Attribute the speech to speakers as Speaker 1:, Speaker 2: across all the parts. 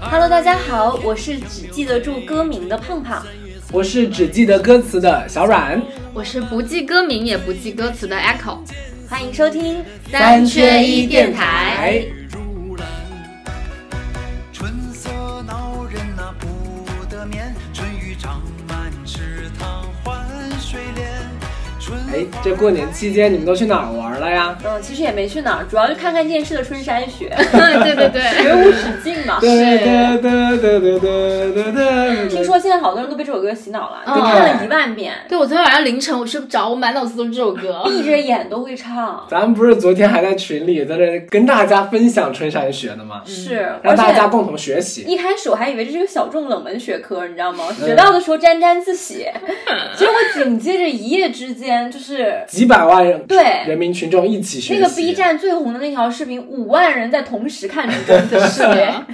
Speaker 1: Hello，大家好，我是只记得住歌名的胖胖，
Speaker 2: 我是只记得歌词的小阮，
Speaker 3: 我是不记歌名也不记歌词的 Echo。
Speaker 1: 欢迎收听
Speaker 3: 三缺一电台。
Speaker 4: 如兰，春色恼人呐、不得眠。春雨长满池塘换水莲。春
Speaker 2: 哎，这过年期间你们都去哪儿玩了呀？
Speaker 1: 嗯，其实也没去哪儿，主要就看看电视的《春山雪》，
Speaker 3: 嗯对对对，
Speaker 1: 学无止境嘛。
Speaker 2: 对对对对对对对对。
Speaker 1: 听说现在好多人都被这首歌洗脑了，
Speaker 3: 嗯
Speaker 1: 你看了一万遍，
Speaker 3: 对我昨天晚上凌晨我睡不着，我满脑子都是这首 歌。
Speaker 1: 闭着眼都会唱。
Speaker 2: 咱们不是昨天还在群里在这跟大家分享春山雪呢吗？
Speaker 1: 是，
Speaker 2: 让
Speaker 1: 而
Speaker 2: 嗯大家
Speaker 1: 且
Speaker 2: 共同学习。
Speaker 1: 一开始我还以为这是个小众冷门学科，你知道吗？
Speaker 2: 嗯
Speaker 1: 学到的时候沾沾自喜，结果紧接着一夜之间就是
Speaker 2: 几百万人
Speaker 1: 对
Speaker 2: 人民群众一起学
Speaker 1: 那
Speaker 2: 习。
Speaker 1: 个 B 站最红的那条视频，五万人在同时看这个歌 词，
Speaker 3: 的，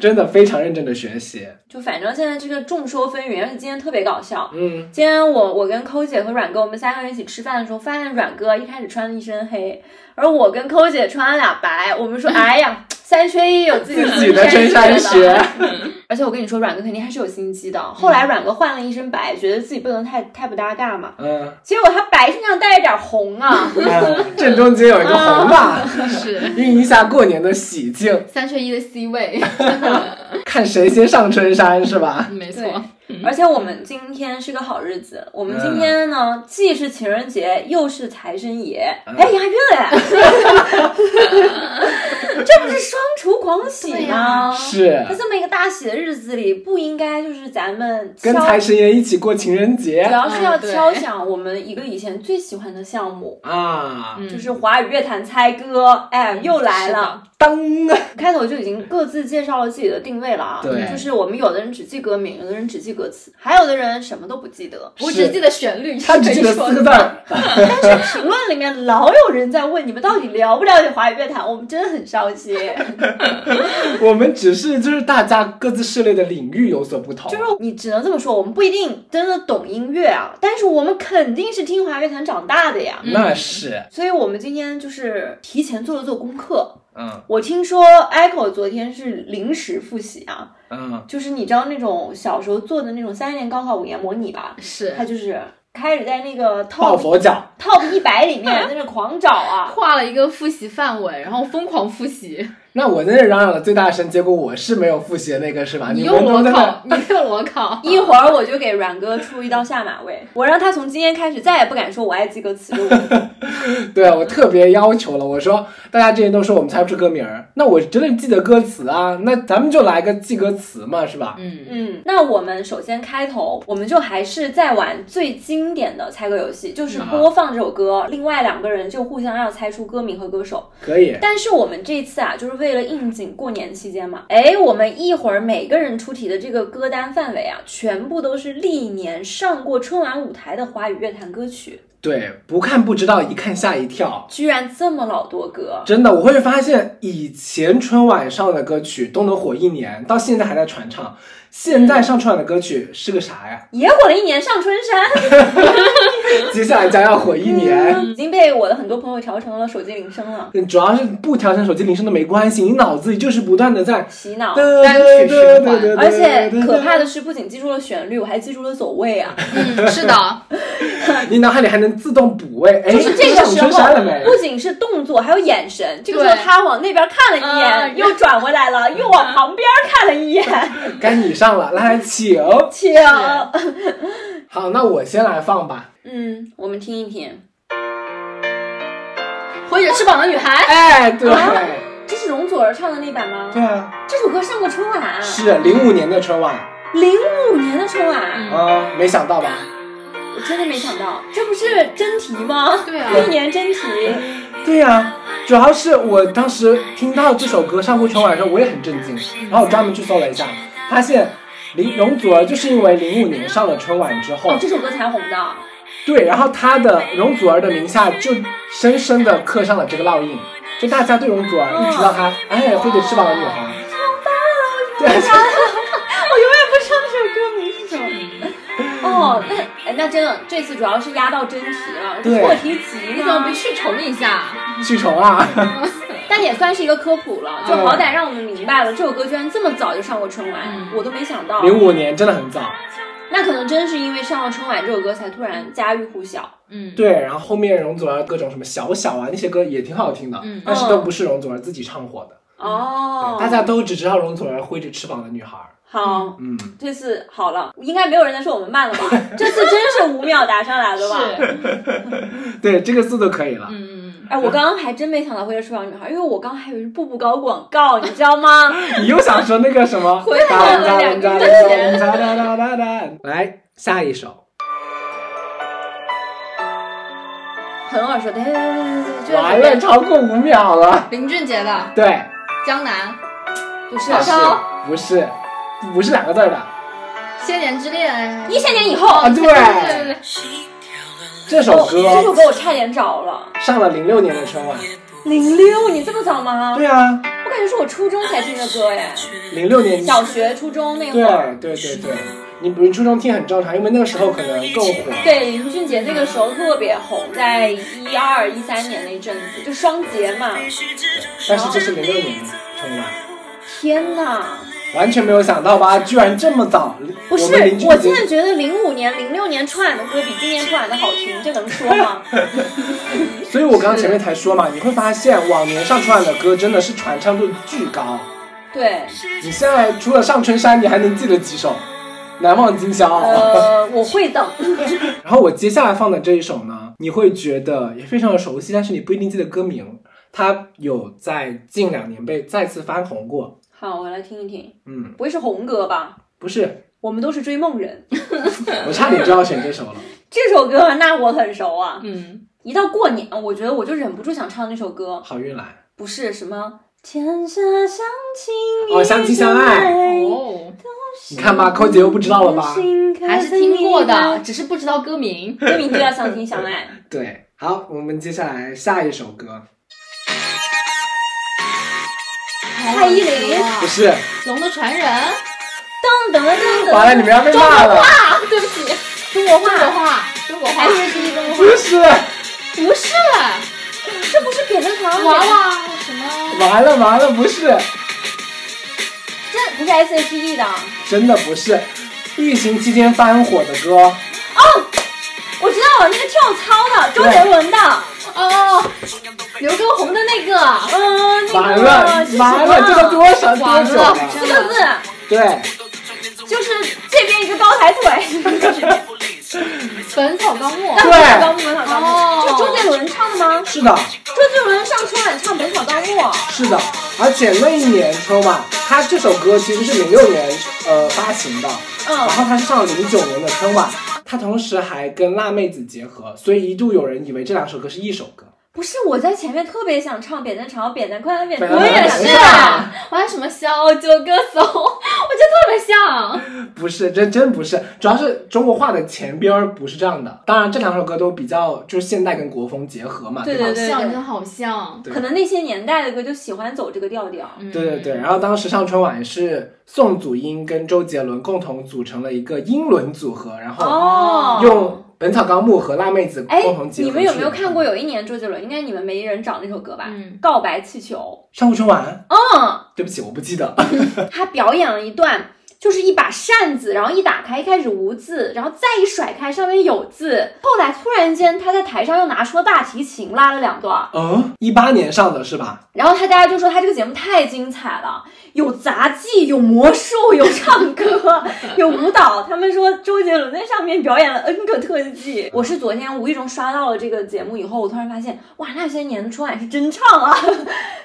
Speaker 2: 真的非常认真的学习。
Speaker 1: 就反正现在这个众说纷纭，而且今天特别搞笑。
Speaker 2: 嗯，
Speaker 1: 今天我我跟抠姐和阮哥，我们三个人一起吃饭的时候，发现阮哥一开始穿了一身黑，而我跟抠姐穿了俩白。我 们说，哎呀，三缺一，有自己
Speaker 2: 自己的
Speaker 1: 真
Speaker 2: 真山
Speaker 1: 学
Speaker 2: 学。
Speaker 1: 而且我跟你说，阮哥肯定还是有心机的。后来阮哥换了一身白，觉得自己不能太太不搭嘎嘛。
Speaker 2: 嗯，
Speaker 1: 结果他白身上带着点红啊，
Speaker 2: 哎正中间有一个红吧，
Speaker 3: 是
Speaker 2: 孕一下过年的喜庆，
Speaker 3: 三缺一的 C 位，
Speaker 2: 看谁先上春山是吧？
Speaker 3: 没
Speaker 1: 对
Speaker 3: 错。，
Speaker 1: 而且我们今天是个好日子，我们
Speaker 2: 嗯
Speaker 1: 今天呢，既是情人节，又是财神爷，
Speaker 2: 嗯
Speaker 1: 哎，押韵哎， 这不是双厨狂喜
Speaker 3: 对
Speaker 1: 吗
Speaker 3: 呀？
Speaker 2: 是
Speaker 1: 在这么一个大喜的日子里，不应该就是咱们
Speaker 2: 跟
Speaker 1: 敲
Speaker 2: 财神爷一起过情人
Speaker 1: 主
Speaker 2: 节
Speaker 1: 要是要
Speaker 3: 嗯对
Speaker 1: 敲响我们一个以前最喜欢的项目。
Speaker 2: 啊，
Speaker 3: 嗯
Speaker 1: 就是华语乐坛猜歌，哎，又来
Speaker 3: 是
Speaker 1: 了
Speaker 3: 的。
Speaker 2: 当
Speaker 1: 开头就已经各自介绍了自己的定位了啊。
Speaker 2: 对
Speaker 1: 就是我们有的人只记歌名，有的人只记歌词，还有的人什么都不记得。
Speaker 3: 我只记得旋律，
Speaker 2: 他只记得
Speaker 3: 是没
Speaker 2: 四个
Speaker 3: 说的
Speaker 2: 字儿，
Speaker 1: 但是评论里面老有人在问你们到底了不了解华语乐坛，我们真的很伤心。
Speaker 2: 我们只是就是大家各自涉猎的领域有所不同，
Speaker 1: 就是你只能这么说，我们不一定真的懂音乐啊，但是我们肯定是听华语乐坛长大的呀。
Speaker 3: 嗯
Speaker 2: 那是
Speaker 1: 所以我们今天就是提前做了做功课。
Speaker 2: 嗯
Speaker 1: 我听说 Echo 昨天是临时复习啊，
Speaker 2: 嗯
Speaker 1: 就是你知道那种小时候做的那种三年高考五年模拟吧，
Speaker 3: 是
Speaker 1: 他就是开始在那个
Speaker 2: 抱
Speaker 1: top
Speaker 2: 佛脚，
Speaker 1: top 一百里面在那狂找啊，
Speaker 3: 画了一个复习范围，然后疯狂复习。
Speaker 2: 那我在那嚷嚷的最大声，结果我是没有复习的那个是吧？们
Speaker 3: 你用
Speaker 2: 都
Speaker 3: 我
Speaker 2: 在那
Speaker 3: 考，你用 我考，
Speaker 1: 一会儿我就给阮哥出一道下马威，我让他从今天开始再也不敢说我爱记歌词了。
Speaker 2: 对我特别要求了，我说大家之前都说我们猜不出歌名儿，那我真的记得歌词啊，那咱们就来个记歌词嘛，是吧？
Speaker 3: 嗯，
Speaker 1: 嗯，那我们首先开头，我们就还是在玩最经典的猜歌游戏，就是播放这首歌，另外两个人就互相要猜出歌名和歌手。
Speaker 2: 可以，
Speaker 1: 但是我们这次啊，就是为了应景过年期间嘛，哎，我们一会儿每个人出题的这个歌单范围啊，全部都是历年上过春晚舞台的华语乐坛歌曲，
Speaker 2: 对，不看不知道，一看吓一跳。
Speaker 1: 居然这么老多歌。
Speaker 2: 真的，我会发现以前春晚上的歌曲都能火一年，到现在还在传唱。现在上春晚的歌曲是个啥呀？
Speaker 1: 也火了一年上春山，
Speaker 2: 接下来将要火 一年。
Speaker 1: 已经被我的很多朋友调成了手机铃声了，
Speaker 2: 嗯主要是不调整手机铃声都没关系，你脑子里就是不断的在
Speaker 1: 洗脑。
Speaker 3: 单曲循环
Speaker 1: 而且可怕的，是，不仅记住了旋律，我还记住了走位 啊！
Speaker 3: 嗯，是的，
Speaker 2: 你脑海里还能自动补位。哎，
Speaker 1: 就是这个时
Speaker 2: 上春山了
Speaker 1: 候，
Speaker 2: 没？
Speaker 1: 不仅是动作，还有眼神。这个时候，
Speaker 3: 对
Speaker 1: 他往那边看了一眼，
Speaker 3: 嗯
Speaker 1: 又转回来了，又往旁边看了 一眼。
Speaker 2: 该你上了，来请。
Speaker 1: 请，
Speaker 2: 好，那我先来放吧。
Speaker 1: 嗯，我们听一听，
Speaker 3: 挥着翅膀的女孩，
Speaker 2: 哎，对，
Speaker 1: 这是容祖儿唱的那版吗？
Speaker 2: 对啊，
Speaker 1: 这首歌上过春晚，
Speaker 2: 是零五年的春晚
Speaker 1: 零五年的春晚，
Speaker 3: 嗯
Speaker 2: 啊，没想到吧？
Speaker 1: 我真的没想到，这不是真题吗？
Speaker 3: 对啊
Speaker 1: 历年真题，
Speaker 2: 对呀、主要是我当时听到这首歌上过春晚的时候，我也很震惊，然后我专门去搜了一下，发现林容祖儿就是因为零五年上了春晚之后
Speaker 1: 哦，，这首歌才红的。
Speaker 2: 对，然后她的容祖儿的名下就深深的刻上了这个烙印，就大家对容祖儿一直到她，哎，挥着翅膀的女孩，对，
Speaker 1: 我永远不知道这首歌名是什么。哦，那哎那真的，这次主要是压到真题了，
Speaker 2: 对
Speaker 1: 错题集
Speaker 3: 你怎么
Speaker 1: 呢
Speaker 3: 不？去重一下？
Speaker 2: 去虫啊，
Speaker 1: 但也算是一个科普了，就
Speaker 2: 嗯
Speaker 1: 好歹让我们明白了这首歌居然这么早就上过春晚，
Speaker 3: 嗯
Speaker 1: 我都没想到。
Speaker 2: 零五年真的很早，
Speaker 1: 那可能真是因为上了春晚这首歌才突然家喻户晓。
Speaker 3: 嗯，
Speaker 2: 对，然后后面容祖儿各种什么小小啊那些歌也挺好听的，
Speaker 3: 嗯
Speaker 2: 但是都不是容祖儿自己唱火的，
Speaker 1: 哦，
Speaker 2: 对大家都只知道容祖儿挥着翅膀的女孩儿。
Speaker 1: 好。
Speaker 2: 嗯，
Speaker 1: 这次好了，应该没有人再说我们慢了吧？这次真是五秒答上来的吧？
Speaker 3: 是，
Speaker 2: 对，这个速度可以了。
Speaker 3: 嗯嗯
Speaker 1: 哎，我刚刚还真没想到会是翅膀女孩，因为我刚刚还以为是步步高广告，你知道吗？
Speaker 2: 你又想说那个什么？
Speaker 1: 回来了
Speaker 3: 两个
Speaker 2: 人。哒哒哒哒哒来下一首，
Speaker 1: 很耳熟，对对对对对，就
Speaker 2: 完
Speaker 1: 是
Speaker 2: 了，超过五秒了。
Speaker 3: 嗯，林俊杰的《
Speaker 2: 对，
Speaker 3: 江南
Speaker 1: 不是
Speaker 2: 不
Speaker 1: 不
Speaker 2: 是
Speaker 1: 是哦，
Speaker 2: 不是不是两个字儿的啊？
Speaker 3: 千年之恋》
Speaker 1: 一千年以后
Speaker 2: 对，
Speaker 3: 对对对，
Speaker 2: 这首
Speaker 1: 哦这首
Speaker 2: 歌
Speaker 1: 歌我差点找了，
Speaker 2: 上了零六年的春晚。
Speaker 1: 零六，你这么早吗？
Speaker 2: 对啊，
Speaker 1: 我感觉是我初中才听的歌哎，
Speaker 2: 零六年
Speaker 1: 小学、初中那会
Speaker 2: 对
Speaker 1: 儿。
Speaker 2: 对对对，你比如初中听很正常，因为那个时候可能更火。
Speaker 1: 对，林俊杰那个时候特别红，在一二一三年那一阵子，就双节嘛。
Speaker 2: 但是这是零六年的春晚，
Speaker 1: 天哪！
Speaker 2: 完全没有想到吧？居然这么早，
Speaker 1: 不是
Speaker 2: 我们邻，居
Speaker 1: 我
Speaker 2: 已经
Speaker 1: 现在觉得零五年、零六年春晚的歌比今年春晚的好听，这能说吗？
Speaker 2: 所以我刚刚前面才说嘛，你会发现往年上春晚的歌真的是传唱度巨高。
Speaker 1: 对，
Speaker 2: 你现在除了上春山，你还能记得几首？难忘今宵。
Speaker 1: 呃，
Speaker 3: 啊
Speaker 1: 我会等。
Speaker 2: 然后我接下来放的这一首呢，你会觉得也非常的熟悉，但是你不一定记得歌名。它有在近两年被再次翻红过。
Speaker 1: 好，我来听一听，
Speaker 2: 嗯，
Speaker 1: 不会是红歌吧？
Speaker 2: 不是，
Speaker 1: 我们都是追梦人。
Speaker 2: 我差点就要选这首了。
Speaker 1: 这首歌那我很熟啊，
Speaker 3: 嗯，
Speaker 1: 一到过年，我觉得我就忍不住想唱那首歌，
Speaker 2: 好运来，
Speaker 1: 不是什么天下相亲
Speaker 2: 哦相亲相爱
Speaker 3: 哦，
Speaker 2: 你看吧，扣姐又不知道了吧？
Speaker 3: 还是听过的，，只是不知道歌 名。
Speaker 1: 歌名就叫相亲相 爱。
Speaker 2: 对，好，我们接下来下一首歌，
Speaker 1: 蔡依
Speaker 3: 哎
Speaker 1: 林
Speaker 2: 不是，
Speaker 3: 《龙的传人》
Speaker 1: 噔噔噔噔，
Speaker 2: 完了，你们要被骂了，
Speaker 3: 啊，对不起，
Speaker 1: 中国
Speaker 3: 中国
Speaker 1: 话，
Speaker 3: 话，中国话
Speaker 1: 还，是中国
Speaker 2: 不
Speaker 1: 话？
Speaker 2: 是，
Speaker 3: 不是
Speaker 1: 这不是扁担糖
Speaker 3: 娃娃什么？
Speaker 2: 完了完了，不是。
Speaker 1: 这不是 S H E 的，
Speaker 2: 真的不是疫情期间翻火的歌，
Speaker 1: 我知道了，那个跳操的，周杰伦的，
Speaker 3: 哦，
Speaker 5: 哎
Speaker 3: 刘畊宏的那个，
Speaker 1: 嗯，那个
Speaker 2: 完了
Speaker 1: 是什么
Speaker 2: 完了，这都多少多
Speaker 3: 完
Speaker 2: 久
Speaker 3: 了
Speaker 2: 了？
Speaker 1: 四个字
Speaker 2: 对，
Speaker 1: 就是这边一个高抬腿，
Speaker 3: 《本草纲目》
Speaker 1: 那不是高木本草纲
Speaker 3: 哦
Speaker 1: 目，这周杰伦唱的吗？
Speaker 2: 是的，
Speaker 1: 周杰伦上春晚唱《本草纲目》，啊
Speaker 2: 是的，而且那一年春晚，他这首歌其实是零六年呃发行的，
Speaker 1: 嗯，
Speaker 2: 然后他是上零九年的春晚，他同时还跟辣妹子结合，所以一度有人以为这两首歌是一首歌。
Speaker 1: 不是，我在前面特别想唱《扁担长，扁担宽，扁担
Speaker 2: 扁
Speaker 1: 宽
Speaker 2: 担
Speaker 3: 我也
Speaker 2: 长
Speaker 3: 是啊，我还什么小九歌手，我觉得特别像。
Speaker 2: 不是，真真不是，主要是中国话的前边儿不是这样的。当然，这两首歌都比较就是现代跟国风结合嘛，
Speaker 1: 对
Speaker 2: 吧？
Speaker 1: 对对
Speaker 3: 像真的好像，
Speaker 2: 对
Speaker 1: 可能那些年代的歌就喜欢走这个调调。
Speaker 3: 嗯
Speaker 2: 对对对，，然后当时上春晚是宋祖英跟周杰伦共同组成了一个英伦组合，然后
Speaker 1: 哦，
Speaker 2: 用《本草纲目》和辣妹子
Speaker 1: 哎
Speaker 2: 共同，结合。
Speaker 1: 你们有没有看过？有一年周杰伦，应该你们没人找那首歌吧？
Speaker 3: 嗯
Speaker 1: 告白气 球。
Speaker 2: 上过春晚？
Speaker 1: 嗯，
Speaker 2: 对不起，我不记得。
Speaker 1: 他表演了一段，就是一把扇子，然后一打开，一开始无字，然后再一甩开，上面有字。后来突然间，他在台上又拿出了大提琴，拉了两段。
Speaker 2: 嗯，一八年上的是吧？
Speaker 1: 然后他大家就说他这个节目太精彩了，有杂技，有魔术， 有唱歌，有舞蹈。他们说周杰伦在上面表演了 N 个特技。我是昨天无意中刷到了这个节目以后，我突然发现，哇，那些年的春晚是真唱啊，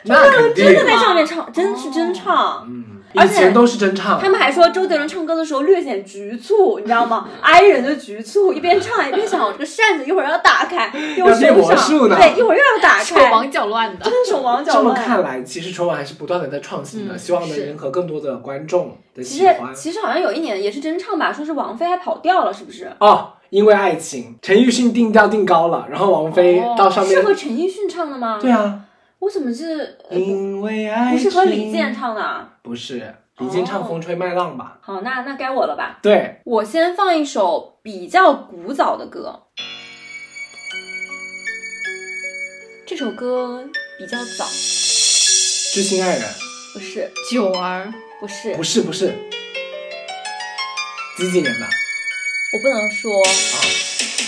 Speaker 2: 那肯定
Speaker 1: 真。的在上面唱，真是真唱。
Speaker 2: 嗯，
Speaker 1: 而
Speaker 2: 以
Speaker 1: 且
Speaker 2: 前都是真唱
Speaker 1: 他。们还说周杰伦唱歌的时候略显局促，你知道 吗？哀人的局促，一边唱一边想这个扇子一会儿要打开，又
Speaker 2: 要变
Speaker 1: 手
Speaker 2: 魔
Speaker 1: 上
Speaker 2: 术呢
Speaker 1: 对，一会儿又要打
Speaker 3: 手
Speaker 1: 开，
Speaker 3: 忙脚乱的。
Speaker 1: 手忙脚
Speaker 2: 这么
Speaker 1: 乱。
Speaker 2: 看来，其实春晚还是不断的在创新的，
Speaker 3: 嗯
Speaker 2: 希望能
Speaker 3: 是
Speaker 2: 迎合更多的观众的
Speaker 1: 其
Speaker 2: 喜
Speaker 1: 实
Speaker 2: 欢。
Speaker 1: 其实好像有一年也是真唱吧，说是王菲还跑调了，是不是？
Speaker 2: 哦，因为爱情，陈奕迅定调定高了，然后王菲
Speaker 3: 哦
Speaker 2: 到上面
Speaker 1: 是。和陈奕迅唱的吗？
Speaker 2: 对，啊，
Speaker 1: 我怎么记得、呃
Speaker 2: 因为爱
Speaker 1: 不
Speaker 2: 情
Speaker 1: 是和李健唱的啊？
Speaker 2: 不是，李健
Speaker 1: 哦
Speaker 2: 唱《风吹麦浪》吧？
Speaker 1: 好，那那该我了吧？
Speaker 2: 对，
Speaker 1: 我先放一首比较古早的歌，这首歌比较早，
Speaker 2: 知心爱人，
Speaker 1: 不是，
Speaker 3: 九儿，
Speaker 1: 不是，
Speaker 2: 不是不是，几几年的？
Speaker 1: 我不能说。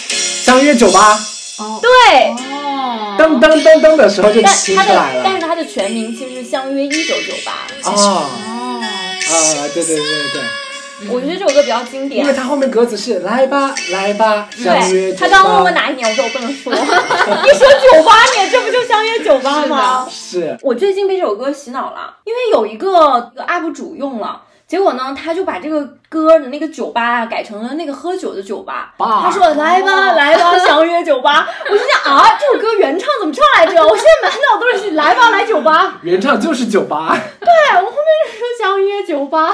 Speaker 2: 相约酒吧，
Speaker 3: 哦，
Speaker 1: 对，
Speaker 3: 哦，
Speaker 2: 噔噔噔噔的时候就
Speaker 1: 但
Speaker 2: 听
Speaker 1: 他
Speaker 2: 出来
Speaker 1: 的但是
Speaker 2: 了。
Speaker 1: 他的全名其实是相约一九九八。
Speaker 2: 哦
Speaker 3: 哦，
Speaker 2: 啊，对对对对，
Speaker 1: 我觉得这首歌比较经典
Speaker 2: 嗯因为。它后面歌词是来吧来吧，相约
Speaker 1: 对，
Speaker 2: 酒吧。
Speaker 1: 他刚刚问我哪一年，我说我不能 说。一说九八年，这不就相约九八吗？
Speaker 2: 是
Speaker 1: 我最近被这首歌洗脑了，因为有一个一个 UP 主用了，结果呢，他就把这个歌的那个酒吧啊改成了那个喝酒的酒吧。
Speaker 2: 吧哦
Speaker 1: 他说：“来吧，来吧，相约酒吧。”我就想啊，这首歌原唱怎么唱来着？我现在满脑都是“来吧，来酒吧
Speaker 2: 原唱就是酒吧，”。
Speaker 1: 对，我后面是说“相约酒吧”。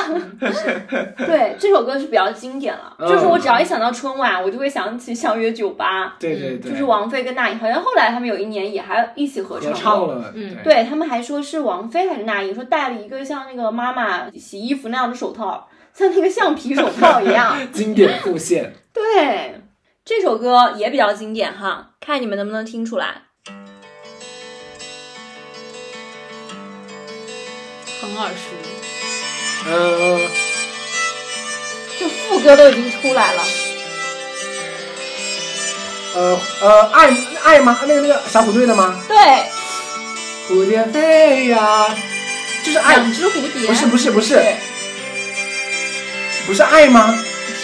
Speaker 1: 对，这首歌是比较经典了，
Speaker 2: 嗯
Speaker 1: 就是我只要一想到春晚，我就会想起“相约酒吧
Speaker 2: 对对”，对，
Speaker 1: 就是王菲跟那英，好像后来他们有一年也还一起合唱
Speaker 2: 合
Speaker 1: 过。
Speaker 2: 唱了，
Speaker 3: 嗯
Speaker 2: 对，
Speaker 1: 对他们还说是王菲还是那英，说戴了一个像那个妈妈洗衣服那样的手套，像那个橡皮手套一 样。
Speaker 2: 经典复现。
Speaker 1: 对，这首歌也比较经典哈，看你们能不能听出来。
Speaker 3: 很耳熟，
Speaker 2: 嗯，
Speaker 1: 就副歌都已经出来了，
Speaker 2: 呃呃，爱爱吗？那个那个小虎队的吗？
Speaker 1: 对，
Speaker 2: 蝴蝶飞呀，就是爱，
Speaker 3: 两只蝴蝶，
Speaker 2: 不是不是不是
Speaker 1: 对
Speaker 2: 不是爱吗？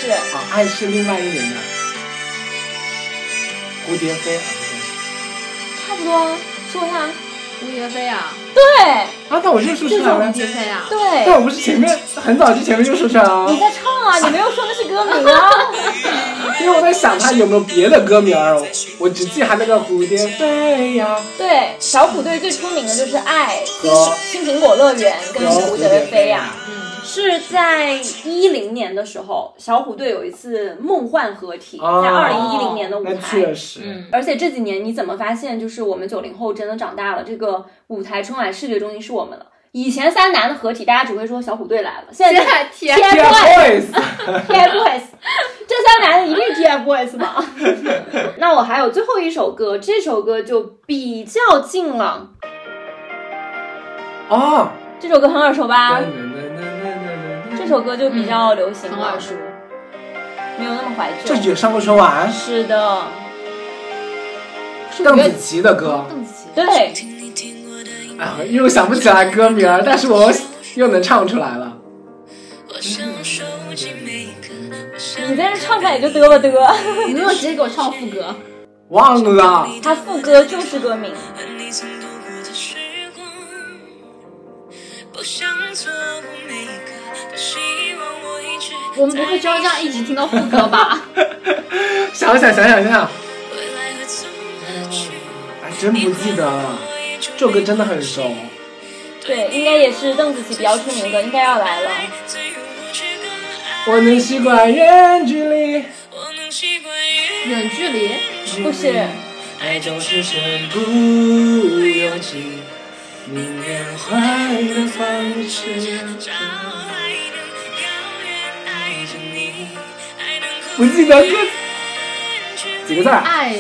Speaker 1: 是
Speaker 2: 啊，爱是另外一年的。蝴蝶飞啊，不
Speaker 1: 差不多啊，说一下，
Speaker 3: 蝴蝶飞啊，
Speaker 1: 对
Speaker 2: 是啊，但我这个说出
Speaker 3: 这
Speaker 2: 来
Speaker 3: 是蝴
Speaker 2: 了，
Speaker 3: 蝶飞啊，
Speaker 2: 但
Speaker 1: 对，
Speaker 2: 我不是前面很早之前面就说出来了啊
Speaker 1: 你，在唱啊，你没有说的是歌名啊，
Speaker 2: 因为我在想他有没有别的歌名儿，我只记他那个蝴蝶飞呀
Speaker 1: 对，小虎队最出名的就是《爱》
Speaker 2: 和
Speaker 1: 新苹果乐园跟
Speaker 2: 和
Speaker 1: 蝴蝶飞呀、
Speaker 2: 呀。
Speaker 3: 嗯，
Speaker 1: 是在一零年的时候，小虎队有一次梦幻合体，在
Speaker 2: 哦
Speaker 1: 二零一零年的舞
Speaker 2: 那
Speaker 1: 台。
Speaker 2: 确实，
Speaker 3: 嗯，
Speaker 1: 而且这几年你怎么发现，就是我们九零后真的长大了，这个舞台春晚视觉中心是我们了。以前三男的合体，大家只会说小虎队来了，现在
Speaker 3: 现
Speaker 1: 就是
Speaker 3: 在天
Speaker 2: boys，
Speaker 1: TFBOYS，这三男的一定是 TFBOYS 吗？那我还有最后一首歌，这首歌就比较近了，
Speaker 2: 哦，
Speaker 1: 这首歌很耳熟吧？这
Speaker 2: 啊这
Speaker 1: 首歌就比较流行
Speaker 3: 很
Speaker 1: 了
Speaker 3: 耳，熟，
Speaker 1: 没有那么怀旧。
Speaker 2: 这也上过春晚，
Speaker 1: 是的，
Speaker 3: 是
Speaker 2: 邓
Speaker 3: 五月
Speaker 2: 紫棋的歌。
Speaker 3: 邓紫棋，
Speaker 1: 对。
Speaker 2: 哎，又想不起来歌名儿，但是我又能唱出来了。
Speaker 1: 你在这唱出来也就嘚吧嘚，
Speaker 3: 你能不能直接给我唱副歌？
Speaker 2: 忘了，
Speaker 1: 他副歌就是歌名。
Speaker 5: 你曾度过的时光，不想错过每个，但希望我一直
Speaker 3: 我们不会就要这样一直听到副歌吧？
Speaker 2: 想想想想想想，
Speaker 5: 未来会怎么去？
Speaker 2: 哎，真不记得了。这首歌真的很熟，
Speaker 1: 对，应该也是邓紫棋比较出名的，应该要来了。
Speaker 5: 最后不去更爱，
Speaker 2: 我能习惯远距离，
Speaker 5: 我能习惯于
Speaker 3: 远距离，
Speaker 1: 不是，
Speaker 2: 爱总是身不由己，宁愿换个方式。
Speaker 5: 找爱能永远爱着你，爱能够
Speaker 2: 不记得歌几个字啊儿，
Speaker 3: 爱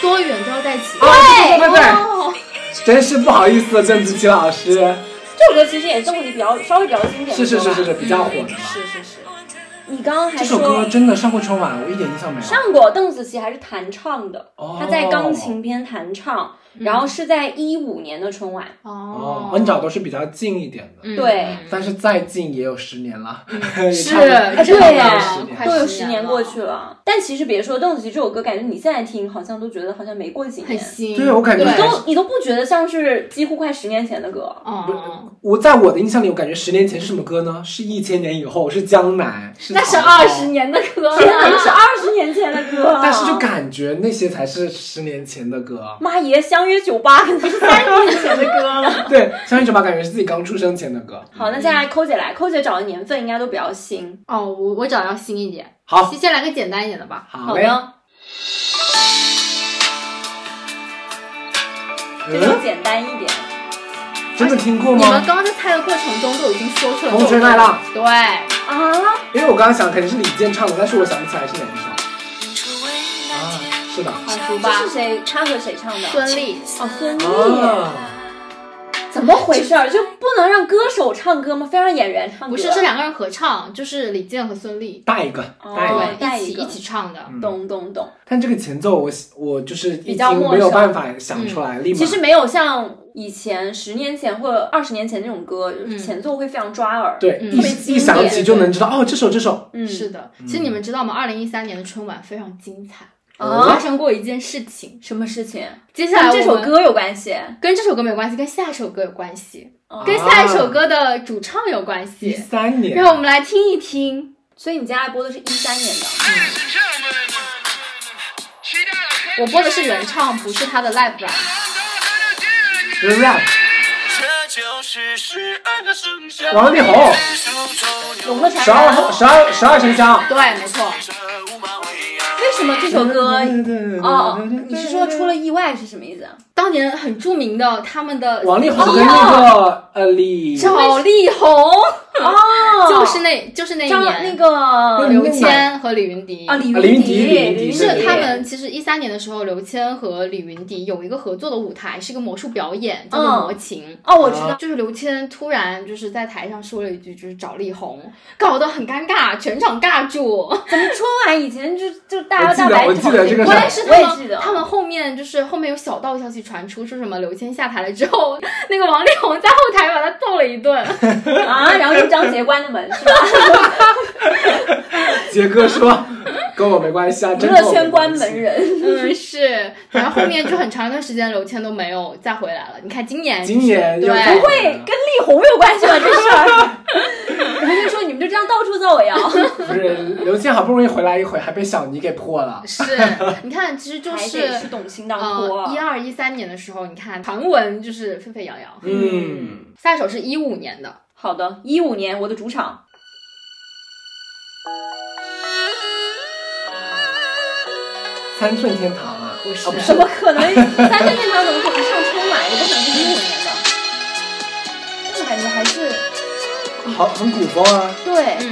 Speaker 3: 多远都要在一起。
Speaker 2: 哦对对对，
Speaker 3: 哦，
Speaker 2: 真是不好意思，邓紫棋老师。
Speaker 1: 这首歌其实也是邓紫棋比较稍微比较经典的歌吧。
Speaker 2: 是是是是是，比较火的嘛。
Speaker 3: 是是是，
Speaker 1: 你刚刚还
Speaker 2: 这
Speaker 1: 说
Speaker 2: 首歌真的上过春晚，我一点印象没有。
Speaker 1: 上过，邓紫棋还是弹唱的，
Speaker 2: 哦
Speaker 1: 她在钢琴边弹唱，然后是在一五年的春晚。
Speaker 2: 哦，你找都是比较近一点的，
Speaker 3: 嗯
Speaker 1: 对
Speaker 2: 但是再近也有十年了，
Speaker 3: 是
Speaker 2: 也差不多
Speaker 3: 真
Speaker 2: 也
Speaker 3: 的
Speaker 2: 有
Speaker 1: 呀
Speaker 2: 十年
Speaker 3: 快
Speaker 1: 都
Speaker 2: 了。
Speaker 1: 有
Speaker 3: 十
Speaker 1: 十
Speaker 3: 年
Speaker 1: 年
Speaker 3: 了
Speaker 1: 过去了，但其实别说邓紫棋这首歌，感觉你现在听好像都觉得好像没过几
Speaker 3: 很
Speaker 1: 年，
Speaker 3: 新。
Speaker 2: 对，我感觉
Speaker 1: 你
Speaker 3: 嗯对
Speaker 1: 都你都不觉得像是几乎快十年前的歌。
Speaker 3: 哦，
Speaker 2: 我在我的印象里，我感觉十年前是什么歌呢？是一千年以后，是江南，是
Speaker 3: 那是
Speaker 2: 曹操
Speaker 3: 二十。年的歌
Speaker 1: 天哪，那
Speaker 3: 了。
Speaker 1: 是二十年前的歌啊，，
Speaker 2: 但是就感觉那些才是十年前的歌
Speaker 1: 妈耶，相约酒吧可能是三十年 前的歌了。
Speaker 2: 对，相信酒吧感觉是自己刚出生前的歌。
Speaker 1: 好，那接下来抠姐来，抠姐找的年份应该都比较新。
Speaker 3: 哦，我我找要新一点，
Speaker 2: 好，
Speaker 3: 先来个简单一点的吧。
Speaker 2: 好
Speaker 1: 好
Speaker 2: 嘞，
Speaker 1: 的，这就
Speaker 2: 嗯，
Speaker 1: 简单一点。
Speaker 2: 真的听过
Speaker 3: 你们
Speaker 2: 吗？
Speaker 3: 刚刚在猜的过程中都已经说出了这首歌。
Speaker 2: 风吹麦浪
Speaker 3: 对，
Speaker 1: 啊，
Speaker 2: 因为我刚刚想肯定是李健唱的，但是我想不起来是哪一首
Speaker 5: 远处为
Speaker 2: 啊
Speaker 5: 那天。？
Speaker 2: 是的，
Speaker 3: 好熟
Speaker 1: 这
Speaker 3: 吧？
Speaker 1: 啊是谁？他和谁唱的？
Speaker 3: 孙俪，
Speaker 1: 哦，孙俪。哦
Speaker 2: 啊，
Speaker 1: 怎么回事儿？就不能让歌手唱歌吗？非要让演员唱歌？
Speaker 3: 不是，是两个人合唱，就是李健和孙俪，
Speaker 2: 带一个，带一个。
Speaker 1: 哦带
Speaker 3: 对，一
Speaker 1: 一
Speaker 3: 起
Speaker 1: 个
Speaker 3: 一起唱的。
Speaker 1: 懂懂懂。
Speaker 2: 但这个前奏我我就是已
Speaker 1: 比较
Speaker 2: 经
Speaker 1: 陌
Speaker 2: 没有
Speaker 1: 生
Speaker 2: 办法想出来，立马
Speaker 1: 其实没有像以前十年前或者二十年前那种歌，就是前奏会非常抓耳。
Speaker 2: 对
Speaker 3: 嗯
Speaker 2: 一
Speaker 1: 特别经
Speaker 2: 一想
Speaker 1: 典
Speaker 2: 起就能知道哦，这首这首
Speaker 1: 嗯，
Speaker 3: 是的，其实你们知道吗？二零一三年的春晚非常精彩，发
Speaker 1: 啊，
Speaker 3: 生过一件事情。
Speaker 1: 什么事情？
Speaker 3: 接下
Speaker 1: 跟
Speaker 3: 来
Speaker 1: 这
Speaker 3: 我
Speaker 1: 首
Speaker 3: 们
Speaker 1: 歌有关系？
Speaker 3: 跟这首歌没有关系，跟下一首歌有关系，
Speaker 1: 哦
Speaker 3: 跟下一首歌的主唱有关
Speaker 2: 一
Speaker 3: 系。
Speaker 2: 啊三年，
Speaker 3: 让我们来听一听。
Speaker 1: 所以你接下来播的是一三年的。
Speaker 6: 日子这么暖，期待了很久
Speaker 3: 我播的是原唱，不是他的 live 版。
Speaker 2: 就是 rap
Speaker 4: 这就是十二个生肖
Speaker 2: 王力宏
Speaker 1: 龙的
Speaker 2: 十
Speaker 1: 传
Speaker 2: 二
Speaker 1: 人
Speaker 2: 号十二十二生肖。
Speaker 3: 对，没错，
Speaker 1: 为什么这首歌？哦
Speaker 2: 哦，
Speaker 1: 你是说出了意外是什么意思啊？
Speaker 3: 当年很著名的他们的
Speaker 2: 王力宏跟那个呃李
Speaker 3: 赵丽宏，
Speaker 1: 哦
Speaker 3: 就是那就是那一
Speaker 1: 张
Speaker 3: 年
Speaker 1: 那个
Speaker 3: 刘谦和李云迪
Speaker 1: 啊，李
Speaker 2: 啊李云
Speaker 1: 云
Speaker 2: 迪李云迪
Speaker 1: 云
Speaker 2: 对
Speaker 3: 是他们其实一三年的时候，刘谦和李云迪有一个合作的舞台，是一个魔术表演，叫做
Speaker 1: 嗯
Speaker 3: 魔琴。
Speaker 1: 哦，我知道。
Speaker 3: 就是刘谦突然就是在台上说了一句，就是找力宏，搞得很尴尬，全场尬住。
Speaker 1: 咱们春晚以前就就大摇大摆
Speaker 2: 我记得我记得这个
Speaker 1: 我
Speaker 2: 事儿
Speaker 1: 也
Speaker 3: 但
Speaker 1: 是
Speaker 3: 是，
Speaker 1: 我
Speaker 3: 他
Speaker 1: 也记
Speaker 3: 们
Speaker 1: 得
Speaker 3: 他们后面就是后面有小道消息传出，说什么刘谦下台了之后，那个王力宏在后台把他揍了一 顿。
Speaker 1: 啊，然后就张杰关的门是吧？
Speaker 2: 杰哥说 跟我没关系啊，
Speaker 1: 娱
Speaker 2: 真
Speaker 1: 乐
Speaker 2: 跟我没
Speaker 1: 圈关
Speaker 2: 关系
Speaker 1: 门。人。
Speaker 3: 嗯，是，然后后面就很长一段时间，刘谦都没有再回来了。你看今年就是，
Speaker 2: 今年又
Speaker 3: 对
Speaker 1: 不会跟力宏有关系吧？这事儿，我跟你说，你们就这样到处造谣。
Speaker 2: 不是刘谦好不容易回来一回，还被小尼给破了。
Speaker 3: 是，你看，其实就
Speaker 1: 还
Speaker 3: 是
Speaker 1: 得是董卿当锅
Speaker 3: 呃，一二一三年的时候，你看传闻就是沸沸扬扬。
Speaker 2: 嗯，
Speaker 3: 下一首是一五年的，
Speaker 1: 好的，一五年我的主场，
Speaker 2: 三寸天堂啊，
Speaker 3: 不是
Speaker 2: 啊不是
Speaker 1: 怎么可能？三寸天堂怎么可能上春晚？也不可能是一五年的。但我感觉还是
Speaker 2: 好很古风啊，
Speaker 1: 对，
Speaker 3: 嗯，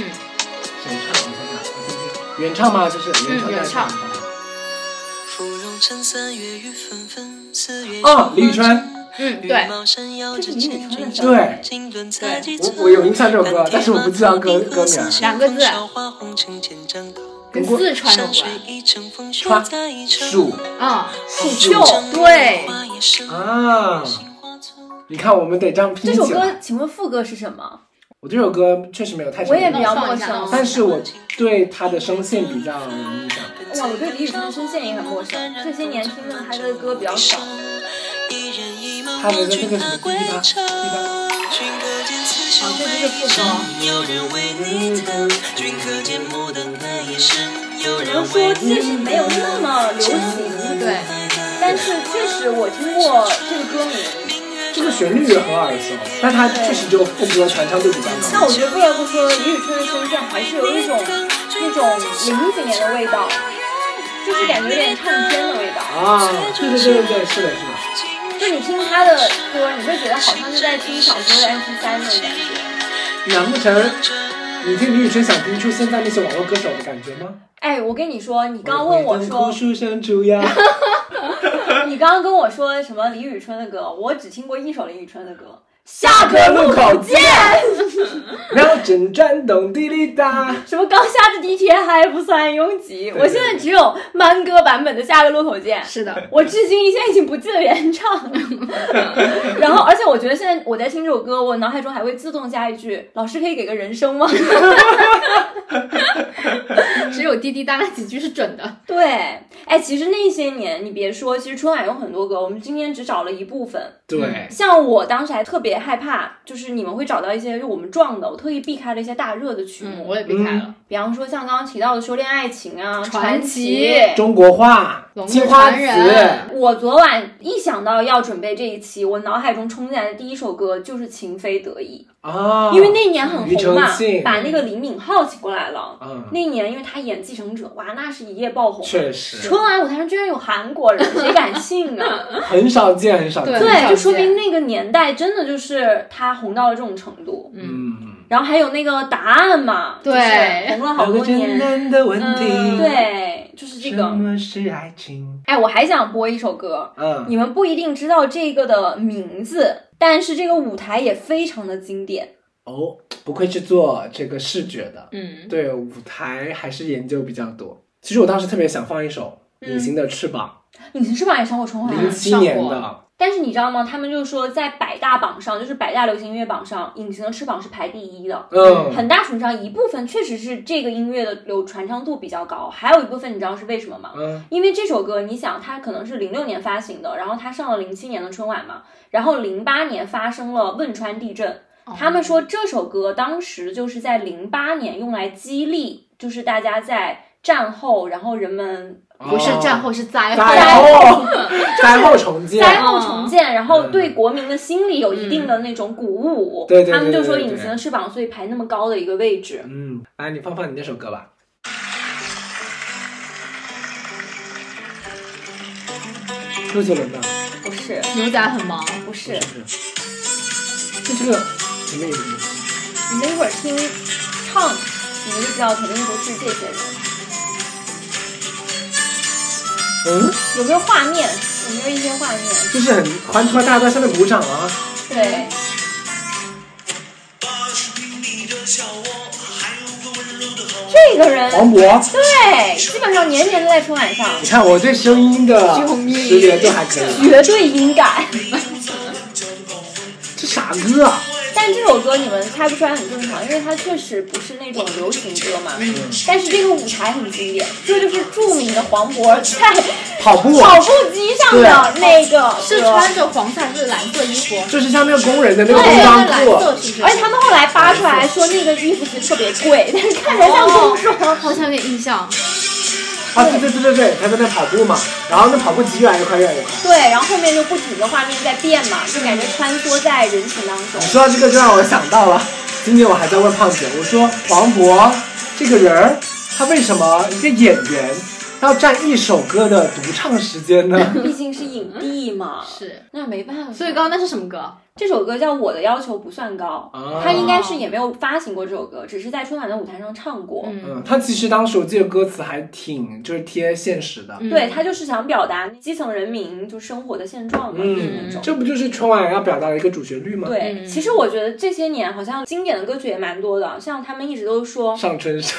Speaker 2: 谁唱？我想想我听听原唱吗？就是原唱
Speaker 3: 嗯
Speaker 2: 在
Speaker 3: 原
Speaker 2: 唱
Speaker 3: 唱
Speaker 2: 的。
Speaker 5: 芙蓉城三月雨纷纷，四月
Speaker 2: 哦李宇春
Speaker 3: 嗯
Speaker 5: 羽
Speaker 3: 对
Speaker 5: 毛扇摇
Speaker 1: 这
Speaker 5: 着
Speaker 1: 是李宇
Speaker 5: 千
Speaker 1: 春的
Speaker 5: 军
Speaker 1: 歌。
Speaker 2: 对
Speaker 5: 经纶采菊
Speaker 2: 我
Speaker 5: 草
Speaker 2: 我有印象这首歌，但是我不记得歌歌名儿。
Speaker 3: 两个字
Speaker 2: 不
Speaker 3: 跟
Speaker 2: 过
Speaker 3: 四川有关。
Speaker 2: 川蜀
Speaker 3: 啊，
Speaker 1: 蜀
Speaker 2: 蜀
Speaker 1: 绣。
Speaker 3: 对，
Speaker 2: 啊，你看我们得这样拼
Speaker 1: 这首
Speaker 2: 起
Speaker 1: 歌
Speaker 2: 来。，
Speaker 1: 请问副歌是什么？
Speaker 2: 我这首歌确实没有太
Speaker 1: 我也
Speaker 2: 熟
Speaker 1: 比较
Speaker 3: 那
Speaker 1: 陌
Speaker 3: 我放一下
Speaker 1: 生。
Speaker 2: 但是我对他的声线比较有印象。
Speaker 1: 哇，哎我对李宇春的声线也很陌生，这些年听的他的歌比较少。
Speaker 2: 他的那个什么滴答滴答，
Speaker 1: 哦，这就是副歌。只能说确实没有那么流行，
Speaker 3: 对，
Speaker 1: 但是确实我听过这个歌名。
Speaker 2: 这个旋律也很耳熟，但它确实只有副歌传唱度比较
Speaker 1: 但
Speaker 2: 高
Speaker 1: 我。觉得不得不说，李宇春的声线还是有一种那种零几年的味道，就是感觉有点唱片的味道。
Speaker 2: 啊，对对对对对，是的，是的，
Speaker 1: 就你听他的歌，你会觉得好像是在听小时候的 MP 三那种感觉。
Speaker 2: 难不成你听李宇春想听出现在那些网络歌手的感觉吗？
Speaker 1: 哎，我跟你说，你刚问我
Speaker 2: 等
Speaker 1: 说
Speaker 2: 枯，树生枝桠，啊
Speaker 1: 你刚刚跟我说什么李宇春的歌，我只听过一首李宇春的歌。
Speaker 2: 下个路口见。秒针转动滴滴答，
Speaker 1: 什么刚下的地铁还不算拥挤，
Speaker 2: 对
Speaker 1: 我现在只有慢歌版本的《下个路口见》。
Speaker 3: 是的，
Speaker 1: 我至今现在已经不记得原 唱了，然后而且我觉得现在我在听这首歌，我脑海中还会自动加一句：“老师可以给个人声吗
Speaker 3: 只有滴滴答那几句是准的。？”
Speaker 1: 对，哎，其实那些年你别说，其实春晚有很多歌，我们今天只找了一部分。
Speaker 2: 对，
Speaker 1: 像我当时还特别害怕，就是你们会找到一些就我们撞的，我特意避开了一些大热的曲
Speaker 3: 嗯，
Speaker 1: 目，
Speaker 3: 我也避开了。
Speaker 1: 比方说像刚刚提到的《修炼爱情》啊，《
Speaker 3: 传
Speaker 1: 奇
Speaker 3: 奇》
Speaker 2: 中国话
Speaker 3: 龙，的
Speaker 2: 金花
Speaker 3: 传
Speaker 2: 瓷，
Speaker 3: 人
Speaker 1: 我昨晚一想到要准备这一期，我脑海中冲进来的第一首歌就是《情非得已》，
Speaker 2: 啊，
Speaker 1: 因为那年很
Speaker 2: 庾
Speaker 1: 红
Speaker 2: 澄
Speaker 1: 嘛
Speaker 2: 庆，
Speaker 1: 把那个李敏镐请过来了。
Speaker 2: 嗯，
Speaker 1: 那年因为他演《继承者》，哇，那是一夜爆红。
Speaker 2: 确实
Speaker 1: 春晚舞台上居然有韩国人，谁敢信啊？
Speaker 2: 很少见，很少见。
Speaker 3: 对很
Speaker 1: 对，
Speaker 3: 少
Speaker 1: 就说
Speaker 3: 见
Speaker 1: 明那个年代真的就是他红到了这种程度。
Speaker 2: 嗯，
Speaker 1: 然后还有那个答案嘛，
Speaker 3: 对
Speaker 1: 就是红了好多
Speaker 2: 简
Speaker 1: 年。
Speaker 2: 单的问
Speaker 3: 嗯
Speaker 2: 题，
Speaker 1: 对，就是这
Speaker 2: 什
Speaker 1: 个。
Speaker 2: 么是爱情？
Speaker 1: 哎，我还想播一首歌，
Speaker 2: 嗯，
Speaker 1: 你们不一定知道这个的名字，但是这个舞台也非常的经典。
Speaker 2: 哦，不愧是做这个视觉的，
Speaker 3: 嗯，
Speaker 2: 对舞台还是研究比较多。其实我当时特别想放一首《隐形的翅膀
Speaker 1: 隐形翅膀也上过春》，晚
Speaker 2: 零
Speaker 1: 会，
Speaker 2: 七年
Speaker 3: 上
Speaker 2: 的，
Speaker 1: 但是你知道吗？他们就说在百大榜上，就是百大流行音乐榜上，《隐形的翅膀》是排第一的。
Speaker 2: 嗯，
Speaker 1: 很大程度上，一部分确实是这个音乐的流传唱度比较高，还有一部分你知道是为什么吗？
Speaker 2: 嗯，
Speaker 1: 因为这首歌，你想，它可能是零六年发行的，然后它上了零七年的春晚嘛，然后零八年发生了汶川地震，他们说这首歌当时就是在零八年用来激励，就是大家在战后，然后人们
Speaker 3: 不是战后是
Speaker 2: 灾
Speaker 3: 灾后，
Speaker 2: 后，灾哦后重建，
Speaker 1: 灾后重建，然后
Speaker 2: 嗯
Speaker 1: 对国民的心理有一定的那种鼓舞。
Speaker 2: 对对对
Speaker 1: 他们就说
Speaker 2: 对对
Speaker 1: 隐形的翅膀，所以排那么高的一个位置。
Speaker 2: 嗯，来，你放放你那首歌吧。周杰伦的，
Speaker 1: 不是，
Speaker 3: 牛仔很忙，
Speaker 1: 不是，
Speaker 2: 这是个什么意思？
Speaker 1: 你们一会儿听唱，你们就知道肯定不是这些人。
Speaker 2: 嗯，
Speaker 1: 有没有画面？有没有一些画面？
Speaker 2: 就是很欢脱大家在下面鼓掌啊。
Speaker 1: 对，这个人
Speaker 2: 黄渤，
Speaker 1: 对，基本上年年都在春晚上，
Speaker 2: 你看我对声音的识别都还可以。
Speaker 1: 绝对音感。
Speaker 2: 这啥歌啊？
Speaker 1: 但这首歌你们猜不出来很正常，因为它确实不是那种流行歌嘛。但是这个舞台很经典，这就是著名的黄渤在
Speaker 2: 跑步啊
Speaker 1: 跑步机上的那个歌
Speaker 3: 是穿着黄色还是蓝色衣服？哎
Speaker 2: 就是像那个工人的那个
Speaker 3: 对，
Speaker 2: 工
Speaker 3: 是
Speaker 2: 装
Speaker 3: 蓝
Speaker 2: 裤，
Speaker 3: 色
Speaker 2: 啊
Speaker 3: 是不是？
Speaker 1: 而且他们后来扒出来说那个衣服其实特别贵，但是看起来像工装。
Speaker 3: 哦好像有点印象。
Speaker 2: 啊，对对对对对，他在那跑步嘛，然后那跑步机越来越快，越来越快。
Speaker 1: 对，然后后面就不停的画面在变嘛，就感觉穿梭在人群当中
Speaker 2: 你。说到这个，就让我想到了，今天我还在问胖姐，我说黄渤这个人儿，他为什么一个演员，他要占一首歌的独唱时间呢？
Speaker 1: 毕竟是影帝嘛，
Speaker 3: 是，
Speaker 1: 那没办法。
Speaker 3: 所以刚刚那是什么歌？
Speaker 1: 这首歌叫《我的要求不算高》，
Speaker 2: 啊
Speaker 1: 他应该是也没有发行过这首歌，只是在春晚的舞台上唱过。
Speaker 2: 嗯，他其实当时我记得歌词还挺就是贴现实的，
Speaker 3: 嗯
Speaker 1: 对他就是想表达基层人民就生活的现状嘛，
Speaker 2: 嗯
Speaker 1: 那种。
Speaker 2: 这不就是春晚要表达的一个主旋律吗？，
Speaker 1: 对，
Speaker 3: 嗯
Speaker 1: 其实我觉得这些年好像经典的歌曲也蛮多的，像他们一直都 说
Speaker 2: 上春山，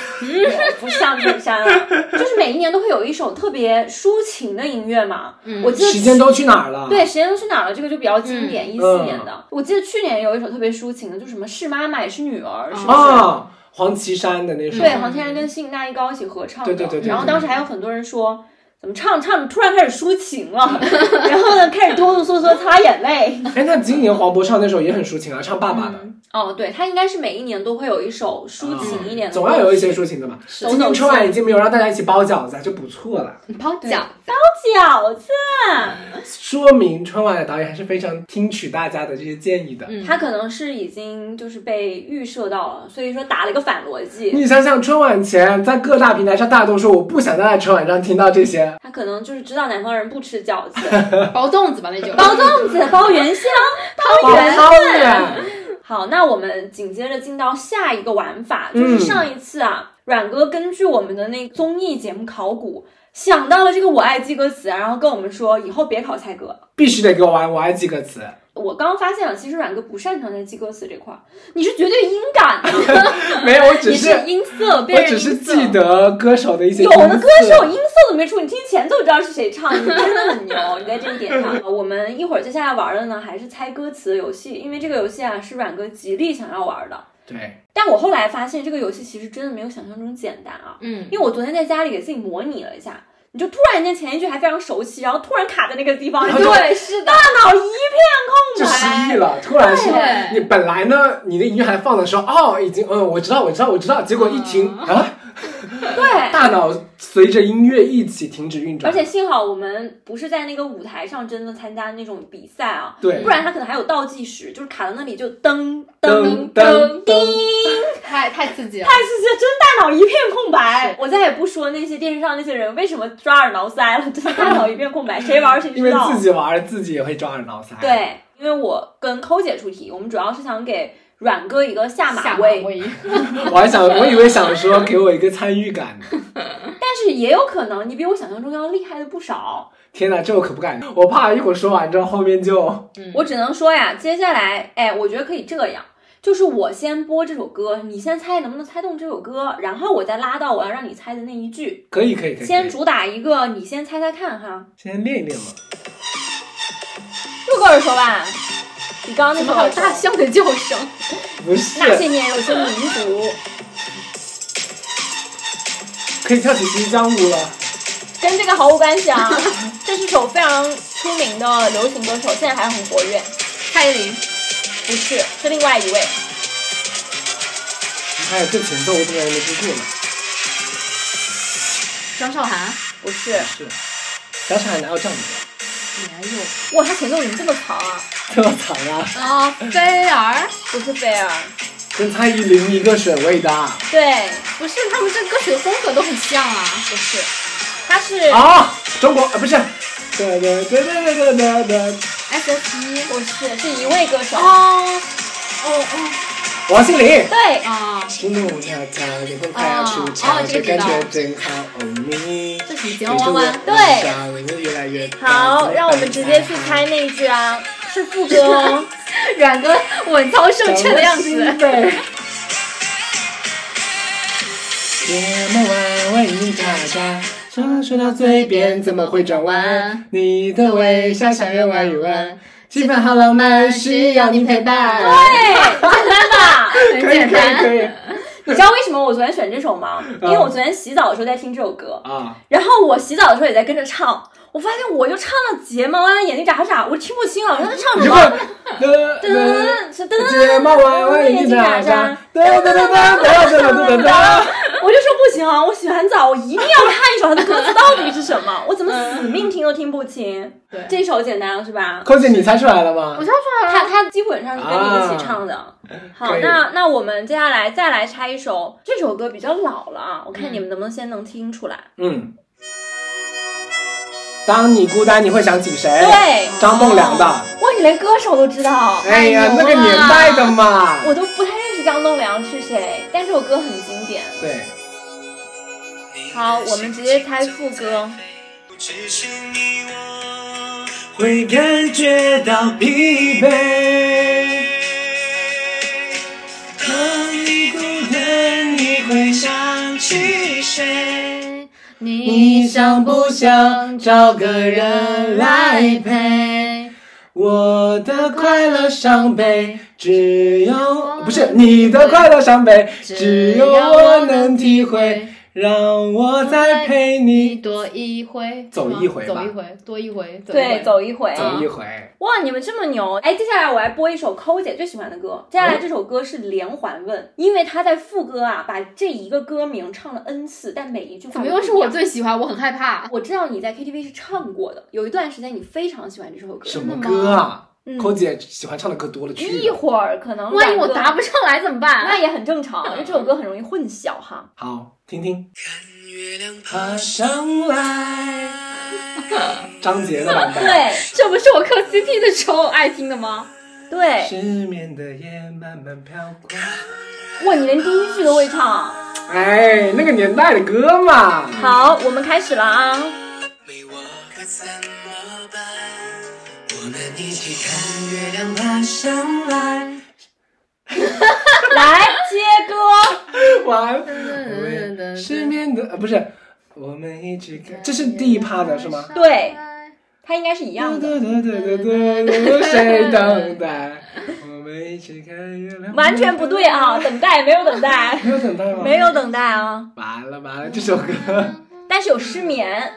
Speaker 1: 不像春山啊，就是每一年都会有一首特别抒情的音乐嘛。
Speaker 3: 嗯
Speaker 1: 我记得
Speaker 2: 时间都去哪儿了？
Speaker 1: 对，，时间都去哪儿了？这个就比较经典，一四
Speaker 2: 啊嗯
Speaker 1: 年的。我记得去年有一首特别抒情的，就什么是妈妈也是女儿，是不是？
Speaker 2: 啊，黄绮珊的那首，
Speaker 1: 对，黄天然跟辛大一高一起合唱的。
Speaker 2: 对对对对
Speaker 1: 然后当时还有很多人说，怎么唱着唱着突然开始抒情了， 然后呢开始哆哆嗦嗦擦眼泪。
Speaker 2: 哎，那今年黄渤唱那首也很抒情啊，唱爸爸的，
Speaker 1: 哦，对他应该是每一年都会有一首抒情一点的歌曲，
Speaker 2: 嗯啊总要有一些抒情的嘛。
Speaker 1: 走
Speaker 2: 今年春晚已经没有让大家一起包饺子，就不错了，
Speaker 3: 包饺子，
Speaker 1: 饺子。
Speaker 2: 说明春晚的导演还是非常听取大家的这些建议的。
Speaker 3: 嗯
Speaker 1: 他可能是已经就是被预设到了，所以说打了一个反逻辑。
Speaker 2: 你想想，春晚前在各大平台上，大家都说我不想再在春晚上听到这些，
Speaker 1: 他可能就是知道南方人不吃饺子，
Speaker 3: 包粽子吧，那就
Speaker 1: 包粽子、包元 宵、
Speaker 2: 包
Speaker 1: 包圆
Speaker 2: 汤圆，
Speaker 1: 好，那我们紧接着进到下一个玩法，就是
Speaker 2: 嗯
Speaker 1: 上一次啊，阮哥根据我们的那个综艺节目考古，想到了这个“我爱记歌词”，然后跟我们说以后别考猜歌了。
Speaker 2: 必须得给我玩，我爱几个词。
Speaker 1: 我刚发现了，啊其实阮哥不擅长在记歌词这块儿，你是绝对音感的，
Speaker 2: 没 有，我
Speaker 1: 你
Speaker 2: 只是
Speaker 1: 是音色，别
Speaker 2: 我
Speaker 1: 人
Speaker 2: 只
Speaker 1: 音色
Speaker 2: 是记得歌手的一些
Speaker 1: 有的歌手
Speaker 2: 音
Speaker 1: 音色都没出，你听前奏知道是谁唱，你真的很牛，你在这一点 上。呃我们一会儿接下来玩的呢，还是猜歌词的游戏，因为这个游戏啊是阮哥极力想要玩的。
Speaker 2: 色对，
Speaker 1: 但我后来发现，这个游戏其实真的没有想象中简单啊。
Speaker 3: 嗯，
Speaker 1: 因为我昨天在家里给自己模拟了一下，你就突然间前一句还非常熟悉，然后突然卡在那个地方，
Speaker 2: 然
Speaker 1: 你
Speaker 2: 后
Speaker 1: 就
Speaker 2: 就
Speaker 1: 对，是大脑一片
Speaker 2: 就
Speaker 1: 空
Speaker 2: 失忆
Speaker 1: 白。
Speaker 2: 了，突然是
Speaker 3: 对
Speaker 2: 你本来呢，你的音乐还放的时候，哦，已经嗯，我知道，我知道，我知道，结果一听
Speaker 1: 嗯
Speaker 2: 啊，
Speaker 1: 对，
Speaker 2: 大脑随着音乐一起停止运转，
Speaker 1: 而且幸好我们不是在那个舞台上真的参加那种比赛啊，
Speaker 2: 对
Speaker 1: 不然他可能还有倒计时，就是卡在那里就噔噔
Speaker 2: 噔
Speaker 1: 噔
Speaker 2: 噔
Speaker 1: 叮。
Speaker 3: 太太刺激了
Speaker 1: 太。刺激了，真大脑一片空白。我再也不说那些电视上那些人为什么抓耳挠腮了，真的大脑一片空 白，谁玩谁
Speaker 2: 因
Speaker 1: 知
Speaker 2: 为
Speaker 1: 道。
Speaker 2: 自己玩，自己也会抓耳挠腮。，
Speaker 1: 对，因为我跟抠姐出题，我们主要是想给阮哥一个下
Speaker 3: 下
Speaker 1: 马
Speaker 3: 马
Speaker 1: 威。
Speaker 3: 威，
Speaker 2: 我还想，我以为想说给我一个参与感呢，
Speaker 1: 但是也有可能你比我想象中要厉害的不少。
Speaker 2: 天哪，这我可不敢，我怕一会儿说完之后后面就
Speaker 1: 我只能说呀，接下来，哎，我觉得可以这样，就是我先播这首歌，你先猜能不能猜中这首歌，然后我再拉到我要让你猜的那一句，
Speaker 2: 可以可以可以，可
Speaker 1: 先
Speaker 2: 以
Speaker 1: 主打一个，你先猜猜看哈，
Speaker 2: 先练一练嘛。
Speaker 1: 陆哥耳熟吧？比刚刚那
Speaker 3: 怎
Speaker 1: 首
Speaker 3: 么还
Speaker 1: 耳
Speaker 3: 有
Speaker 1: 熟
Speaker 3: 大 象的叫声？
Speaker 2: 不是，
Speaker 1: 那些年有些民族，
Speaker 2: 可以跳起新疆舞了。
Speaker 1: 跟这个毫无关系 啊。这是首非常出名的流行歌手，现在还很活跃。
Speaker 3: 蔡依林，
Speaker 1: 不是，是另外一位。
Speaker 2: 还有这前奏我怎么没听过呢？
Speaker 3: 张韶涵，
Speaker 1: 不是，
Speaker 2: 是，小傻还哪有这样子
Speaker 3: 没有
Speaker 1: 哇，他前奏怎么这么长啊？嗯
Speaker 2: 的？这么长啊，
Speaker 3: 啊，菲儿，
Speaker 1: 不是菲儿，
Speaker 2: 跟蔡依林一个水位的啊！
Speaker 1: 对，
Speaker 3: 不是，他们这歌曲的风格都很像啊。
Speaker 1: 不是，他是
Speaker 2: 中国啊不是，哒哒哒哒哒哒哒，
Speaker 3: S H E，
Speaker 1: 不是是一位歌手？
Speaker 3: 哦，哦
Speaker 2: 王心凌。
Speaker 1: 对
Speaker 3: 哦，，啊，
Speaker 2: 心动跳跳，天空快要出
Speaker 3: 哦
Speaker 2: 场，
Speaker 3: 哦这个
Speaker 2: 感
Speaker 3: 知道
Speaker 2: 觉真好，哦你。
Speaker 3: 这是睫毛弯弯，
Speaker 1: 对
Speaker 2: 对，越来越大
Speaker 1: 好，让我们直接去猜。那一句啊，是副歌哦。
Speaker 3: 阮哥稳操胜券的样
Speaker 2: 什么
Speaker 3: 子
Speaker 2: 心。肺睫毛弯弯一眨眨，双手到嘴边怎么会转弯？你的微笑像越弯越弯，气氛好浪漫，需要你陪 伴。
Speaker 1: 对，简单吧？
Speaker 3: 很
Speaker 2: 可以
Speaker 3: 简
Speaker 2: 可以
Speaker 3: 单。
Speaker 2: 可以
Speaker 1: 你知道为什么我昨天选这首吗？因为我昨天洗澡的时候在听这首歌，
Speaker 2: 啊！
Speaker 1: 然后我洗澡的时候也在跟着唱，我发现我就唱到睫毛啊、眼睛眨眨，我听不清了，我说他唱什
Speaker 2: 如
Speaker 1: 么？
Speaker 2: 果
Speaker 1: 噔
Speaker 2: 噔
Speaker 1: 噔
Speaker 2: 睫毛弯弯一眨眨，哒哒哒哒哒哒哒哒哒。
Speaker 1: 我就说不行啊！我洗完澡，我一定要看一首它的歌词到底是什么，我怎么死命听都听不清。
Speaker 3: 对
Speaker 1: 这首简单了是吧？
Speaker 2: 寇姐，你猜出来了吗
Speaker 3: 我？猜出来
Speaker 1: 他
Speaker 3: 了，
Speaker 1: 他基本上是跟你一起唱的。好
Speaker 2: 可，以
Speaker 1: 那那我们接下来再来拆一首，这首歌比较老了啊，我看你们能不能先能听出来。
Speaker 2: 嗯。当你孤单，你会想起谁？
Speaker 1: 对，
Speaker 2: 哎张栋梁的。
Speaker 1: 哇，你连歌手都知道，啊
Speaker 2: 哎呀，那个年代的嘛。
Speaker 1: 我都不太认识张栋梁是谁，但这首歌很经典。
Speaker 2: 对，
Speaker 1: 好，我们直接猜副歌。
Speaker 4: 只是你我
Speaker 2: 会感觉到疲惫。
Speaker 4: 当你孤单，你会想起谁？
Speaker 3: 你想不想
Speaker 2: 找个
Speaker 3: 人来陪？
Speaker 2: 我的快乐伤悲，只有
Speaker 3: 我
Speaker 2: 不是你的快乐伤悲，只有我能体会。让我再陪你
Speaker 3: 多一回，
Speaker 2: 走一回吧
Speaker 3: 走一回，多一回，
Speaker 1: 对，
Speaker 3: 走
Speaker 1: 走
Speaker 3: 一
Speaker 1: 一回。
Speaker 2: 走一回。
Speaker 1: 哇，你们这么牛！哎，接下来我来播一首抠姐最喜欢的歌。接下来这首歌是连环问，因为她在副歌啊，把这一个歌名唱了 n 次，但每一句话
Speaker 3: 怎么
Speaker 1: 都
Speaker 3: 又
Speaker 1: 不
Speaker 3: 是
Speaker 1: 一
Speaker 3: 我
Speaker 1: 样？
Speaker 3: 最喜欢？我很害怕。
Speaker 1: 我知道你在 KTV 是唱过的，有一段时间你非常喜欢这首歌。
Speaker 2: 什么啊歌啊？
Speaker 1: 嗯，
Speaker 2: 寇姐喜欢唱的歌多了去
Speaker 1: 一
Speaker 2: 了。
Speaker 1: 会儿可能
Speaker 3: 万一
Speaker 1: 阮
Speaker 3: 我
Speaker 1: 哥
Speaker 3: 答不上来怎 么
Speaker 1: 那
Speaker 3: 办？
Speaker 1: 也很正常，因为这首歌很容易混淆哈。
Speaker 2: 好，听听。
Speaker 4: 看月亮
Speaker 2: 爬上来，张杰的 版本。
Speaker 1: 对
Speaker 3: 这不是我磕 CP 的时候爱听的吗？
Speaker 1: 对，
Speaker 2: 失眠的夜慢慢飘过。
Speaker 1: 哇，你连第一句都会唱。啊
Speaker 2: 哎，那个年代的歌嘛。
Speaker 1: 好，我们开始了啊！
Speaker 4: 没我该怎么办？我们一起看月亮爬上来。
Speaker 1: 来接歌，
Speaker 2: 完，
Speaker 3: 嗯噔噔
Speaker 2: 失眠的呃不是，我们一起看，这是第一趴的是吗？
Speaker 1: 对它应该是一样的，
Speaker 2: 哒哒哒哒哒哒谁等待？我们一起看月亮。
Speaker 1: 完全不对
Speaker 2: 嗯
Speaker 1: 啊！等待没有等 待，
Speaker 2: 没有等待吗？
Speaker 1: 没。有等待啊，
Speaker 2: 完了完了，这首歌，
Speaker 1: 但是有失眠。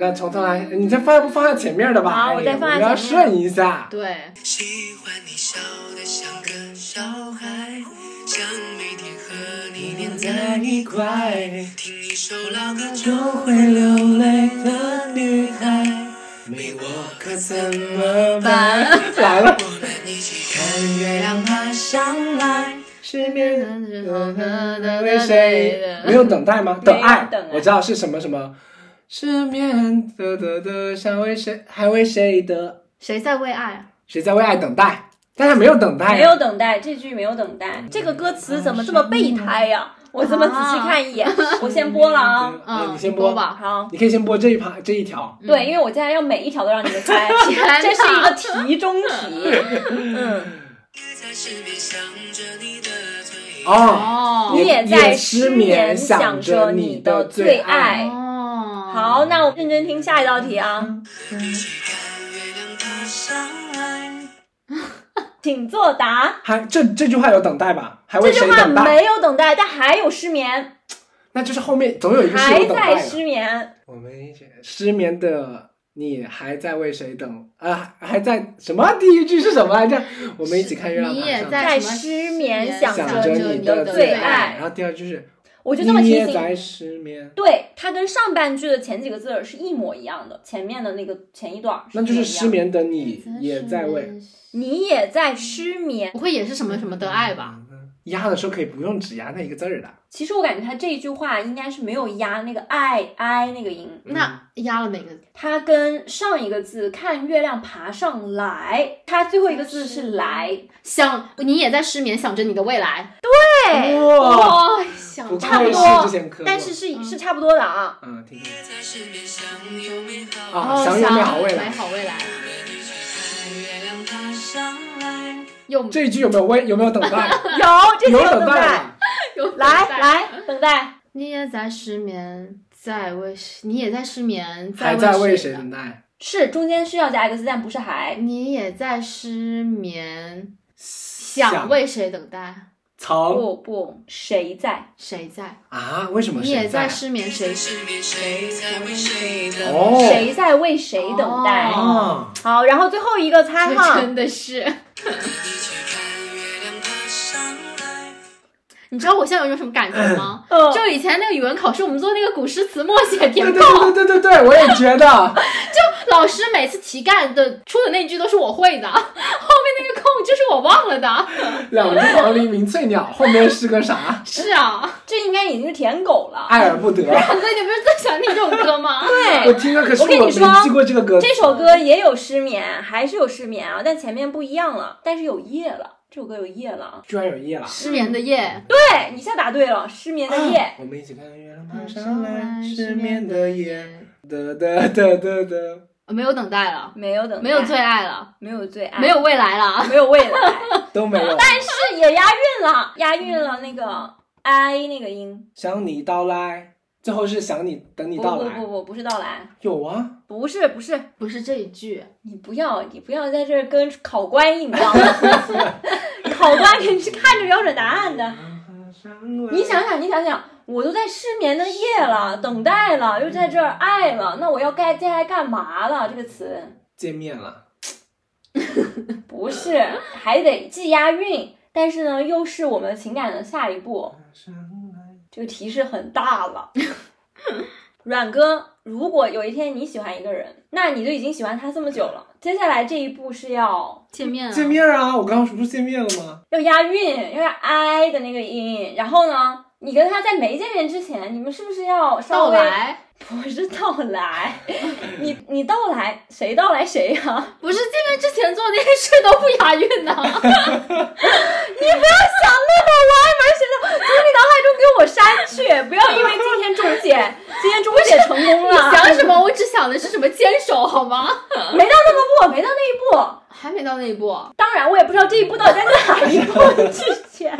Speaker 2: 那从头来，你再放不放在前面的吧？
Speaker 1: 好
Speaker 2: 哎
Speaker 1: 我再放在
Speaker 2: 我们要
Speaker 1: 前面
Speaker 2: 顺一下。
Speaker 3: 对，
Speaker 4: 喜欢你笑得像个小孩，想每天和你黏在一块，听一首老歌就会流泪的女孩，没我可怎么办？
Speaker 2: 来了，
Speaker 4: 我们一起看月亮爬上来。
Speaker 2: 失眠的为谁？没有等待吗？
Speaker 1: 没有
Speaker 2: 等爱
Speaker 1: 等爱，
Speaker 2: 我知道是什么什么。失眠的的的，想为谁？还为谁的？
Speaker 3: 谁在为爱？啊
Speaker 2: 谁在为爱等待？但他没有等待，
Speaker 1: 没有等待，这句没有等待，这个歌词怎么这么备胎呀、我这么仔细看一眼，我先播了啊。
Speaker 2: 啊，
Speaker 3: 嗯，
Speaker 2: 你先
Speaker 3: 播
Speaker 2: 播，
Speaker 3: 吧。
Speaker 1: 好，
Speaker 2: 你可以先播这一盘这一条。
Speaker 1: 对，因为我接下来要每一条都让你们 猜，
Speaker 3: 哪
Speaker 1: 这是一个题中题。嗯，
Speaker 4: 在失眠想着你的嘴。
Speaker 2: 哦，
Speaker 3: 哦
Speaker 1: 你也在失眠，
Speaker 2: 眠
Speaker 1: 想着你
Speaker 2: 你
Speaker 1: 的最
Speaker 2: 最。
Speaker 1: 爱。
Speaker 3: 哦，
Speaker 1: 好，那我认真听下一道题啊，
Speaker 4: 去看月亮爬上来。
Speaker 1: 请作答。
Speaker 2: 还这这句话有等待吧？还
Speaker 1: 这
Speaker 2: 为
Speaker 1: 句
Speaker 2: 谁
Speaker 1: 话
Speaker 2: 等待？
Speaker 1: 没有等待，但还有失眠，
Speaker 2: 那就是后面总有一个是
Speaker 1: 还
Speaker 2: 有等
Speaker 1: 在
Speaker 2: 待的。
Speaker 1: 失眠。
Speaker 2: 我们一起失眠的你还在为谁等？啊，还在什么？第一句是什么来着？我们一起看 月亮
Speaker 3: 你
Speaker 2: 爬
Speaker 3: 也
Speaker 2: 上来。
Speaker 1: 在
Speaker 3: 在什么
Speaker 1: 失眠
Speaker 3: 想
Speaker 2: 想着
Speaker 3: 着
Speaker 2: 你
Speaker 3: 你
Speaker 2: 的
Speaker 1: 最
Speaker 3: 最
Speaker 1: 爱
Speaker 2: 然后第二句是，
Speaker 1: 我就这么
Speaker 2: 你
Speaker 1: 提
Speaker 2: 也
Speaker 1: 醒
Speaker 2: 在
Speaker 1: 你。
Speaker 2: 失眠，
Speaker 1: 对，它跟上半句的前几个字儿是一模一样的，前面的那个前一段儿
Speaker 2: 那就是失
Speaker 1: 一模一样的。
Speaker 2: 眠的你也在为。。
Speaker 1: 你也在失眠。
Speaker 3: 不会也是什么什么的爱吧？
Speaker 2: 啊压的时候可以不用只压那一个字儿的，
Speaker 1: 其实我感觉他这一句话应该是没有压那个爱爱那个音，
Speaker 2: 嗯
Speaker 3: 那压了哪个？
Speaker 1: 它跟上一个字“看月亮爬上来”，它最后一个字是“来
Speaker 3: 想你也在失眠，想着你的未来。”，
Speaker 1: 对，
Speaker 2: 哇，
Speaker 3: 哦，想
Speaker 2: 不
Speaker 3: 着
Speaker 1: 差
Speaker 2: 愧
Speaker 1: 不
Speaker 2: 是
Speaker 1: 多
Speaker 2: 之前科目，
Speaker 1: 但是是是差不多的啊。
Speaker 2: 嗯，听听
Speaker 4: 你也在失眠想有美好。
Speaker 2: 啊，
Speaker 3: 哦，
Speaker 2: 想有美好未
Speaker 3: 美
Speaker 2: 来。
Speaker 3: 好未来。
Speaker 4: 看月亮爬上来。
Speaker 3: 有
Speaker 2: 这一句有没有为有没 有等待？
Speaker 1: 有，这
Speaker 2: 有
Speaker 1: 就等
Speaker 2: 待
Speaker 1: 待，
Speaker 2: 吧，
Speaker 3: 有
Speaker 1: 来，来等待，
Speaker 3: 你也在失眠，在为谁你也在失眠，
Speaker 2: 还在为
Speaker 3: 为
Speaker 2: 谁等待？
Speaker 1: 是中间是要加一个字，但不是还。
Speaker 3: 你也在失眠，想为谁等待？
Speaker 2: 曾
Speaker 1: 不不，谁在？
Speaker 3: 谁在？
Speaker 2: 啊？为什么
Speaker 3: 你也
Speaker 2: 谁
Speaker 3: 在
Speaker 2: 在？
Speaker 3: 失眠，谁
Speaker 4: 在失眠谁在为谁等？
Speaker 2: 哦，
Speaker 1: 谁在为谁等待？
Speaker 2: 啊？
Speaker 1: 好，然后最后一个猜
Speaker 3: 这
Speaker 1: 哈，
Speaker 3: 真的是，
Speaker 4: 你去看月亮爬上来。
Speaker 3: 你知道我现在有一种什么感觉吗？
Speaker 1: 嗯
Speaker 3: 就以前那个语文考试，我们做那个古诗词默写填
Speaker 2: 对
Speaker 3: 空
Speaker 2: 对，对对对对，我也觉得，
Speaker 3: 老师每次题干的出的那句都是我会的，后 面那个空就是我忘了的。
Speaker 2: 两只黄鹂鸣翠鸟，后面是个啥？
Speaker 3: 是啊，
Speaker 1: 这应该已经是舔狗了。
Speaker 2: 爱而 不得。
Speaker 3: 对，你不是最喜欢听这种歌吗？
Speaker 2: 我
Speaker 1: 对，
Speaker 2: 听了，可是
Speaker 1: 我跟你
Speaker 2: 没
Speaker 1: 说
Speaker 2: 记过这个歌词。
Speaker 1: 这首歌也有失眠，还是有失眠啊，但前面不一样了，但是有夜了，这首歌有夜了啊。
Speaker 2: 居然有夜了。
Speaker 3: 失眠的夜，
Speaker 1: 对你一下答对了，失眠的
Speaker 3: 啊
Speaker 1: 夜。
Speaker 2: 我们一起看月
Speaker 1: 嗯
Speaker 2: 亮爬
Speaker 3: 爬
Speaker 2: 上
Speaker 3: 上
Speaker 2: 来，
Speaker 3: 来
Speaker 2: 失
Speaker 3: 失
Speaker 2: 眠
Speaker 3: 眠
Speaker 2: 的
Speaker 3: 的
Speaker 2: 夜
Speaker 3: 夜，
Speaker 2: 哒哒哒哒哒。
Speaker 3: 呃没有等待了，
Speaker 1: 没有等待，
Speaker 3: 没有最爱了，
Speaker 1: 没有最爱，
Speaker 3: 没有未来了。
Speaker 1: 没有未 来，
Speaker 2: 都没有。
Speaker 1: 但是也押韵了，押韵了那个 i 那个音。
Speaker 2: 想你到来，最后是想你等你
Speaker 1: 不
Speaker 2: 到
Speaker 1: 不
Speaker 2: 来
Speaker 1: 不。不不是到来，
Speaker 2: 有啊，
Speaker 1: 不是不是，
Speaker 3: 不是这一句，
Speaker 1: 你不要你不要在这儿跟考官硬刚， 考官肯定是看着标准答案的。 你想想，你想想，我都在失眠的夜了，等待了，又在这儿爱了，那我要该接下来干嘛了？这个词
Speaker 2: 见面了，
Speaker 1: 不是，还得既押韵，但是呢，又是我们情感的下一步。这个提示很大了。阮哥，如果有一天你喜欢一个人，那你就已经喜欢他这么久了，接下来这一步是要
Speaker 3: 见面了，
Speaker 2: 见面啊！我刚刚不是见面了吗？
Speaker 1: 要押韵，要押 i 的那个音，然后呢，你跟他在没见面之前，你们是不是要稍
Speaker 3: 到
Speaker 1: 微
Speaker 3: 来，
Speaker 1: 不是到来， 你你到来，谁到来谁啊呀、
Speaker 3: 不是见面之前做那些事都不押韵呢。
Speaker 1: 想那么歪门邪道，从你脑海中给我删 去，不要因为今天中介， 今天中介成功
Speaker 3: 你
Speaker 1: 了，
Speaker 3: 想什么？我只想的是什么坚守，好吗？
Speaker 1: 没到那个步，没到那一步。
Speaker 3: 还没到那一步，
Speaker 1: 当然，我也不知道这一步到底在哪一 步之前，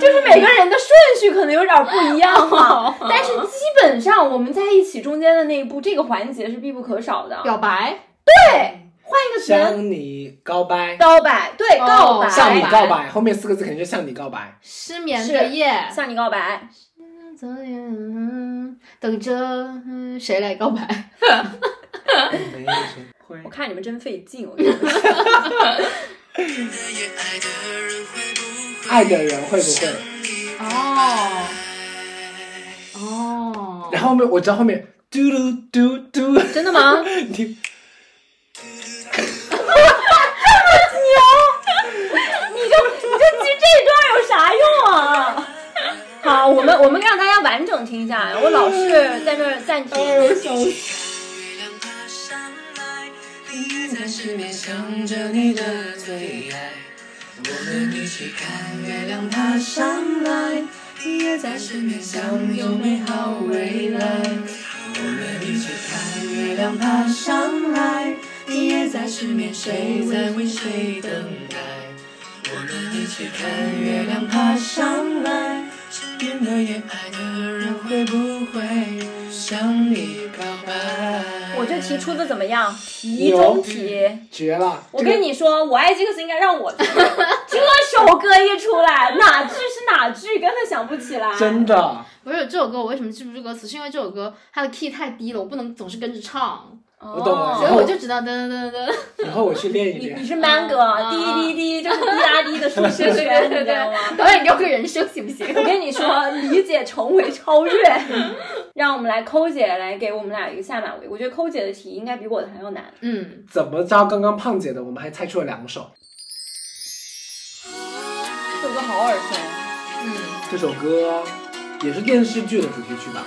Speaker 1: 就是每个人的顺序可能有点不一样 哈、但是基本上我们在一起中间的那一步，这个环节是必不可少的。
Speaker 3: 表白，
Speaker 1: 换一个词，
Speaker 2: 向你告白，
Speaker 1: 告白，对，
Speaker 3: 哦
Speaker 1: 告白，
Speaker 2: 向你告白，后面四个字肯定是向你告白。
Speaker 3: 失眠的夜，
Speaker 1: 向你告白。
Speaker 3: 等着嗯谁来告白？
Speaker 1: 我看你们真费劲，我觉得
Speaker 4: 那夜爱的人会
Speaker 2: 爱的人会
Speaker 4: 不会
Speaker 2: 不会？
Speaker 3: 哦哦，
Speaker 2: 然后后面我知道后面嘟噜嘟嘟，
Speaker 1: 真的吗？
Speaker 2: 你听
Speaker 1: 你就你就记这段有啥用啊？好，我们我们让大家完整听一下，啊我老是在那儿暂停。
Speaker 4: 月亮爬上来？你也在失眠想着你的最爱。我们一起看月亮爬上来。
Speaker 2: 你也在身边，享有美好未来。我们一起看月亮爬上来，你也在失眠，谁在为谁等待？我们一起看月亮爬上来，身边的也爱的人会不会向你告白？
Speaker 1: 我这题出的怎么样？题中题。
Speaker 2: 绝了！
Speaker 1: 我跟你说，我爱这个是应该让我出 的。这首歌一出来，哪句是哪句，根本想不起来。
Speaker 2: 真的，
Speaker 3: 不是这首歌，我为什么记不住歌词？是因为这首歌它的 key 太低了，我不能总是跟着唱，
Speaker 1: 哦，
Speaker 2: 我懂了
Speaker 3: 所以我就知道噔噔噔噔 噔。
Speaker 2: 以后我去练一
Speaker 1: 你
Speaker 2: 练
Speaker 1: 你。是 man 哥，
Speaker 3: 啊
Speaker 1: 滴滴滴，就是滴答滴 的舒适圈，你知道吗？
Speaker 3: 导演给我个人声行不行？
Speaker 1: 我跟你说，理解重为超越。让我们来抠姐来给我们俩一个下马威。我觉得抠姐的题应该比我的还要难。
Speaker 3: 嗯，
Speaker 2: 怎么着？刚刚胖姐的，我们还猜出了两首。
Speaker 1: 这首歌好耳熟，
Speaker 3: 嗯
Speaker 2: 这首歌也是电视剧的主题曲吧？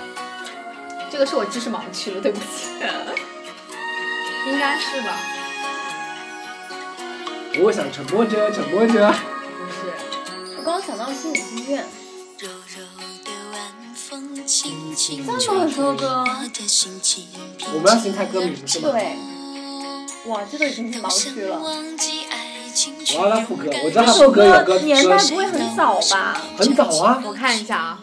Speaker 3: 这个是我知识盲区了，对不起。应该是吧？
Speaker 2: 我想沉默着，沉默着。
Speaker 3: 不是，
Speaker 1: 我刚刚想到的是你心愿。
Speaker 5: 柔柔的晚风轻轻
Speaker 1: 这
Speaker 5: 吹
Speaker 1: 么多歌，
Speaker 5: 我的心情平
Speaker 2: 我们要先猜歌名是吗？
Speaker 1: 对，哇，这都已经是盲区了。
Speaker 5: 忘记爱情
Speaker 2: 我要来副歌，我知道
Speaker 1: 这
Speaker 2: 他
Speaker 1: 首
Speaker 2: 副歌有
Speaker 1: 歌
Speaker 2: 个
Speaker 1: 年代
Speaker 2: 歌
Speaker 1: 不会很早吧？
Speaker 2: 很早啊，
Speaker 3: 我看一下啊，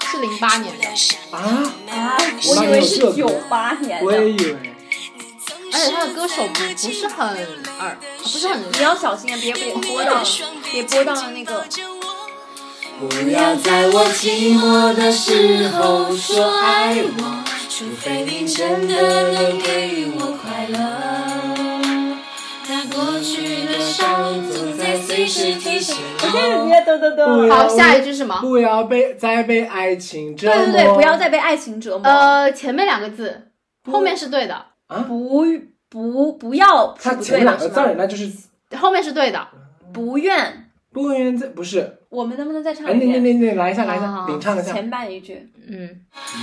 Speaker 3: 是零八年的，
Speaker 2: 啊，
Speaker 1: 啊，我以为是九八年
Speaker 2: 我也
Speaker 1: 的。
Speaker 2: 以为。
Speaker 3: 而且他的歌手不不是很耳，不是很
Speaker 1: 你要小心啊，别别播到，别播到那 个。
Speaker 2: 不要在我寂寞的时候说爱我，除非你真的能给我快乐。那过去的伤总在随时提醒
Speaker 1: 我现在别噔噔
Speaker 2: 不
Speaker 1: 噔。
Speaker 2: 要
Speaker 3: 好，下一句是什么？
Speaker 2: 不要被再被爱情折
Speaker 1: 对
Speaker 2: 磨。
Speaker 1: 对对，不要再被爱情折磨。
Speaker 3: 呃，前面两个字，后面是对的，
Speaker 1: 不不不要，是
Speaker 2: 他
Speaker 1: 不
Speaker 2: 前
Speaker 1: 对
Speaker 2: 两
Speaker 1: 的
Speaker 2: 个
Speaker 1: 是
Speaker 2: 字儿，
Speaker 1: 吗？
Speaker 2: 那就是
Speaker 3: 后面是对的。
Speaker 1: 不愿。
Speaker 2: 不愿再不是。
Speaker 1: 我们能不能再唱
Speaker 2: 哎，
Speaker 1: 一
Speaker 2: 那那
Speaker 1: 遍？
Speaker 2: 那那来一下来一
Speaker 3: 好
Speaker 2: 下，
Speaker 3: 好
Speaker 2: 领唱一下。
Speaker 1: 哦前半一句。
Speaker 3: 嗯，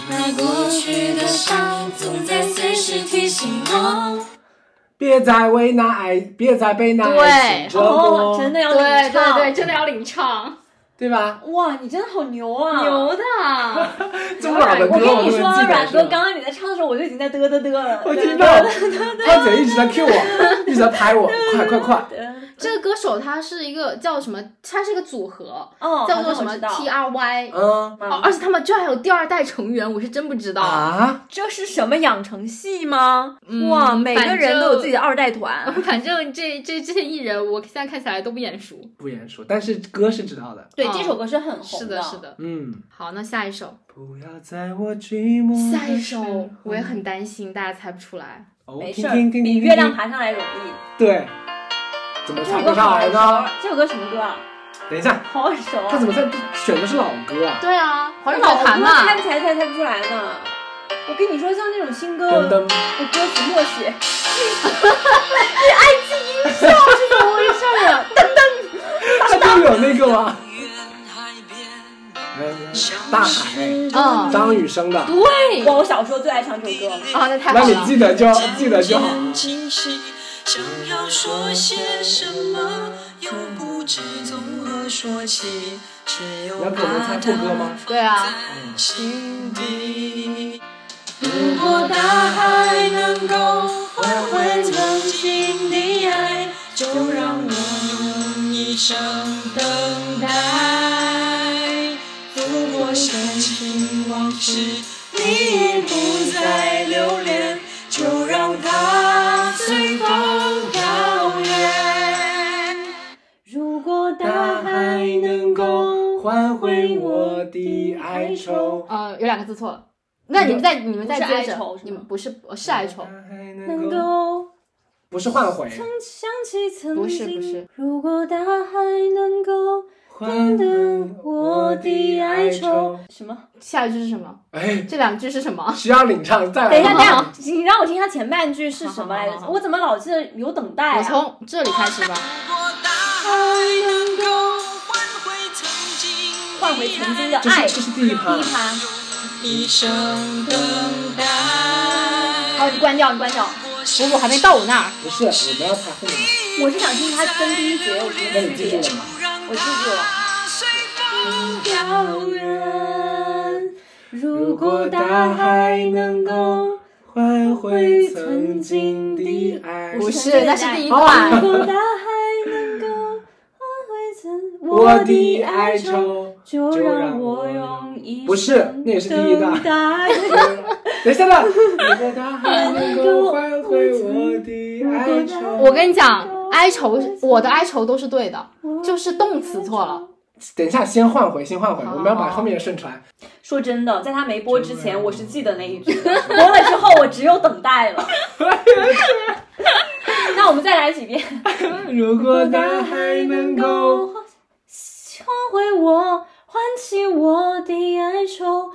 Speaker 2: 那过去的伤总在随时提醒我，别再为那爱，别再被那爱情折磨，
Speaker 1: 哦，真的要
Speaker 3: 对
Speaker 1: 领
Speaker 3: 嗯对
Speaker 1: 唱。
Speaker 3: 对，真的要领唱，
Speaker 2: 对吧？
Speaker 1: 哇，你真的好 牛啊！！
Speaker 3: 牛的。
Speaker 2: 这么老的歌，
Speaker 1: 我跟你
Speaker 2: 都
Speaker 1: 说，啊
Speaker 2: 能记得
Speaker 1: 阮
Speaker 2: 是
Speaker 1: 哥
Speaker 2: 吧
Speaker 1: 刚刚你在唱的时候，我就已经在嘚嘚嘚了。
Speaker 2: 我
Speaker 1: 嘚
Speaker 2: 听到
Speaker 1: 嘚嘚，
Speaker 2: 他嘴一直在 Q 我，一直在拍我，快快快！
Speaker 1: 嘚
Speaker 3: 这个歌手他是一个叫什么？他是一个组合，
Speaker 1: 哦，
Speaker 3: 叫做什
Speaker 1: 好
Speaker 3: 么
Speaker 1: 像我
Speaker 3: T
Speaker 1: 知道
Speaker 3: R Y。
Speaker 2: 嗯
Speaker 3: 哦，
Speaker 1: 啊
Speaker 3: 而且他们居然还有第二代成员，我是真不知道。
Speaker 2: 啊，
Speaker 1: 这是什么养成系吗？
Speaker 3: 嗯
Speaker 1: 哇，每个人都有自己的二代团。
Speaker 3: 反正 这这这些艺人，我现在看起来都不眼熟。
Speaker 2: 不严肃，但是歌是知道的。
Speaker 1: 对，
Speaker 3: 嗯
Speaker 1: 这首歌是很红
Speaker 3: 是
Speaker 1: 的，
Speaker 3: 是。的。
Speaker 2: 嗯，
Speaker 3: 好，那下一首，
Speaker 2: 不要在我寂寞的
Speaker 3: 下一
Speaker 2: 时候
Speaker 3: 首我也很担心，大家猜不出来。
Speaker 2: 哦
Speaker 1: 没
Speaker 2: 听
Speaker 1: 事儿，
Speaker 2: 听听
Speaker 1: 比
Speaker 2: 听
Speaker 1: 月亮
Speaker 2: 听
Speaker 1: 爬上来容易。
Speaker 2: 对，怎么
Speaker 1: 这
Speaker 2: 唱
Speaker 1: 首
Speaker 2: 不
Speaker 1: 歌
Speaker 2: 上
Speaker 1: 好
Speaker 2: 来
Speaker 1: 耳
Speaker 2: 呢？
Speaker 1: 熟，这首歌什么歌啊？
Speaker 2: 等一下，
Speaker 1: 好耳熟啊。
Speaker 2: 他怎么在选的是老歌啊？
Speaker 3: 对啊，华语
Speaker 1: 老
Speaker 3: 乐坛
Speaker 1: 歌猜不
Speaker 3: 嘛。
Speaker 1: 出来，猜猜不出来呢。我跟你说，像那种新歌，
Speaker 2: 噔
Speaker 1: 我歌
Speaker 2: 噔。
Speaker 1: 词默 写。你爱情音效是怎么回事啊？
Speaker 2: 他就有那个吗？大海，
Speaker 3: 嗯，
Speaker 2: 张雨生的。
Speaker 3: 对。
Speaker 1: 哇，我小时候最爱唱这首歌。
Speaker 3: 哦，那太
Speaker 2: 那
Speaker 3: 好
Speaker 2: 你
Speaker 3: 了。
Speaker 2: 记得就记得就好。
Speaker 4: 惊喜，想要说些什么，又不知从何说起，只有
Speaker 2: 要给我们
Speaker 4: 把
Speaker 2: 猜
Speaker 4: 它
Speaker 2: 副歌吗？
Speaker 3: 对啊，
Speaker 4: 在心底。如果大海能够换回曾经的爱，就让我用一生等待。如果深情往事你已不再留恋，就让它随风飘远。
Speaker 1: 如果
Speaker 2: 大海能够换回我的哀愁。
Speaker 3: 呃，有两个字错了。那你们再你们再
Speaker 1: 不是
Speaker 3: 接
Speaker 1: 哀愁
Speaker 3: 着
Speaker 1: 是，吗
Speaker 3: 你们不是呃是哀愁
Speaker 2: 大，海
Speaker 1: 能
Speaker 2: 能够
Speaker 1: 够
Speaker 2: 不是换回，
Speaker 1: 想起曾经，
Speaker 3: 不是不是
Speaker 1: 如果大海能够
Speaker 2: 换回我的哀愁。
Speaker 1: 什么？
Speaker 3: 下一句是什么？
Speaker 2: 哎，
Speaker 3: 这两句是什么？
Speaker 2: 需要领唱，再来
Speaker 1: 等一下，
Speaker 2: 吗
Speaker 1: 等一下，你让我听一下前半句是什么来
Speaker 3: 好好
Speaker 1: 着？
Speaker 3: 好好
Speaker 1: 我怎么老记得有等待
Speaker 3: 我
Speaker 1: 啊？
Speaker 3: 从这里开始吧。
Speaker 1: 换回曾经的
Speaker 2: 这
Speaker 1: 爱，
Speaker 2: 是
Speaker 1: 哎第
Speaker 2: 这是第一趴
Speaker 1: 一。趴。
Speaker 4: 一生等待。
Speaker 1: 好，你关掉，你关掉。
Speaker 3: 不不，还没到我那儿。
Speaker 2: 不是，我们要猜后面。
Speaker 1: 我是想听他分第一节，我觉
Speaker 2: 那
Speaker 1: 得
Speaker 2: 你
Speaker 1: 区
Speaker 2: 记
Speaker 1: 别
Speaker 2: 住了。吗？
Speaker 1: 我记住了。
Speaker 5: 随风
Speaker 1: 遥远， 如
Speaker 2: 如果大海能够换回曾经的爱，
Speaker 3: 不是，那是第一
Speaker 1: 如
Speaker 3: 段。
Speaker 1: 果大海能够换回曾
Speaker 2: 我的哀，愁。
Speaker 1: 就
Speaker 2: 就
Speaker 1: 让
Speaker 2: 让
Speaker 1: 我
Speaker 2: 我
Speaker 1: 用一
Speaker 2: 不是
Speaker 1: 生
Speaker 2: 那也是第一段
Speaker 1: 等待
Speaker 2: 等一下吧。如果大海能够换回我的哀愁，
Speaker 3: 我跟你讲，哀愁，我的哀愁都是对的，就是动词错了。
Speaker 2: 等一下先换回，先换回，
Speaker 3: 好
Speaker 2: 我们要把后面的顺传。
Speaker 1: 说真的，在他没播之前，我是记得那一句的，播了之后，我只有等待了。 那我们再来几遍。
Speaker 2: 如果大海能够，
Speaker 1: 唤回我，唤起我的哀愁。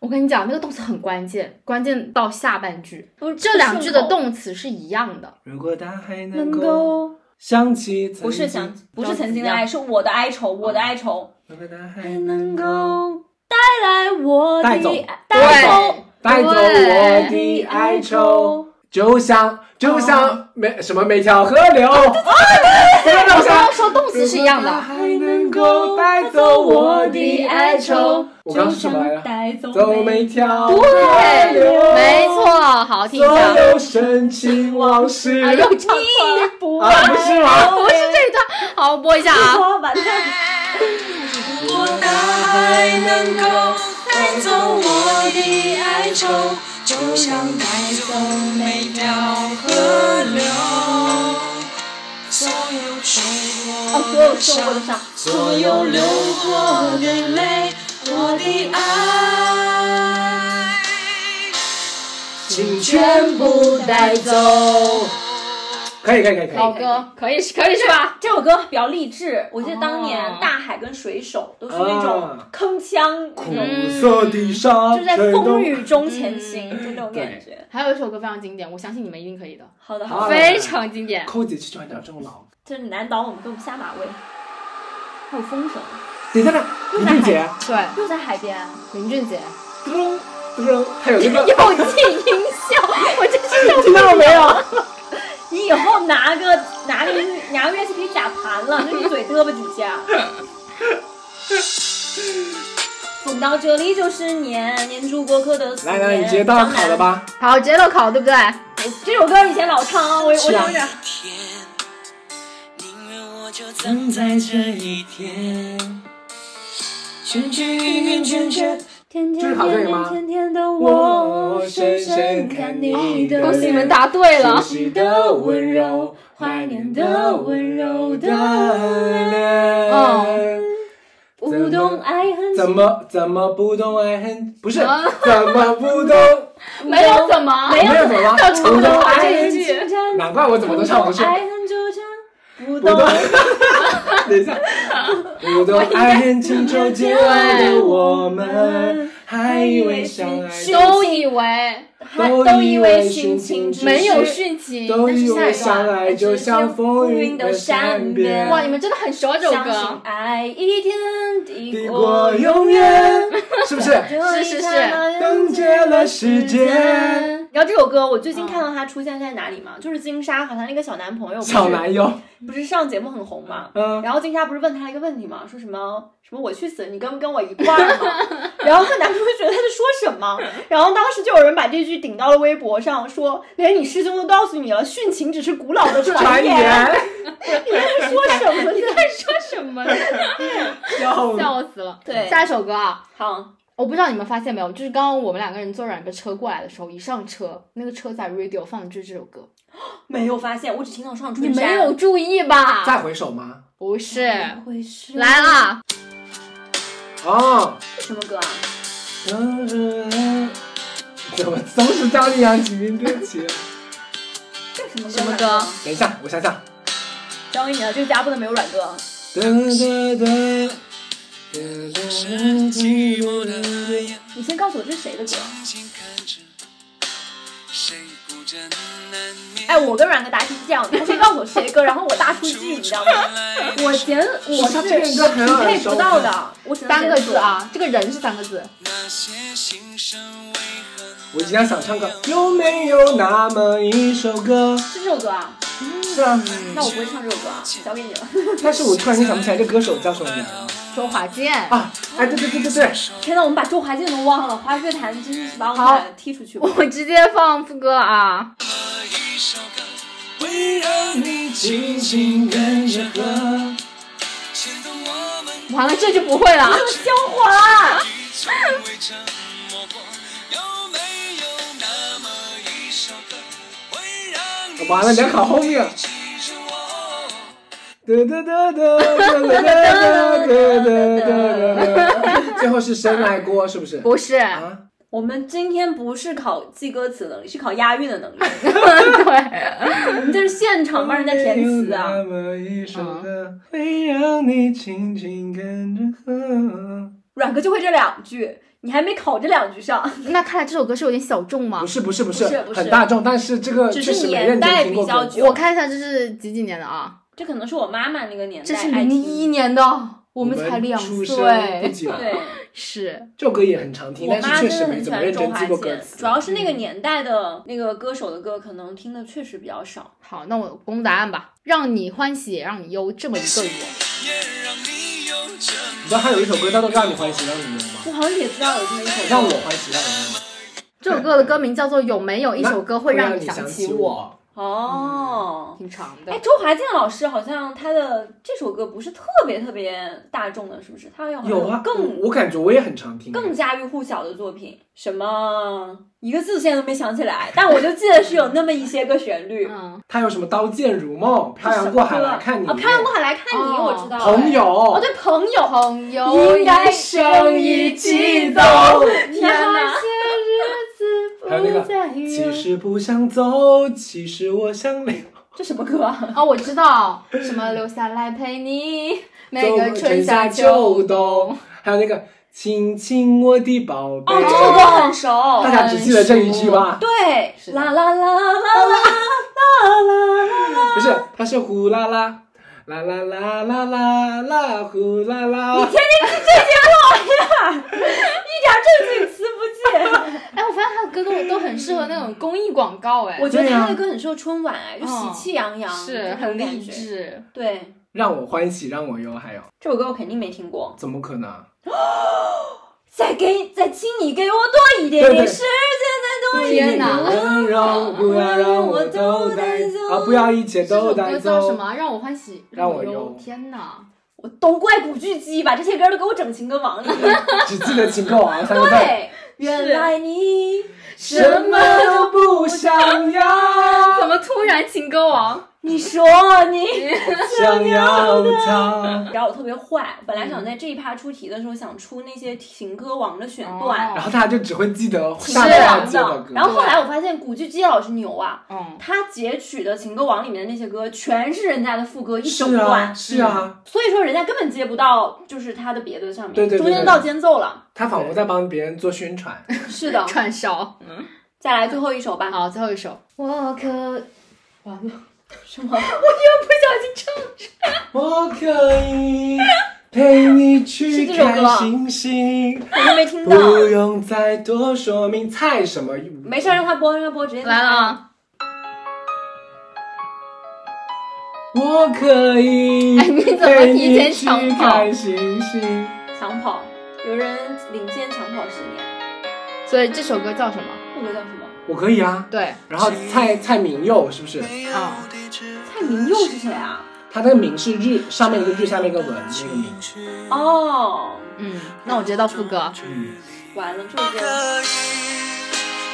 Speaker 3: 我跟你讲，那个动词很关键，关键到下半句，这两句的动词是一样的。
Speaker 2: 如果大海
Speaker 1: 能
Speaker 2: 能够
Speaker 1: 够
Speaker 2: 想起曾经，
Speaker 1: 不是想不是曾经的爱，是我的哀愁，我的哀愁
Speaker 2: 如果大海啊能够
Speaker 1: 够带来我
Speaker 2: 带走
Speaker 1: 的带走
Speaker 2: 带走我的哀愁。，就像就像每什么每条河流，哦真的
Speaker 3: 我
Speaker 2: 不
Speaker 3: 刚
Speaker 2: 像
Speaker 3: 刚。说动词哦是一样的，
Speaker 2: 还能够带走我的哀愁。我
Speaker 1: 就
Speaker 2: 刚刚是什么来
Speaker 1: 像
Speaker 2: 着？
Speaker 1: 带走
Speaker 2: 走每
Speaker 1: 每
Speaker 2: 条河流，
Speaker 3: 对，没错，哦好听一
Speaker 2: 所
Speaker 3: 下。
Speaker 2: 有深情往事。
Speaker 3: 啊，又唱错了，
Speaker 1: 不
Speaker 2: 啊，不是吗？
Speaker 3: 不是这一段。好，我播一下啊。
Speaker 1: 我把它
Speaker 5: 大海能够带走我的哀愁，就像带走每条河流。所有受
Speaker 1: 哦，
Speaker 5: 过
Speaker 1: 所有受过的伤，
Speaker 5: 所有流过的泪，我的爱，
Speaker 2: 请全部带走。可以可以可以可
Speaker 3: 老
Speaker 2: 以。
Speaker 3: 哥，可以是可以是吧？
Speaker 1: 啊这首歌比较励志，我记得当年
Speaker 3: 哦
Speaker 1: 大海跟水手都是那种
Speaker 2: 啊
Speaker 1: 铿锵，
Speaker 2: 苦
Speaker 1: 嗯
Speaker 2: 涩的沙
Speaker 1: 就是在
Speaker 2: 吹
Speaker 1: 风
Speaker 2: 动。
Speaker 1: 雨中前行，
Speaker 2: 嗯
Speaker 1: 就那种感觉。
Speaker 3: 还有一首歌非常经典，我相信你们一定可以的，
Speaker 1: 好的，
Speaker 2: 好
Speaker 1: 好的，
Speaker 3: 非常经典。
Speaker 2: 扣姐去转点这种老。
Speaker 1: 就是难倒我们，给我们下马威。还有风声，
Speaker 2: 等一下，林俊杰，
Speaker 3: 对，
Speaker 1: 又在海边啊，
Speaker 3: 林俊杰
Speaker 2: 嘟噜嘟噜，还有那个，
Speaker 3: 有进音效，我真是要
Speaker 2: 听到了没有？
Speaker 1: 你以后拿个拿个音拿个乐器可以假弹了，就你嘴嘚吧 几下。送到这里就是年，年祝过客的思
Speaker 2: 来
Speaker 1: 念。
Speaker 2: 来，你直接到考了吧。
Speaker 3: 好，直接都考，对不对？
Speaker 1: 我这首歌以前老唱啊，我我
Speaker 2: 是啊
Speaker 1: 有点。
Speaker 5: 天，宁愿我就葬在这一天。圈圈圆圆圈圈，
Speaker 1: 天
Speaker 2: 这
Speaker 1: 天
Speaker 2: 是考这
Speaker 1: 天
Speaker 2: 个吗
Speaker 1: 天天天的我，深深看你的
Speaker 3: 恭喜你
Speaker 1: 脸
Speaker 3: 们。答对了。
Speaker 2: 熟悉的温柔，怀念的温柔的脸。
Speaker 1: 不懂爱恨
Speaker 2: 怎
Speaker 1: 情，
Speaker 2: 么怎么不懂爱恨？不是
Speaker 3: 啊
Speaker 2: 怎么不懂？
Speaker 3: 嗯没有怎么，
Speaker 2: 没有怎么
Speaker 3: 要重
Speaker 2: 不懂
Speaker 3: 头来
Speaker 2: 爱
Speaker 3: 这一
Speaker 2: 恨？
Speaker 3: 句。
Speaker 2: 难怪我怎么都唱不顺。
Speaker 1: 爱恨纠缠，不
Speaker 2: 不懂
Speaker 1: 懂。
Speaker 2: 等一下，不懂爱恨情仇结的我们，还以为相爱
Speaker 3: 都以为
Speaker 1: 还都以为殉情只是
Speaker 3: 没有殉情，
Speaker 2: 都
Speaker 3: 但是
Speaker 2: 以
Speaker 3: 下
Speaker 2: 为
Speaker 3: 一
Speaker 2: 相
Speaker 3: 段。
Speaker 2: 爱就像风云的山边。
Speaker 3: 哇，你们真的很熟这首
Speaker 1: 相信
Speaker 3: 歌，
Speaker 1: 爱一天
Speaker 2: 抵
Speaker 1: 抵
Speaker 2: 过
Speaker 1: 过
Speaker 2: 永远，是不是？
Speaker 1: 这
Speaker 3: 是
Speaker 1: 一
Speaker 3: 是
Speaker 1: 刹那
Speaker 2: 冻结了时间。啊
Speaker 1: 你知道这首歌，我最近看到它出现在哪里吗？就是金莎和她那个小男朋友，不是
Speaker 2: 小男友，
Speaker 1: 不是上节目很红吗？
Speaker 2: 嗯，
Speaker 1: 然后金莎不是问他一个问题吗？说什么什么我去死，你跟不跟我一块儿 吗？然后她男朋友觉得她在说什么，然后当时就有人把这句顶到了微博上，说连你师兄都告诉你了，殉情只是古老的
Speaker 2: 传
Speaker 1: 传言，
Speaker 2: 言，
Speaker 1: 你在说什么呢？
Speaker 3: 说什么呢？
Speaker 2: 笑死
Speaker 3: 笑死了。
Speaker 1: 对
Speaker 3: 下一首歌啊，
Speaker 1: 好，
Speaker 3: 我不知道你们发现没有，就是刚刚我们两个人坐两个车过来的时候，一上车，那个车载 radio 放的就是这首歌，
Speaker 1: 没有发现，我只听到上
Speaker 3: 你
Speaker 1: 春山。
Speaker 3: 没有注意吧？
Speaker 2: 再回首吗？
Speaker 3: 不是，
Speaker 1: 回事？
Speaker 3: 来啦，
Speaker 2: 哦，
Speaker 1: 什么歌啊？
Speaker 2: 怎么都是张羚羊《齐名歌曲》？
Speaker 1: 这什么歌？啊
Speaker 3: 什么歌？啊
Speaker 2: 等一下，我想想。
Speaker 1: 张宇啊，这个家不能没有软歌。
Speaker 2: 哒哒哒。
Speaker 5: 寂寞的眼
Speaker 1: 你先告诉我这是谁的歌？啊
Speaker 5: 睛看着，谁孤枕难眠。
Speaker 1: 哎，我跟软哥答题是这样的，他先告诉我谁的歌，然后我大数据，你知道吗？我嫌我是匹配不到的，我只能
Speaker 3: 三个字
Speaker 1: 啊。
Speaker 3: 啊，这个人是三个字，
Speaker 5: 那些心生为恨，
Speaker 2: 我经常想唱歌，有没有那么一首歌，
Speaker 1: 是这首歌啊？
Speaker 2: 上你。
Speaker 1: 那我不会唱这首歌啊，交给你了。
Speaker 2: 但是我突然间想不起来这歌手叫什么名了
Speaker 3: 周华健，
Speaker 2: 啊！哎，对对对对对，
Speaker 1: 天呐，我们把周华健都忘了，华语乐坛真是把我们
Speaker 3: 好
Speaker 1: 俩踢出去 吧。
Speaker 3: 我直接放副歌了啊！
Speaker 4: 一首歌，
Speaker 2: 会让你紧紧跟着和。
Speaker 4: 牵动我们
Speaker 3: 完了，这就不 会了。
Speaker 1: 消火了，
Speaker 4: 一起为沉默过。有没有那么一首歌，会让你
Speaker 2: 完了，两考后面。
Speaker 4: 记住我？
Speaker 2: 哒哒哒哒哒哒哒哒哒哒哒。最后是深爱过，是不是？
Speaker 3: 不是，
Speaker 2: 啊，
Speaker 1: 我们今天不是考记歌词能力，是考押韵的能力。
Speaker 3: 对，
Speaker 1: 我们这是现场帮人家
Speaker 2: 哎
Speaker 1: 填词啊。
Speaker 2: 那么一首歌会让你紧紧跟着和。
Speaker 1: 阮哥就会这两句，你还没考这两句上，
Speaker 3: 那看来这首歌是有点小众吗
Speaker 2: 不？是不是不是
Speaker 1: 不是不是
Speaker 2: 很大众，但是这个
Speaker 1: 只
Speaker 2: 确
Speaker 1: 是
Speaker 2: 实没
Speaker 1: 年
Speaker 2: 认真
Speaker 1: 代
Speaker 2: 听
Speaker 1: 比
Speaker 2: 过
Speaker 1: 较
Speaker 2: 歌。
Speaker 1: 久。
Speaker 3: 我看一下这是几几年的啊？
Speaker 1: 这可能是我妈妈那个年代，
Speaker 3: 这是零一。年的，我们才两
Speaker 2: 出生不
Speaker 3: 岁。
Speaker 2: 久，
Speaker 1: 对，
Speaker 3: 是
Speaker 2: 这首歌也很常听，
Speaker 1: 我
Speaker 2: 但
Speaker 1: 妈
Speaker 2: 是确
Speaker 1: 真的
Speaker 2: 实
Speaker 1: 很
Speaker 2: 没
Speaker 1: 喜
Speaker 2: 怎么
Speaker 1: 欢
Speaker 2: 认
Speaker 1: 周
Speaker 2: 真
Speaker 1: 华
Speaker 2: 记过歌
Speaker 1: 健，
Speaker 2: 词。嗯
Speaker 1: 主要是那个年代的那个歌手的歌，可能听的确实比较少。
Speaker 3: 好，那我公布答案吧。让你欢喜也让你忧，这么一个 我，
Speaker 4: 也让你有这
Speaker 2: 你知道他有一首歌叫做《让你欢喜让你忧》吗？
Speaker 1: 我好像也知道有这么一首歌，
Speaker 2: 让我欢喜让你忧。
Speaker 3: 这首歌的歌名叫做《有没有一首歌 会让
Speaker 2: 你
Speaker 3: 想
Speaker 2: 起
Speaker 3: 我
Speaker 2: 我。》，嗯
Speaker 1: 哦。
Speaker 3: 挺长的
Speaker 1: 哎，。周华健老师好像他的这首歌不是特别特别大众的，是不是？他好像
Speaker 2: 有啊，
Speaker 1: 哦更
Speaker 2: 我感觉我也很常听。
Speaker 1: 更家喻户晓的作品，什么一个字现在都没想起来，但我就记得是有那么一些个旋律。
Speaker 3: 嗯，
Speaker 2: 他有什么《刀剑如梦》《漂洋过海来看你》
Speaker 1: 啊，漂洋过海来看你，
Speaker 3: 哦
Speaker 1: 我知道。
Speaker 2: 朋
Speaker 1: 哎，哦，
Speaker 2: 友，
Speaker 1: 对，朋友。
Speaker 3: 朋友
Speaker 2: 生一起走。
Speaker 1: 天
Speaker 3: 啊
Speaker 1: 哪！
Speaker 2: 还有那个，其实不想走，其实我想留。
Speaker 1: 这什么歌啊？
Speaker 3: 哦，我知道，什么留下来陪 你，每个
Speaker 2: 走
Speaker 3: 春夏
Speaker 2: 夏
Speaker 3: 秋
Speaker 2: 冬
Speaker 3: 冬。，
Speaker 2: 还有那个《亲亲我的宝贝
Speaker 1: 哦，这》，首歌很熟。
Speaker 2: 大家只记得这一句
Speaker 1: 哦
Speaker 2: 吧？
Speaker 1: 对，
Speaker 3: 是的
Speaker 1: 啦啦啦啦啦啦啦啦啦。
Speaker 2: 不是，它是呼啦啦，啦啦啦啦啦啦呼啦啦。
Speaker 1: 一点正经词不记。
Speaker 3: 哎，我发现他的歌都都很适合那种公益广告，哎，
Speaker 1: 我觉得
Speaker 2: 对啊
Speaker 1: 他的歌很适合春晚，哎，就喜气洋洋，
Speaker 3: 嗯是
Speaker 1: 这种
Speaker 3: 很
Speaker 1: 感
Speaker 3: 励
Speaker 1: 觉。
Speaker 3: 志。
Speaker 1: 对，
Speaker 2: 让我欢喜让我忧，还有
Speaker 1: 这首歌我肯定没听过。
Speaker 2: 怎么可能？啊
Speaker 1: 再给，再请你给我多一点
Speaker 2: 对
Speaker 1: 点
Speaker 2: 对
Speaker 1: 时间，再多一点
Speaker 3: 天
Speaker 1: 点
Speaker 3: 哪
Speaker 2: 温柔，不要让我都带走啊！不要一切
Speaker 3: 这首
Speaker 2: 都
Speaker 3: 歌
Speaker 2: 带
Speaker 3: 叫什
Speaker 2: 走。
Speaker 3: 么？让我欢喜，
Speaker 2: 让我忧
Speaker 3: 忧。天哪！
Speaker 1: 我都怪古巨基把这些歌都给我整情歌王了。
Speaker 2: 只记得情歌王三个 字，
Speaker 1: 对，原来你
Speaker 2: 什么都不想要，
Speaker 3: 怎么突然情歌王？
Speaker 1: 你说你，
Speaker 2: 想要他。
Speaker 1: 然后我特别坏，本来想在这一趴出题的时候想出那些情歌王的选段，
Speaker 3: 哦
Speaker 2: 然后他就只会记得上
Speaker 1: 是啊
Speaker 2: 大街的
Speaker 1: 的。
Speaker 2: 歌。
Speaker 1: 然后后来我发现古巨基老师牛啊，
Speaker 3: 嗯，
Speaker 1: 他截取的情歌王里面的那些歌全是人家的副歌一整
Speaker 2: 是啊
Speaker 1: 段，
Speaker 2: 是啊，
Speaker 1: 所以说人家根本接不到就是他的别的上面，
Speaker 2: 对对对
Speaker 1: 中间到间奏了。
Speaker 2: 他仿佛在帮别人做宣传。
Speaker 1: 是的，
Speaker 3: 串烧。
Speaker 1: 再来最后一首吧。
Speaker 3: 好，最后一首。我可完了，
Speaker 1: 什么？
Speaker 2: 我可以陪你去
Speaker 1: 是这首
Speaker 2: 看
Speaker 1: 歌啊
Speaker 2: 星星，
Speaker 1: 我都没听到。
Speaker 2: 不用再多说明。蔡什么？
Speaker 1: 没事，让他播，让他播，直接
Speaker 3: 来了。啊！
Speaker 2: 我可以
Speaker 3: 哎你怎么
Speaker 2: 陪
Speaker 3: 提前
Speaker 2: 你去
Speaker 3: 抢跑
Speaker 2: 看星星。
Speaker 1: 抢跑，有人领先抢跑十年，
Speaker 3: 所以这首歌叫什么？
Speaker 1: 那个叫什么？
Speaker 2: 我可以啊。
Speaker 3: 对，
Speaker 2: 然后蔡蔡明佑是不是？
Speaker 4: 没有
Speaker 3: 啊
Speaker 4: 地址。
Speaker 1: 蔡明佑是谁啊？
Speaker 2: 他那个明是日上面一个日，下面一个文，那个明。
Speaker 1: 哦，
Speaker 3: 嗯，那我直接到副歌。
Speaker 1: 完了，这首歌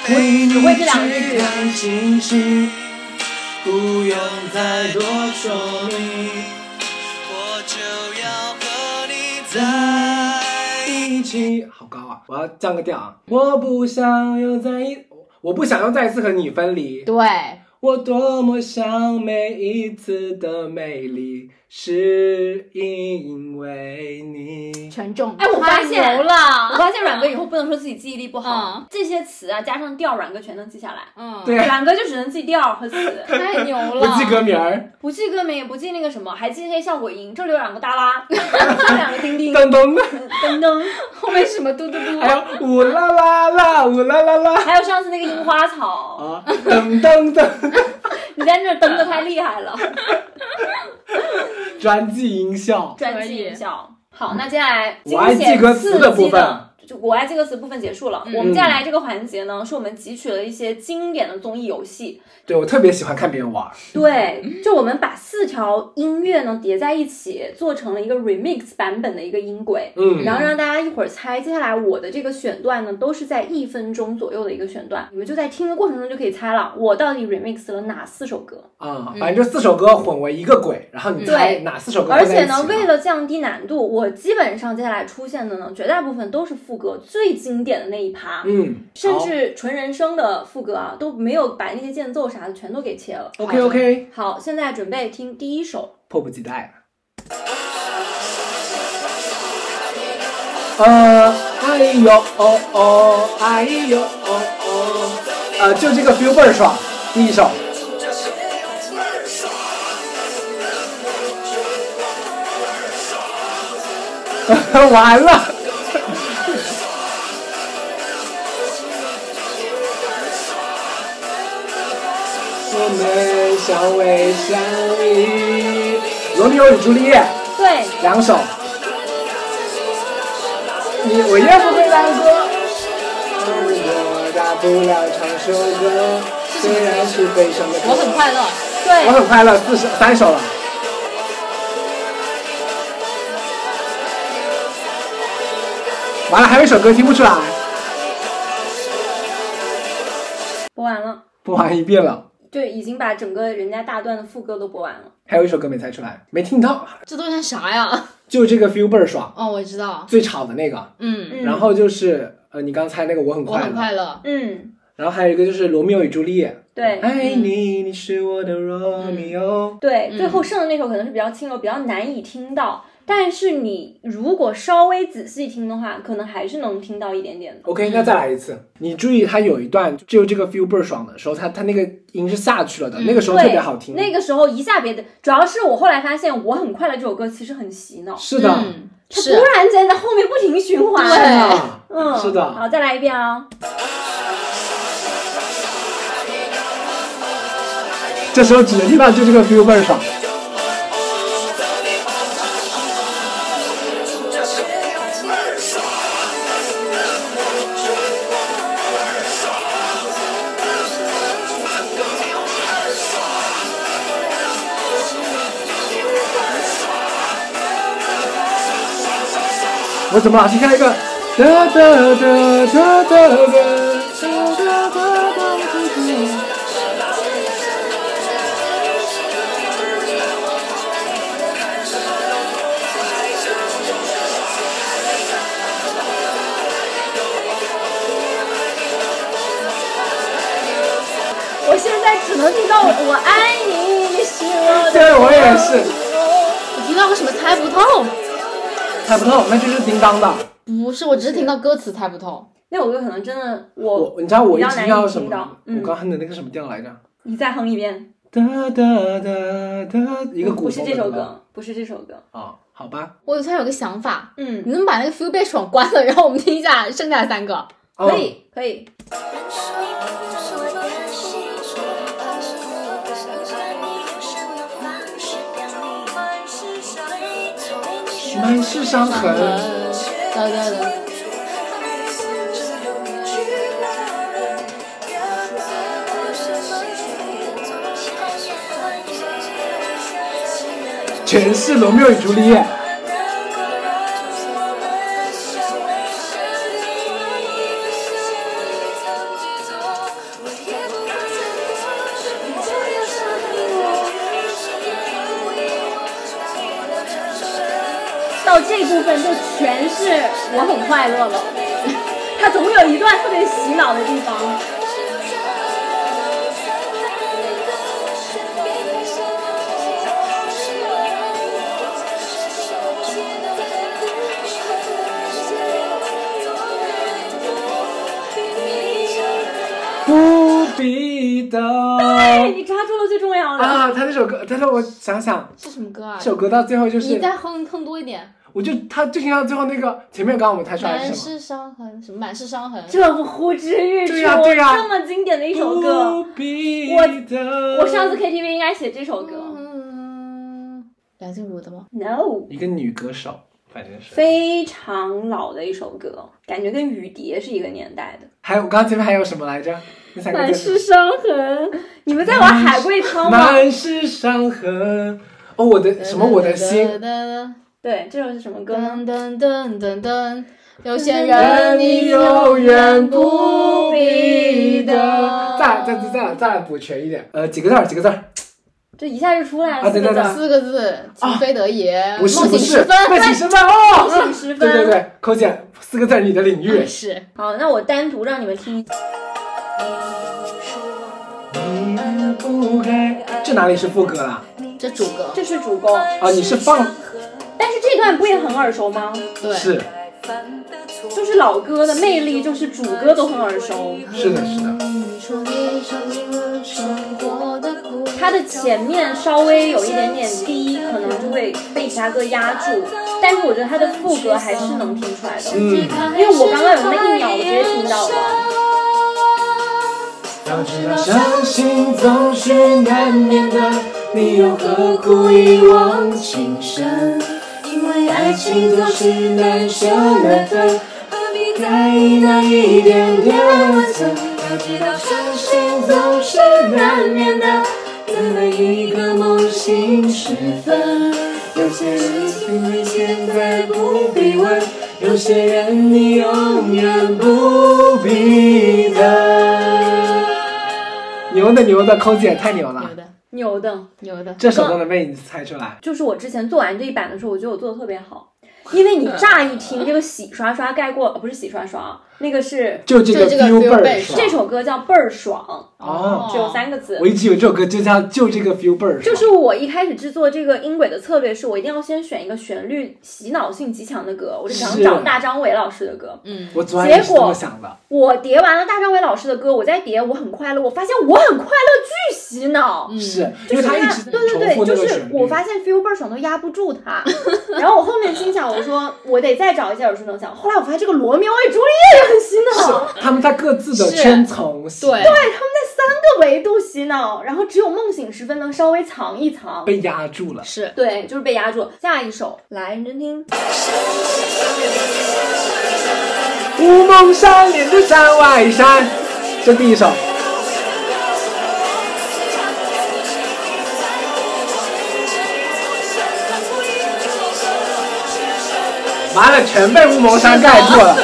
Speaker 4: 可以
Speaker 2: 陪你
Speaker 1: 会这两句
Speaker 2: 去看星星，不用再多说明，
Speaker 4: 我就要和你在
Speaker 2: 一起。好高啊！我要降个调啊！我不想又再一，我不想又再一次和你分离。
Speaker 3: 对，
Speaker 2: 我多么想每一次的美丽是因为你。
Speaker 3: 全中。
Speaker 1: 哎，我发现
Speaker 3: 太牛
Speaker 1: 我
Speaker 3: 了，
Speaker 1: 发现软哥以后不能说自己记忆力不好
Speaker 3: 嗯，
Speaker 1: 这些词啊加上调，软哥全能记下来。
Speaker 3: 嗯，
Speaker 2: 对 啊，
Speaker 1: 软哥就只能记调和词，
Speaker 3: 太牛了，
Speaker 2: 不记歌名儿，
Speaker 1: 不记歌名，也不记那个什么，还记那些像我赢，这里有两个耷 拉，这两个叮叮
Speaker 2: 噔噔，
Speaker 1: 噔噔，
Speaker 3: 为什么嘟嘟嘟？
Speaker 2: 还有呜啦啦啦，呜啦啦啦。
Speaker 1: 还有上次那个樱花草，
Speaker 2: 啊，噔噔噔，
Speaker 1: 你在那儿蹬的太厉害了，
Speaker 2: 专辑音效。
Speaker 1: 专辑营销。好，那接下来
Speaker 2: 我爱记歌词的
Speaker 1: 的
Speaker 2: 部分，啊
Speaker 1: 就我爱这个词部分结束
Speaker 2: 嗯
Speaker 1: 了。我们接下来这个环节呢，是我们汲取了一些经典的综艺游戏，
Speaker 2: 对我特别喜欢看别人玩儿，
Speaker 1: 对，就我们把四条音乐呢叠在一起，做成了一个 remix 版本的一个音轨，
Speaker 2: 嗯
Speaker 1: 然后让大家一会儿猜，接下来我的这个选段呢，都是在一分钟左右的一个选段，你们就在听的过程中就可以猜了，我到底 remix 了哪四首歌。
Speaker 2: 啊、反正这四首歌混为一个轨，然后你猜
Speaker 1: 对
Speaker 2: 哪四首歌
Speaker 1: 而
Speaker 2: 混在
Speaker 1: 且
Speaker 2: 一起啊
Speaker 1: 呢，为
Speaker 2: 了
Speaker 1: 了降低难度，我基本上接下来出现的呢，绝大部分都是副歌最经典的那一趴，
Speaker 2: 嗯，
Speaker 1: 甚至纯人声的副歌啊，都没有把那些间奏啥的全都给切了。
Speaker 2: OK OK，
Speaker 1: 好，现在准备听第一首。
Speaker 2: 迫不及待了。呃，哎呦哦哦，哎呦哦哦，呃，就这个 feel 倍儿爽，第一首。 完了，我们相偎相依。罗密欧与朱丽叶
Speaker 1: 对，
Speaker 2: 两首，你我也不会难过。嗯我大不了唱首歌，虽然是悲伤的歌。
Speaker 3: 我很快乐，
Speaker 1: 对，
Speaker 2: 我很快乐，四首三首了。完了，还有一首歌听不出来，
Speaker 1: 播完了，
Speaker 2: 播完一遍了，
Speaker 1: 就已经把整个人家大段的副歌都播完了。
Speaker 2: 还有一首歌没猜出来，没听到，
Speaker 3: 这都像啥呀？
Speaker 2: 就这个 feel 倍儿爽，
Speaker 3: 哦，我知道，
Speaker 2: 最吵的那个。
Speaker 3: 嗯，
Speaker 1: 嗯
Speaker 2: 然后就是呃，你刚才那个我很
Speaker 3: 我
Speaker 2: 快
Speaker 3: 很
Speaker 2: 乐，
Speaker 3: 快乐，
Speaker 1: 嗯，
Speaker 2: 然后还有一个就是罗密欧与朱丽叶，
Speaker 1: 对嗯
Speaker 2: 爱你，你是我的罗密欧。
Speaker 1: 对，
Speaker 3: 嗯
Speaker 1: 最后剩的那首可能是比较轻柔，比较难以听到。但是你如果稍微仔细听的话，可能还是能听到一点点的。
Speaker 2: OK，那再来一次。你注意，它有一段只有这个 feel 倍儿爽的时候，它它那个音是下去了的，
Speaker 3: 嗯
Speaker 2: 那个时候
Speaker 1: 对
Speaker 2: 特别好听。
Speaker 1: 那个时候一下别的，主要是我后来发现，《我很快乐》这首歌其实很洗脑，
Speaker 2: 是啊的，
Speaker 3: 嗯
Speaker 1: 它
Speaker 3: 是
Speaker 1: 突然间在后面不停循环。
Speaker 3: 对
Speaker 2: 啊
Speaker 1: 嗯，
Speaker 2: 是的
Speaker 1: 好，再来一遍啊、
Speaker 2: 这时候只能听到就这个 feel 倍儿爽。我怎么老是看一个哒哒哒哒哒哒哒哒哒哒哒？
Speaker 1: 我现在只能听到我我爱你，你是我的。
Speaker 2: 对，我也是
Speaker 3: 我听到个什么猜不透，
Speaker 2: 猜不透，那就是叮当的。
Speaker 3: 不是，我只是听到歌词猜不透，
Speaker 1: 那首歌可能真的
Speaker 2: 我
Speaker 1: 我，
Speaker 2: 你知道我
Speaker 1: 比
Speaker 2: 一
Speaker 1: 较
Speaker 2: 直
Speaker 1: 难
Speaker 2: 要
Speaker 1: 以
Speaker 2: 什么
Speaker 1: 听到
Speaker 2: 吗？
Speaker 1: 嗯
Speaker 2: 我刚哼的那个什么调来着？
Speaker 1: 你再哼一遍。
Speaker 2: 哒哒哒哒，一个
Speaker 1: 不
Speaker 2: 古
Speaker 1: 是
Speaker 2: 风
Speaker 1: 这
Speaker 2: 的
Speaker 1: 首
Speaker 2: 歌啊、
Speaker 1: 歌，不是这首歌。
Speaker 2: 好吧，
Speaker 3: 我突然有个想法，
Speaker 1: 嗯
Speaker 3: 你，能把那个 feel 被爽关了，然后我们听一下剩下的三个，
Speaker 1: 可
Speaker 2: 哦
Speaker 1: 以，可以。
Speaker 2: 满是伤痕，
Speaker 3: 对对对。
Speaker 2: 全是罗密欧与朱丽叶。
Speaker 1: 到这部分就全是我很快乐了， 它总有一段特别洗脑的地方。
Speaker 7: Thank you.
Speaker 2: 必懂。
Speaker 1: 哎，你抓住了最重要的。
Speaker 2: 啊，他那首歌，但是我想想，
Speaker 3: 是什么歌啊
Speaker 2: 这？首歌到最后就
Speaker 3: 你
Speaker 2: 是，
Speaker 3: 再哼哼多一点。
Speaker 2: 我就他就听到最后那个前面刚刚我们弹出来是什
Speaker 3: 满
Speaker 2: 么？
Speaker 3: 是伤痕，什么满是伤痕？
Speaker 1: 这不呼之欲出，
Speaker 2: 对呀对呀
Speaker 1: 这么经典的一首歌，
Speaker 2: 不必
Speaker 1: 我
Speaker 2: 懂
Speaker 1: 我上次 KTV 应该写这首歌。
Speaker 3: 嗯，梁静茹的吗？
Speaker 1: No，
Speaker 2: 一个女歌手，反正是。
Speaker 1: 非常老的一首歌，感觉跟雨蝶是一个年代的。
Speaker 2: 还有我刚刚前面还有什么来着？那三个
Speaker 1: 满
Speaker 2: 字
Speaker 1: 是伤痕，你们在玩海龟汤吗？
Speaker 2: 满是伤痕。哦，我的什么？我的心。
Speaker 3: 噔
Speaker 1: 对，这首是什么歌呢？
Speaker 3: 噔噔噔噔噔，有些人你
Speaker 2: 永
Speaker 3: 永
Speaker 2: 远
Speaker 3: 远
Speaker 2: 不
Speaker 3: 不
Speaker 2: 必
Speaker 3: 必
Speaker 2: 等
Speaker 3: 等。。
Speaker 2: 再再再再再补全一点，呃，几个字儿？几个字儿？
Speaker 1: 这一下就出来了，
Speaker 2: 啊对对对
Speaker 1: 四个字
Speaker 3: 四个字，情非得已，
Speaker 2: 啊不是
Speaker 3: 呃梦
Speaker 2: 不
Speaker 3: 醒
Speaker 2: 是，
Speaker 3: 时分。
Speaker 2: 梦醒时分哦。
Speaker 1: 恭喜十分。
Speaker 2: 对对对，扣姐，四个字儿，你的领域。
Speaker 3: 是
Speaker 1: 好，那我单独让你们听一下。
Speaker 3: 嗯
Speaker 2: 这哪里是副歌啊啦？
Speaker 3: 这主歌，
Speaker 1: 这是主攻，
Speaker 2: 啊，你是放
Speaker 1: 但是这段不也很耳熟吗？
Speaker 3: 对，
Speaker 2: 是
Speaker 1: 就是老歌的魅力，就是主歌都很耳熟。
Speaker 2: 是的是
Speaker 3: 嗯
Speaker 2: 的，
Speaker 1: 它的前面稍微有一点点低，可能就会被其他歌压住，但是我觉得它的副歌还是能听出来的，
Speaker 2: 嗯。
Speaker 1: 因为我刚刚有那一秒我直接听到了。
Speaker 2: 要知道伤心总是难免的，你又何苦一往情深？因为爱情总是难舍难分，何必在意那一点点温存？要知道伤心总是难免的，那么一个梦醒时分。有些事情你现在不必问，有些人你永远不必等。牛的牛的，抠姐太牛
Speaker 3: 有
Speaker 2: 了！
Speaker 3: 的
Speaker 1: 牛的，
Speaker 3: 有的，
Speaker 2: 这首都能被你猜出来，
Speaker 1: 就是我之前做完这一版的时候，我觉得我做的特别好，因为你乍一
Speaker 2: 嗯
Speaker 1: 听这个洗刷刷盖过，呃不是洗刷刷，啊，那个是
Speaker 2: 就这
Speaker 3: 就这
Speaker 2: 个
Speaker 3: 个
Speaker 2: feel
Speaker 3: feel
Speaker 2: 倍儿
Speaker 3: bird，
Speaker 2: 爽。
Speaker 1: 这首歌叫倍儿爽，
Speaker 2: 哦，
Speaker 1: 只有三个字
Speaker 2: 我。一直以为这首歌就叫就这个 feel 倍儿爽。
Speaker 1: 就是我一开始制作这个音轨的策略是，我一定要先选一个旋律洗脑性极强的歌，我就想
Speaker 2: 是
Speaker 1: 找大张伟老师的歌。
Speaker 3: 嗯，
Speaker 2: 我昨晚也是这么想的，
Speaker 1: 我叠完了大张伟老师的歌，我再叠我很快乐，我发现我很快乐巨洗脑。
Speaker 3: 嗯
Speaker 2: 是因
Speaker 1: 就
Speaker 2: 为
Speaker 1: 是
Speaker 2: 他一
Speaker 1: 他，
Speaker 2: 直
Speaker 1: 对对
Speaker 2: 重
Speaker 1: 对，
Speaker 2: 复那
Speaker 1: 就
Speaker 2: 个
Speaker 1: 是
Speaker 2: 旋律。
Speaker 1: 我发现 feel 倍儿爽都压不住他，然后我后面心想，我说我得再找一些耳熟能详。后来我发现这个罗密欧与朱丽叶也很洗脑，
Speaker 2: 是他们在各自的
Speaker 3: 是
Speaker 2: 圈层，
Speaker 3: 对，
Speaker 1: 各维度洗脑，然后只有梦醒时分能稍微藏一藏。
Speaker 2: 被压住了。
Speaker 3: 是
Speaker 1: 对，就是被压住。下一首，来认真听。
Speaker 2: 乌蒙山连着山外山，这第一首。完了，全被乌蒙山盖住了。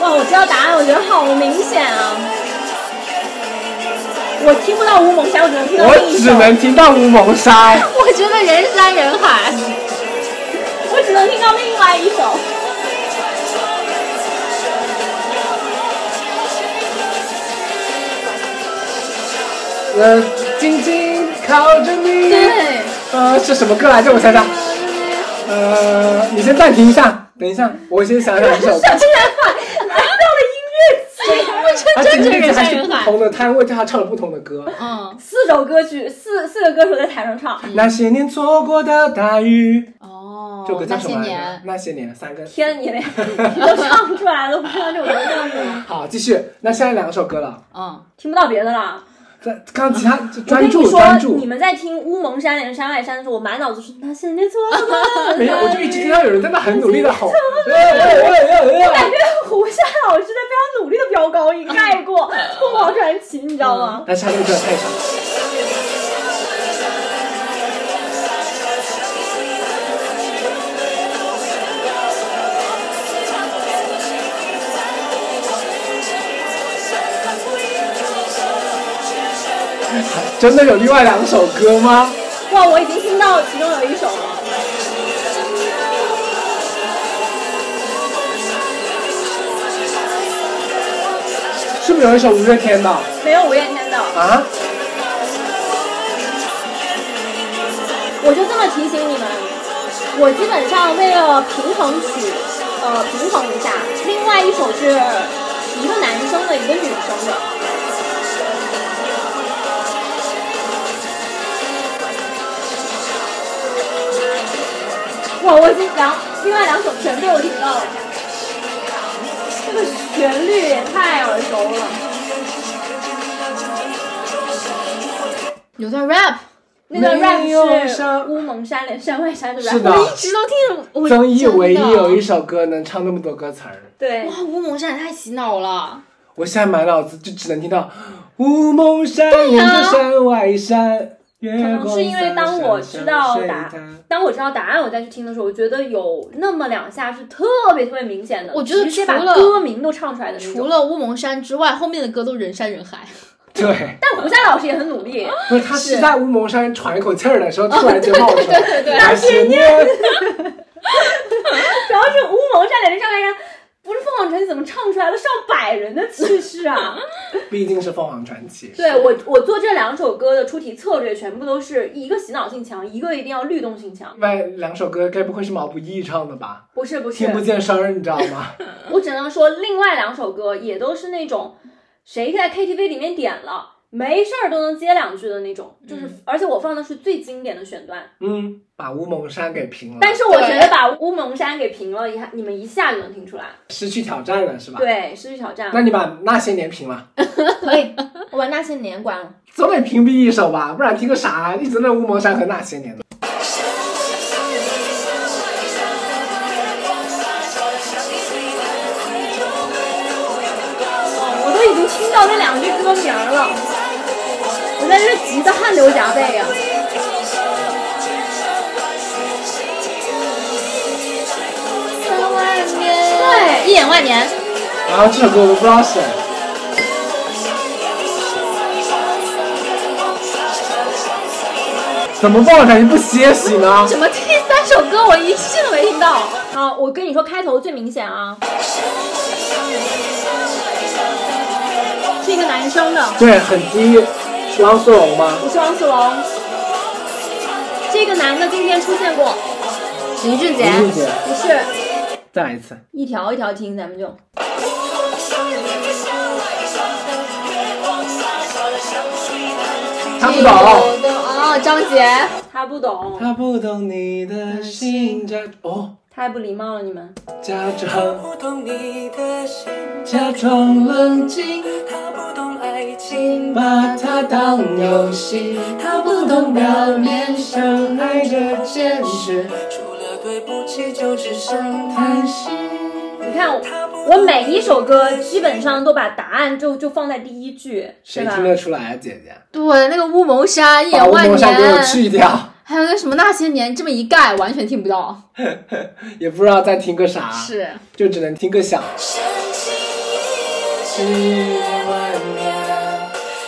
Speaker 1: 哇，我知道答案，我觉得好明显啊！我听不到吴蒙山，我只能听到
Speaker 2: 我
Speaker 1: 另一
Speaker 2: 只
Speaker 1: 首，
Speaker 2: 能听到乌蒙山。
Speaker 3: 我觉得人山人海，
Speaker 1: 我只能听到另外一首。
Speaker 2: 呃，紧紧靠着你。
Speaker 3: 对，
Speaker 2: 呃，是什么歌来着？我想想。呃，你先暂停一下，等一下，我先想想一首歌。 他今天啊这还是不同的摊位，对他唱了不同的歌。
Speaker 3: 嗯，
Speaker 1: 四首歌曲，四四个歌手在台上唱。
Speaker 2: 那些年错过的大雨，
Speaker 3: 哦
Speaker 2: 这首歌，叫
Speaker 3: 那
Speaker 2: 什
Speaker 3: 些
Speaker 2: 么来着
Speaker 3: 年？，
Speaker 2: 那些年，三个。
Speaker 1: 天， 你嘞，你都唱出来了，不知道这首歌叫什么，
Speaker 2: 好，继续。那下两首歌了，
Speaker 3: 嗯，
Speaker 1: 听不到别的啦。
Speaker 2: 这刚其他就
Speaker 1: 我跟
Speaker 2: 专
Speaker 1: 你
Speaker 2: 注专
Speaker 1: 说，你
Speaker 2: 注。
Speaker 1: 们在听《乌蒙山连着山外山》的时候，我满脑子是那些年错过 的爱
Speaker 2: 没有，我就一直听到有人在那很努力的吼。哎哎哎哎
Speaker 1: 感
Speaker 2: 哎！
Speaker 1: 觉胡夏老师在非常努力的飙高音盖过《凤凰传奇》，你知道 吗？
Speaker 2: 但是他这个歌太长了。 真的有另外两首歌吗？
Speaker 1: 哇，我已经听到其中有一首了。
Speaker 2: 是不是有一首五月天的
Speaker 1: 没有五月天的，
Speaker 2: 啊？
Speaker 1: 我就这么提醒你们，我基本上为了平衡曲，呃，平衡一下，另外一首是一个男生的，一个女生的。哇，我已经两另外两首全被我听到了，这个旋律也太耳熟了。
Speaker 3: 有段
Speaker 2: 啊
Speaker 3: rap，
Speaker 1: 那个
Speaker 2: 没
Speaker 1: rap
Speaker 2: 有
Speaker 1: 是
Speaker 2: 伤
Speaker 1: 乌蒙山连山外山的 rap，
Speaker 2: 是的
Speaker 3: 我一直都听着。我
Speaker 2: 曾毅唯一
Speaker 3: 真的
Speaker 2: 有一首歌能唱那么多歌词儿，
Speaker 1: 对
Speaker 3: 哇，，乌蒙山也太洗脑了。
Speaker 2: 我现在满脑子就只能听到乌蒙山，沿着山外山。可
Speaker 1: 啊可能是因为当我知道答，当我知道答案，我再去听的时候，我觉得有那么两下是特别特别明显的。
Speaker 3: 我觉得
Speaker 1: 直接把
Speaker 3: 除了
Speaker 1: 歌名都唱出来的那
Speaker 3: 除
Speaker 1: 种。
Speaker 3: 了乌蒙山之外，后面的歌都人山人海。
Speaker 2: 对，
Speaker 1: 但胡夏老师也很努 力，
Speaker 2: 不是他是在乌蒙山喘一口气儿的时候，突然间冒 出来，
Speaker 3: 对对对
Speaker 2: 来十年，
Speaker 1: 主要是乌蒙山连着上来人，不是凤凰传奇怎么唱出来了上百人的气势 啊！
Speaker 2: 毕竟是凤凰传奇。
Speaker 1: 对我，我做这两首歌的出题策略全部都是一个洗脑性强，一个一定要律动性强。
Speaker 2: 另外两首歌该不会是毛不易唱的吧？
Speaker 1: 不是不是
Speaker 2: 听，不见声儿，你知道 吗？
Speaker 1: 我只能说另外两首歌也都是那种谁在 KTV 里面点了。没事儿都能接两句的那种，就是、
Speaker 3: 嗯
Speaker 1: 而且我放的是最经典的选段，
Speaker 2: 嗯，把乌蒙山给平了，
Speaker 1: 但是我觉得把乌蒙山给平了，一下你们一下就能听出来。
Speaker 2: 失去挑战了是吧？。
Speaker 1: 对，啊失去挑战
Speaker 2: 那你把那些年平了，
Speaker 1: 可以，我把那些年关了。
Speaker 2: 总得屏蔽一首吧，不然听个啥？一直在乌蒙山和那些年的。
Speaker 1: 我都已经听到那两句歌名儿了，我在这急得汗流浃背啊呀、对，
Speaker 3: 一眼万年，
Speaker 2: 然后这首歌我都不知道谁，怎么凤凰传奇不歇息呢？
Speaker 1: 怎么第三首歌我一句都没听到？好，啊我跟你说，开头最明显啊，是一个男生的，
Speaker 2: 对，很低，汪苏泷吗？
Speaker 1: 我是王子龙。这个男的今天出现过，
Speaker 3: 林俊杰
Speaker 2: 林俊杰，
Speaker 1: 不是
Speaker 2: 再来一次。
Speaker 1: 一条一条听，咱们就。
Speaker 2: 他不懂，
Speaker 3: 哦，张杰，
Speaker 1: 他不懂，
Speaker 2: 他不懂你的心假哦，
Speaker 1: 太不礼貌了，你们。
Speaker 2: 假装
Speaker 4: 不懂你的心，
Speaker 2: 假装冷静，
Speaker 4: 他不懂爱情，
Speaker 2: 把它当游戏，他不懂表面上爱着坚持，
Speaker 4: 除了对不起就只剩
Speaker 2: 叹息。
Speaker 1: 你看我，我每一首歌基本上都把答案就就放在第一句，
Speaker 2: 谁
Speaker 1: 对吧
Speaker 2: 听？得出来啊，姐姐？
Speaker 3: 对，那个乌蒙山一
Speaker 2: 把
Speaker 3: 眼
Speaker 2: 啊乌
Speaker 3: 万
Speaker 2: 蒙山给我
Speaker 3: 年，
Speaker 2: 去掉，
Speaker 3: 还有那什么那些年，这么一盖完全听不到。
Speaker 2: 也不知道在听个啥，
Speaker 3: 是，
Speaker 2: 就只能听个响。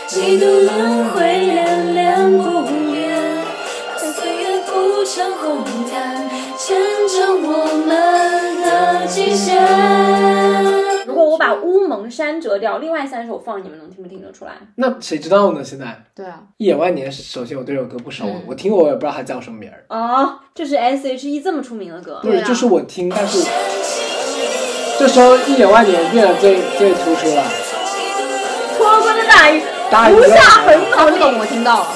Speaker 5: 几度轮回，恋恋不变，把岁月谱成红毯，见证我们的极限。
Speaker 1: 如果我把乌蒙山折掉，另外三首放，你们能听不听得出来？
Speaker 2: 那谁知道呢？现在
Speaker 3: 对啊，
Speaker 2: 一眼万年，首先我对这首歌不熟，
Speaker 3: 嗯
Speaker 2: 我听过我也不知道它叫什么名儿。
Speaker 1: 哦，这是 S H E 这么出名的歌，
Speaker 2: 对，
Speaker 3: 啊
Speaker 2: 就是我听，但是这时候一眼万年变得最最突出了。
Speaker 1: 脱光的大雨，
Speaker 2: 大鱼
Speaker 1: 不下
Speaker 2: 大
Speaker 1: 很
Speaker 3: 他不
Speaker 1: 努
Speaker 3: 懂，
Speaker 1: 力。
Speaker 3: 哦我听到了。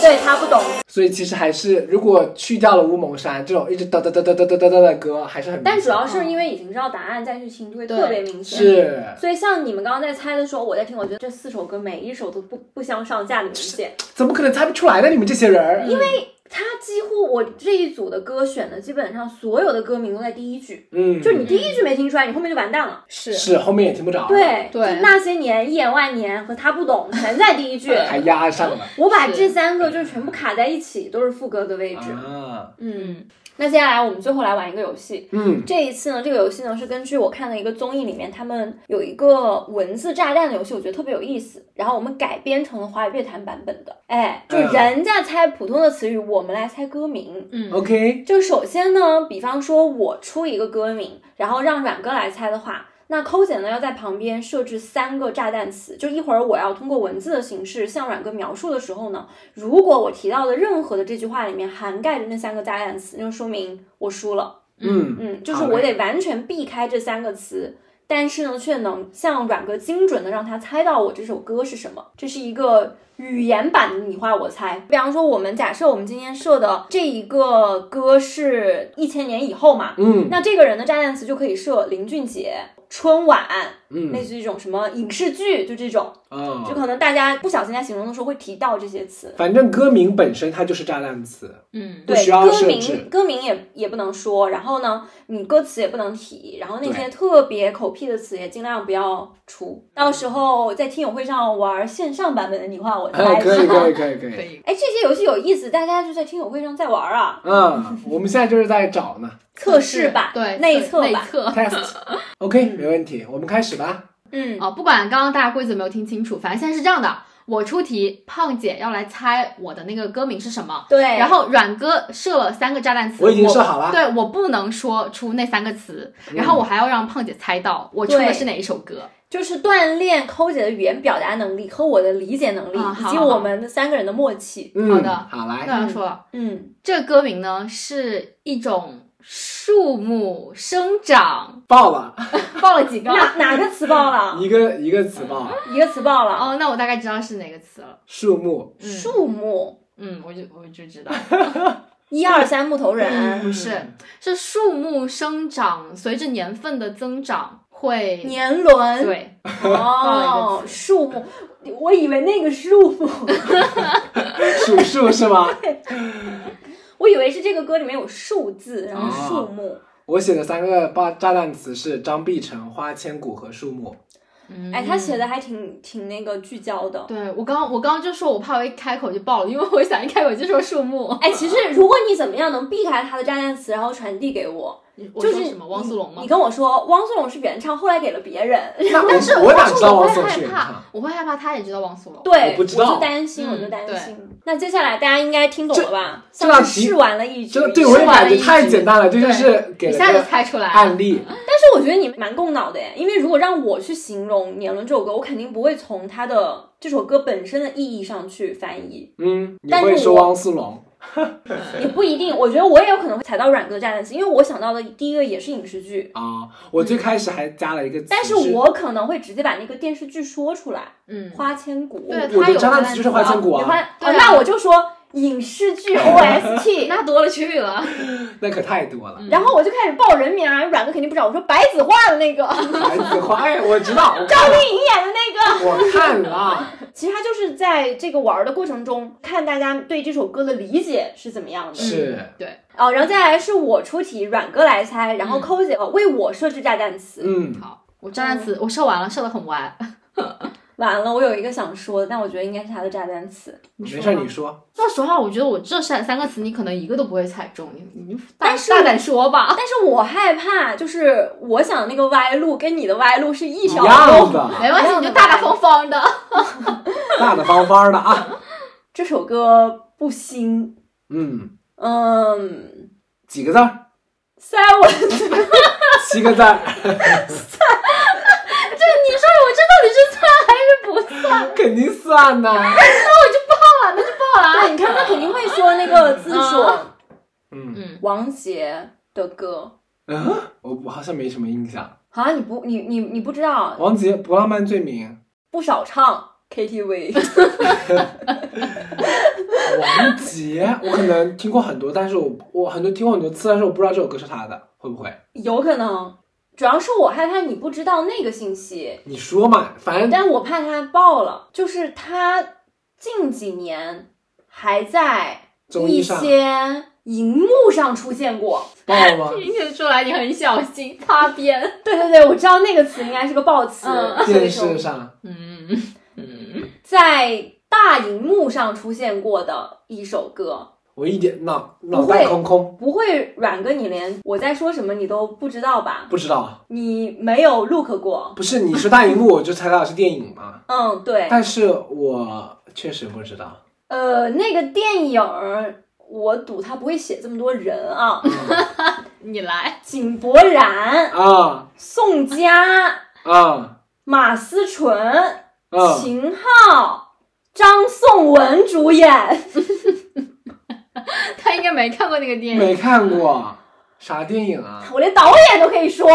Speaker 1: 对他不懂，
Speaker 2: 所以其实还是，如果去掉了乌蒙山这种一直哒哒哒哒哒哒哒哒的歌，还是很明显。
Speaker 1: 但主要是因为已经知道答案，再去听就会特别明显。。
Speaker 2: 是
Speaker 1: 所以像你们刚刚在猜的时候，我在听，我觉得这四首歌每一首都不不相上下的明显。
Speaker 2: 怎么可能猜不出来呢？你们这些人儿，因为
Speaker 1: 他几乎我这一组的歌选的基本上所有的歌名都在第一句，
Speaker 2: 嗯，
Speaker 1: 就是你第一句没听出来，你后面就完蛋了。
Speaker 3: 是
Speaker 2: 是后面也听不着，，
Speaker 1: 嗯对
Speaker 3: 对
Speaker 1: 就那些年、一眼万年和他不懂全在第一句。
Speaker 2: 还压上了
Speaker 1: 我把这
Speaker 3: 是
Speaker 1: 三个就是全部卡在一起，都是副歌的位置。
Speaker 2: 啊，
Speaker 1: 嗯，那接下来我们最后来玩一个游戏。
Speaker 2: 嗯，
Speaker 1: 这一次呢，这个游戏呢是根据我看的一个综艺里面，他们有一个文字炸弹的游戏，我觉得特别有意思。然后我们改编成了华语乐坛版本的，哎，就
Speaker 2: 嗯
Speaker 1: 人家猜普通的词语，我们来猜歌名。
Speaker 3: 嗯
Speaker 2: OK，
Speaker 1: 就首先呢，比方说我出一个歌名，然后让阮哥来猜的话，那抠姐呢要在旁边设置三个炸弹词，就一会儿我要通过文字的形式向阮哥描述的时候呢，如果我提到的任何的这句话里面涵盖着那三个炸弹词，那就说明我输了。
Speaker 2: 嗯，
Speaker 1: 嗯，就是
Speaker 2: 好嘞
Speaker 1: 我得完全避开这三个词，但是呢，却能像阮哥精准的让他猜到我这首歌是什么。这是一个语言版的你画我猜。比方说，我们假设我们今天设的这一个歌是一千年以后嘛，
Speaker 2: 嗯
Speaker 1: 那这个人的炸弹词就可以设林俊杰、春晚，类
Speaker 2: 嗯，
Speaker 1: 似于这种什么影视剧，就这种，就
Speaker 2: 哦，
Speaker 1: 可能大家不小心在形容的时候会提到这些词。
Speaker 2: 反正歌名本身它就是炸弹词，
Speaker 3: 嗯，
Speaker 2: 不
Speaker 1: 对，
Speaker 2: 需要
Speaker 1: 歌
Speaker 2: 设置
Speaker 1: 名歌名也也不能说，然后呢，你歌词也不能提，然后那
Speaker 2: 对
Speaker 1: 些特别口屁的词也尽量不要出。到时候在听友会上玩线上版本的你画我猜，
Speaker 2: 哎，可以
Speaker 1: 是吧
Speaker 2: 可以可以可
Speaker 3: 可
Speaker 2: 以，
Speaker 3: 以。
Speaker 1: 哎，这些游戏有意思，大家就在听友会上在玩啊，
Speaker 2: 嗯，我们现在就是在找 呢
Speaker 1: 测试版、
Speaker 3: 对
Speaker 1: 内测
Speaker 3: 测内
Speaker 1: 版，
Speaker 3: 测。
Speaker 2: ，test，OK，没问题，我们开始吧，
Speaker 1: 嗯，
Speaker 3: 哦，不管刚刚大家规则有没有听清楚，反正现在是这样的：我出题，胖姐要来猜我的那个歌名是什么。
Speaker 1: 对，
Speaker 3: 然后阮哥设了三个炸弹词，
Speaker 2: 我已经设好了嗯
Speaker 3: 对我不能说出那三个词，然后我还要让胖姐猜到我出的
Speaker 1: 对
Speaker 3: 是哪一首歌。
Speaker 1: 就是锻炼抠姐的语言表达能力和我的理解能力，
Speaker 3: 啊
Speaker 1: 以
Speaker 3: 好
Speaker 1: 及
Speaker 3: 好
Speaker 1: 我们三个人的默契。
Speaker 2: 嗯，
Speaker 3: 好的
Speaker 2: 好来，
Speaker 3: 那要说了，
Speaker 1: 嗯，
Speaker 3: 这个歌名呢是一种树木生长，
Speaker 2: 爆了，
Speaker 3: 报了几个？
Speaker 1: 哪哪个词爆了？
Speaker 2: 一个一个词爆，
Speaker 1: 一个词爆了。
Speaker 3: 哦，那我大概知道是哪个词了。
Speaker 2: 树木，
Speaker 3: 嗯
Speaker 1: 树木，
Speaker 3: 嗯，我就我就知道，
Speaker 1: 一二三木头人。
Speaker 3: 不是，是树木生长，随着年份的增长会
Speaker 1: 年轮
Speaker 3: 对，了一
Speaker 1: 哦
Speaker 3: 个，词
Speaker 1: 树木，我以为那个树木，
Speaker 2: 数树是吗？
Speaker 1: 我以为是这个歌里面有数字，然后
Speaker 2: 哦
Speaker 1: 树木。
Speaker 2: 我写的三个爆炸弹词是张碧晨、花千骨和树木。
Speaker 3: 嗯
Speaker 1: 哎，他写的还挺挺那个聚焦的。
Speaker 3: 对我刚我刚刚就说我怕我一开口就爆了，因为我想一开口就说树木。
Speaker 1: 哎，其实如果你怎么样能避开他的炸弹词，然后传递给我，
Speaker 3: 我
Speaker 1: 就
Speaker 3: 说
Speaker 1: 是
Speaker 3: 什么汪苏泷吗
Speaker 1: 你？跟我说汪苏泷是原唱，后来给了别 人。
Speaker 2: 那我
Speaker 3: 但是
Speaker 2: 我哪
Speaker 3: 但
Speaker 2: 知
Speaker 3: 是
Speaker 2: 道
Speaker 3: 我
Speaker 2: 王
Speaker 3: 会
Speaker 2: 总
Speaker 3: 害
Speaker 2: 是原
Speaker 3: 怕
Speaker 2: 唱？，
Speaker 3: 我会害怕他也知道王苏泷。
Speaker 1: 对，
Speaker 2: 我不知道
Speaker 1: 我就担心，
Speaker 3: 嗯
Speaker 1: 我就担心。那接下来大家应该听懂了吧？
Speaker 2: 这
Speaker 1: 像
Speaker 2: 道
Speaker 1: 是
Speaker 2: 题
Speaker 1: 试玩了一局，
Speaker 2: 这个对我也
Speaker 3: 玩
Speaker 2: 感
Speaker 3: 了
Speaker 2: 觉
Speaker 3: 一
Speaker 2: 太
Speaker 3: 局
Speaker 2: 简单了，这就
Speaker 3: 对
Speaker 2: 是给
Speaker 3: 一
Speaker 2: 了
Speaker 3: 下就
Speaker 2: 个
Speaker 3: 猜出来了。
Speaker 2: 案例。
Speaker 1: 但是我觉得你蛮够脑的耶，因为如果让我去形容《年轮》这首歌，我肯定不会从它的这首歌本身的意义上去翻译，
Speaker 2: 嗯，你
Speaker 1: 但是
Speaker 2: 会说
Speaker 1: 我
Speaker 2: 汪苏泷？
Speaker 1: 也不一定。我觉得我也有可能会踩到软哥炸弹词，因为我想到的第一个也是影视剧，
Speaker 2: 啊，我最开始还加了一个词，
Speaker 1: 嗯但是我可能会直接把那个电视剧说出来，
Speaker 3: 嗯
Speaker 1: 《花千骨》
Speaker 3: 对
Speaker 1: 哦。
Speaker 2: 我
Speaker 3: 他
Speaker 2: 的
Speaker 3: 有
Speaker 2: 炸
Speaker 3: 在
Speaker 2: 弹词就是花千骨
Speaker 1: 你花
Speaker 2: 啊，
Speaker 1: 哦，那我就说影视剧 OST，
Speaker 3: 那多了去了，
Speaker 2: 那可太多了。
Speaker 1: 然后我就开始报人名啊，阮哥肯定不知道，我说白子画的那个，
Speaker 2: 白子花，哎，我知道，我
Speaker 1: 赵
Speaker 2: 看
Speaker 1: 丽颖演的那个。
Speaker 2: 我看了，啊
Speaker 1: 其实他就是在这个玩儿的过程中，看大家对这首歌的理解是怎么样的。
Speaker 2: 是，
Speaker 3: 对，
Speaker 1: 哦，然后再来是我出题，阮哥来猜，然后抠姐呃为我设置炸弹词。
Speaker 2: 嗯，
Speaker 3: 好，我炸弹词我射完了，射的很歪。
Speaker 1: 完了，我有一个想说，但我觉得应该是他的炸弹词。
Speaker 2: 没事，你说，
Speaker 3: 说实话，我觉得我这三三个词你可能一个都不会猜中，你你就大
Speaker 1: 但是
Speaker 3: 大胆说
Speaker 2: 啊
Speaker 3: 吧。
Speaker 1: 但是我害怕，就是我想那个歪路跟你的歪路是一
Speaker 2: 一
Speaker 1: 条哦
Speaker 2: 样
Speaker 1: 路。
Speaker 2: 的，
Speaker 3: 没关系，你就大大方方的。
Speaker 2: 大大方方的啊，
Speaker 1: 这首歌不新，
Speaker 2: 嗯，
Speaker 1: 嗯，
Speaker 2: 几个字儿，
Speaker 1: 三文字，
Speaker 2: 七个字儿，
Speaker 3: 你说我这到底是算还是不算？
Speaker 2: 肯定算呐。
Speaker 1: 对，你看他肯定会说那个字说
Speaker 2: 嗯
Speaker 3: 嗯，
Speaker 1: 王杰的歌。
Speaker 2: 嗯，我我好像没什么印象。
Speaker 1: 好像你不，你你你不知道，
Speaker 2: 王杰《不浪漫罪名
Speaker 1: 不少唱 KTV。》，
Speaker 2: 王杰，我可能听过很多，但是我我很多听过很多次，但是我不知道这首歌是他的，会不会？
Speaker 1: 有可能，主要是我害怕你不知道那个信息，
Speaker 2: 你说嘛，反正
Speaker 1: 但我怕他爆了。就是他近几年还在
Speaker 2: 综艺
Speaker 1: 一
Speaker 2: 上
Speaker 1: 些荧幕上出现过。
Speaker 2: 爆吗？
Speaker 3: 听得出来你很小心擦边。
Speaker 1: 对对对，我知道那个词应该是个爆词，
Speaker 3: 嗯
Speaker 1: 所以
Speaker 2: 电
Speaker 1: 说
Speaker 2: 视上
Speaker 3: 嗯，
Speaker 1: 在大荧幕上出现过的一首歌。
Speaker 2: 我一点脑脑袋空空，
Speaker 1: 不会，阮哥，你连我在说什么你都不知道吧？
Speaker 2: 不知道。
Speaker 1: 你没有 look 过，
Speaker 2: 不是你说大荧幕，我就猜到是电影嘛，
Speaker 1: 嗯，对。
Speaker 2: 但是我确实不知道。
Speaker 1: 呃，那个电影儿，我赌他不会写这么多人啊，
Speaker 3: 你来，
Speaker 1: 井柏然、
Speaker 2: 啊
Speaker 1: 宋佳、
Speaker 2: 啊
Speaker 1: 马思纯、
Speaker 2: 啊！
Speaker 1: 秦昊、张颂文主演。
Speaker 3: 他应该没看过那个电影。
Speaker 2: 没看过啥电影啊？
Speaker 1: 我连导演都可以说，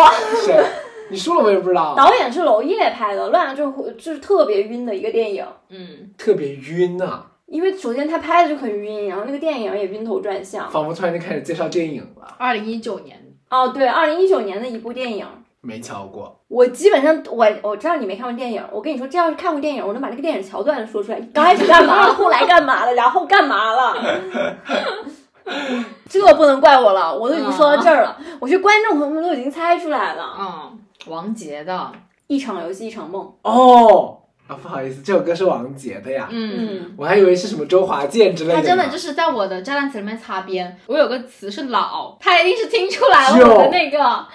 Speaker 2: 谁？你说了我也不 知道。
Speaker 1: 导演是娄烨拍的，《乱就就是特别晕的一个电影。
Speaker 3: 嗯，
Speaker 2: 特别晕啊呐、
Speaker 1: 因为首先他拍的就很晕，然后那个电影也晕头转向。
Speaker 2: 仿佛突然间开始介绍电影了，
Speaker 3: 二零一九年，
Speaker 1: 哦，对，二零一九年的一部电影，
Speaker 2: 没瞧过。
Speaker 1: 我基本上我我知道你没看过电影，我跟你说，这要是看过电影，我能把那个电影桥段说出来。刚开始干嘛了，后来干嘛了，然后干嘛了，这不能怪我了，我都已经说到这儿了，我觉得观众朋友们都已经猜出来了。
Speaker 3: 嗯，王杰的，
Speaker 1: 一场游戏一场梦，
Speaker 2: 哦，啊，不好意思，这首歌是王杰的呀，
Speaker 3: 嗯。
Speaker 1: 嗯，
Speaker 2: 我还以为是什么周华健之类的
Speaker 3: 他
Speaker 2: 呢。
Speaker 3: 真的就是在我的炸弹词里面擦边，我有个词是老，他一定是听出来我的那个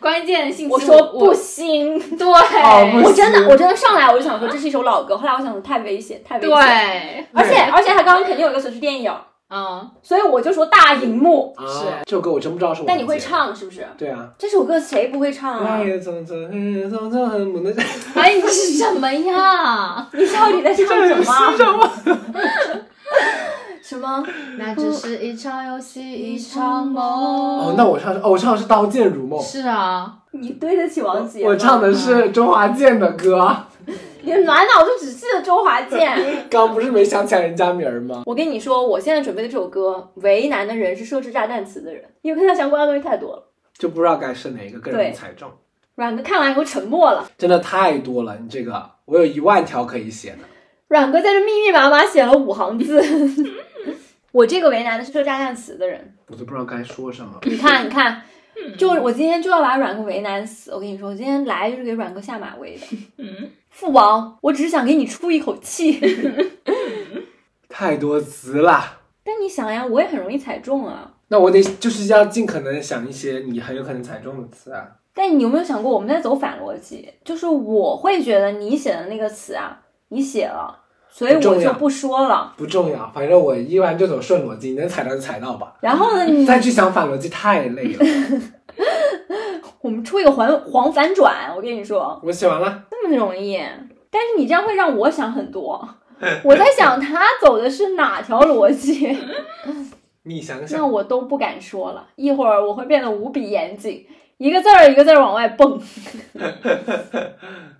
Speaker 3: 关键信息。
Speaker 1: 我说
Speaker 3: 嗯我
Speaker 1: 不行，哎
Speaker 3: 对，
Speaker 2: 哦
Speaker 1: 我真的我真的上来我就想说这是一首老歌，后来我想说太危险太危险，，
Speaker 3: 对，
Speaker 1: 而且而且他刚刚肯定有一个损失电影，
Speaker 3: 嗯，
Speaker 1: 所以我就说大荧幕，
Speaker 2: 啊，这首歌我真不知道是王杰。
Speaker 1: 但你会？唱是不是？
Speaker 2: 对啊。哎
Speaker 1: 这首歌谁不会唱啊
Speaker 2: 爱？也匆匆，恨也匆匆，恨不能。
Speaker 3: 哎，你这是什么呀？
Speaker 1: 你到底在唱什么？啊 什么？
Speaker 3: 那只是一场游戏，一场梦。
Speaker 2: 哦，那我唱是，哦，我唱的是《刀剑如梦》，
Speaker 3: 是啊，
Speaker 1: 你对得起王杰吗
Speaker 2: 我唱的
Speaker 1: 嗯
Speaker 2: 是周华健的歌。
Speaker 1: 你满脑就只记得周华健。
Speaker 2: 刚不是没想起来人家名儿吗？
Speaker 1: 我跟你说，我现在准备的这首歌，为难的人是设置炸弹词的人，因为跟他相关的东西太多了。
Speaker 2: 就不知道该是哪一个个人
Speaker 1: 对
Speaker 2: 才中，
Speaker 1: 阮哥看完以后沉默了。
Speaker 2: 真的太多了。你这个，我有一万条可以写的。
Speaker 1: 阮哥在这密密麻麻写了五行字。 我这个为难的是设炸弹词的人，
Speaker 2: 我都不知道该说什么。
Speaker 1: 你看，你看，就是我今天就要把阮哥为难死。我跟你说，我今天来就是给阮哥下马威的。父王，我只是想给你出一口气。
Speaker 2: 太多词了。
Speaker 1: 但你想呀，我也很容易踩中啊。
Speaker 2: 那我得就是要尽可能想一些你很有可能踩中的词啊。
Speaker 1: 但你有没有想过，我们在走反逻辑？就是我会觉得你写的那个词啊，你写了，所以
Speaker 2: 不重
Speaker 1: 我就
Speaker 2: 要
Speaker 1: 不说了。
Speaker 2: 不重要，反正我一般就走顺逻辑，你能踩到就踩到吧。
Speaker 1: 然后呢，你
Speaker 2: 再去想反逻辑太累 了。
Speaker 1: 我们出一个环黄反转，我跟你说，
Speaker 2: 我写完了，
Speaker 1: 那么容易。但是你这样会让我想很 多，我在想他走的是哪条逻辑，
Speaker 2: 你想
Speaker 1: 那
Speaker 2: 想，
Speaker 1: 我都不敢说了。一会儿我会变得无比严谨，一个字儿一个字儿往外蹦。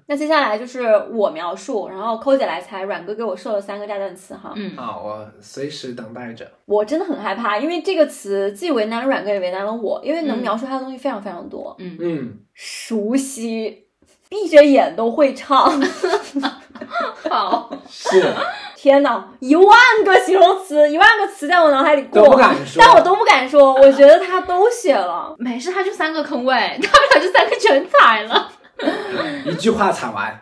Speaker 1: 那接下来就是我描述，然后抠姐来猜，阮哥给我设了三个炸弹词哈。
Speaker 3: 嗯，
Speaker 2: 好，我随时等待着。
Speaker 1: 我真的很害怕，因为这个词既为难了阮哥，也为难了我，因为能
Speaker 3: 嗯
Speaker 1: 描述他的东西非常非常多。
Speaker 2: 嗯，
Speaker 1: 熟悉，闭着眼都会唱。
Speaker 3: 好，
Speaker 2: 是
Speaker 1: 天哪，一万个形容词，一万个词在我脑海里过，
Speaker 2: 都不敢说。
Speaker 1: 但我都不敢说。我觉得他都写了，
Speaker 3: 没事，他就三个坑位，他们俩就三个全踩了。
Speaker 2: 一句话踩 完，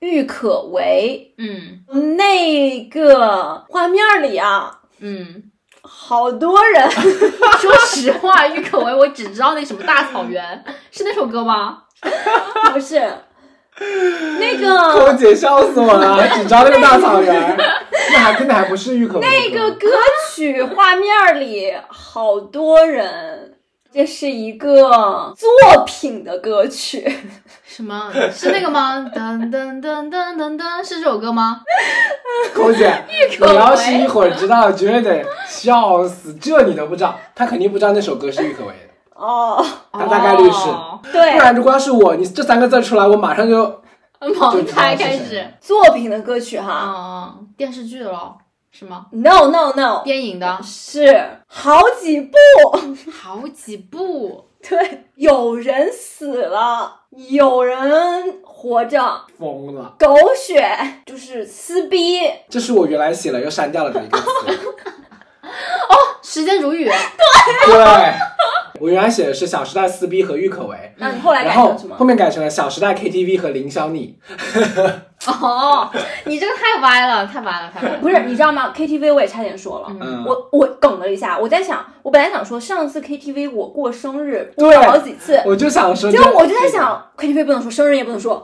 Speaker 1: 郁可唯
Speaker 3: 嗯
Speaker 1: 那个画面里啊，
Speaker 3: 嗯，
Speaker 1: 好多人。
Speaker 3: 说实话，郁可唯，我只知道那什么大草原 是那首歌吗？
Speaker 1: 不是那个
Speaker 2: 扣姐笑死 我了，只招那个大草原，那还真的还不是郁可唯
Speaker 1: 那个歌曲画面里好多人，这是一个作品的歌曲，
Speaker 3: 什 么是那个吗？噔噔噔噔噔噔，是这首歌吗？
Speaker 2: 扣姐，
Speaker 3: 可唯
Speaker 2: 你要是一会儿知道，绝对得笑死。这你都不知道，他肯定不知道那首歌是郁可唯的，
Speaker 1: 哦，
Speaker 2: 他大概率是。
Speaker 3: 哦
Speaker 2: 不
Speaker 1: 对，
Speaker 2: 然，如果要是我，你这三个字出来，我马上就
Speaker 1: 哦
Speaker 2: 就
Speaker 3: 盲猜
Speaker 2: 知道
Speaker 3: 嗯开
Speaker 2: 是谁
Speaker 3: 始。
Speaker 1: 作品的歌曲哈、
Speaker 3: 嗯，电视剧咯，是吗？
Speaker 1: n o No No，
Speaker 3: 电影的
Speaker 1: 是好几部，
Speaker 3: 好几部，
Speaker 1: 对，有人死了，有人活着，
Speaker 2: 疯了。
Speaker 1: 狗血就是撕逼，
Speaker 2: 这是我原来写了又删掉了的一 个词。
Speaker 3: 时间如雨，
Speaker 2: 对，我原来写的是《小时代》撕逼和郁可唯，
Speaker 1: 那你后来改
Speaker 2: 然
Speaker 1: 成
Speaker 2: 后
Speaker 1: 什么
Speaker 2: 后？面改成了《小时代》KTV 和凌霄你。
Speaker 3: 哦， 你这个太歪了，太歪了，太歪了。
Speaker 1: 不是，你知道吗？KTV 我也差点说了。
Speaker 2: 嗯，
Speaker 1: 我我梗了一下，我在想，我本来想说上次 KTV 我过生日
Speaker 2: 对
Speaker 1: 过了好几次，
Speaker 2: 我就想说，
Speaker 1: 结果我就在，想 KTV 不能说，生日也不能说，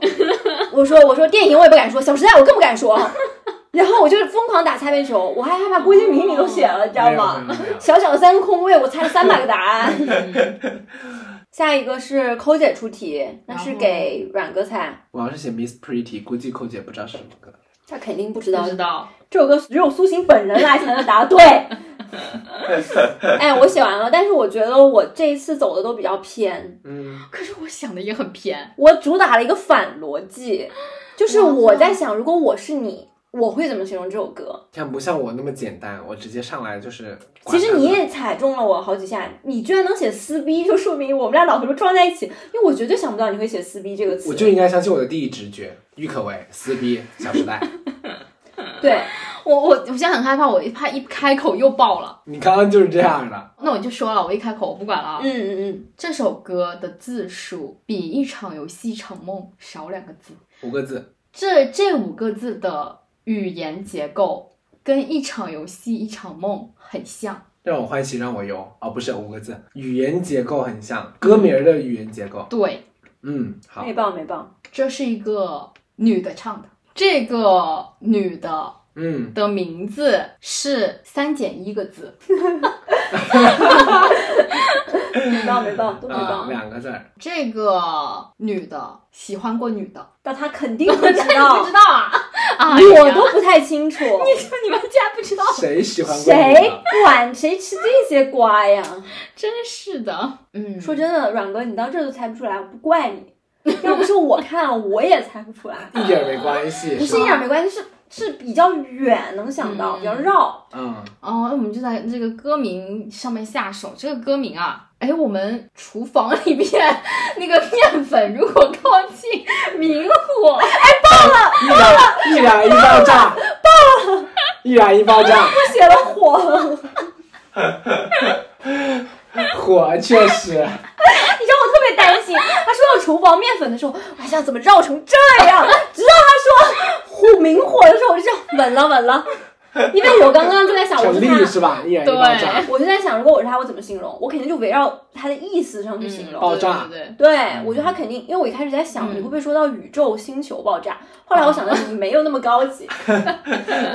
Speaker 1: 我说我说电影我也不敢说，小时代我更不敢说，然后我就疯狂打擦边球，我还害怕郭敬明你都选了，你知道吗
Speaker 2: 没有没有没？有
Speaker 1: 小小的三个空位，我猜了三百个答案。 下一个是抠姐出题，那是给阮哥猜，
Speaker 2: 我要是写 Miss Pretty，估计寇姐不知道是什么歌。
Speaker 1: 他肯定不知道
Speaker 3: 不知道，
Speaker 1: 这首歌只有苏醒本人来才能答对。哎，我写完了，但是我觉得我这一次走的都比较偏，
Speaker 2: 嗯，
Speaker 3: 可是我想的也很偏。
Speaker 1: 我主打了一个反逻辑，就是我在想，如果我是你，我会怎么形容这首歌？
Speaker 2: 看不像我那么简单，我直接上来就是。
Speaker 1: 其实你也踩中了我好几下，你居然能写撕逼，就说明我们俩脑回路撞在一起，因为我绝对想不到你会写撕逼这个词。
Speaker 2: 我就应该相信我的第一直觉，郁可唯、撕逼、小时代。
Speaker 1: 对，
Speaker 3: 我我我现在很害怕，我一怕一开口又爆了。
Speaker 2: 你刚刚就是这样的，
Speaker 3: 那我就说了，我一开口我不管了。
Speaker 1: 嗯嗯嗯，
Speaker 3: 这首歌的字数比一场游戏一场梦少两个字，
Speaker 2: 五个字，
Speaker 3: 这这五个字的语言结构跟一场游戏一场梦很像。
Speaker 2: 让我欢喜让我忧。哦，不是五个字，语言结构很像，歌名儿的语言结构。
Speaker 3: 对，
Speaker 2: 嗯，好
Speaker 1: 没，棒没棒，
Speaker 3: 这是一个女的唱的，这个女的
Speaker 2: 嗯，
Speaker 3: 的名字是三减一个字，
Speaker 1: 没棒没棒都没
Speaker 2: 啊，
Speaker 1: 棒。
Speaker 2: 两个字 儿，
Speaker 3: 这个女的喜欢过女的，
Speaker 1: 但他肯定 不知
Speaker 3: 不
Speaker 1: 道
Speaker 3: 知，道啊？啊，
Speaker 1: 我
Speaker 3: 呀
Speaker 1: 都不太清楚。
Speaker 3: 你们竟然不知道，
Speaker 2: 谁喜欢过你
Speaker 1: 谁
Speaker 2: 呢？
Speaker 1: 管谁吃这些瓜呀？
Speaker 3: 真是的。嗯，
Speaker 1: 说真的，阮哥，你到这都猜不出来，我不怪你。要不是我看了，我也猜不出来。
Speaker 2: 一点儿没关系，
Speaker 1: 不是啊
Speaker 2: 吧
Speaker 1: 一点没关系，是是比较远能想到，
Speaker 3: 嗯
Speaker 1: 比较绕。
Speaker 2: 嗯，
Speaker 3: 哦，那我们就在这个歌名上面下手。这个歌名啊，哎，我们厨房里面那个面粉如果靠近明火，
Speaker 2: 一燃一燃一爆炸， 爆了，一燃一爆炸，
Speaker 1: 写了火，
Speaker 2: 火确实，
Speaker 1: 你让我特别担心。他说到厨房面粉的时候，我还想怎么绕成这样，直到他说虎明火的时候，我就这样稳了稳了，因为我刚刚就在想，我
Speaker 2: 成
Speaker 1: 是
Speaker 2: 立
Speaker 1: 他。
Speaker 2: 是吧？一燃一爆炸，
Speaker 1: 我就在想，如果我是他，我怎么形容？我肯定就围绕他的意思上去形容。
Speaker 2: 爆炸
Speaker 3: 对对对，
Speaker 1: 对，我觉得他肯定，因为我一开始在想，你
Speaker 3: 嗯
Speaker 1: 会不会说到宇宙星球爆炸？后来我想到你没有那么高 级，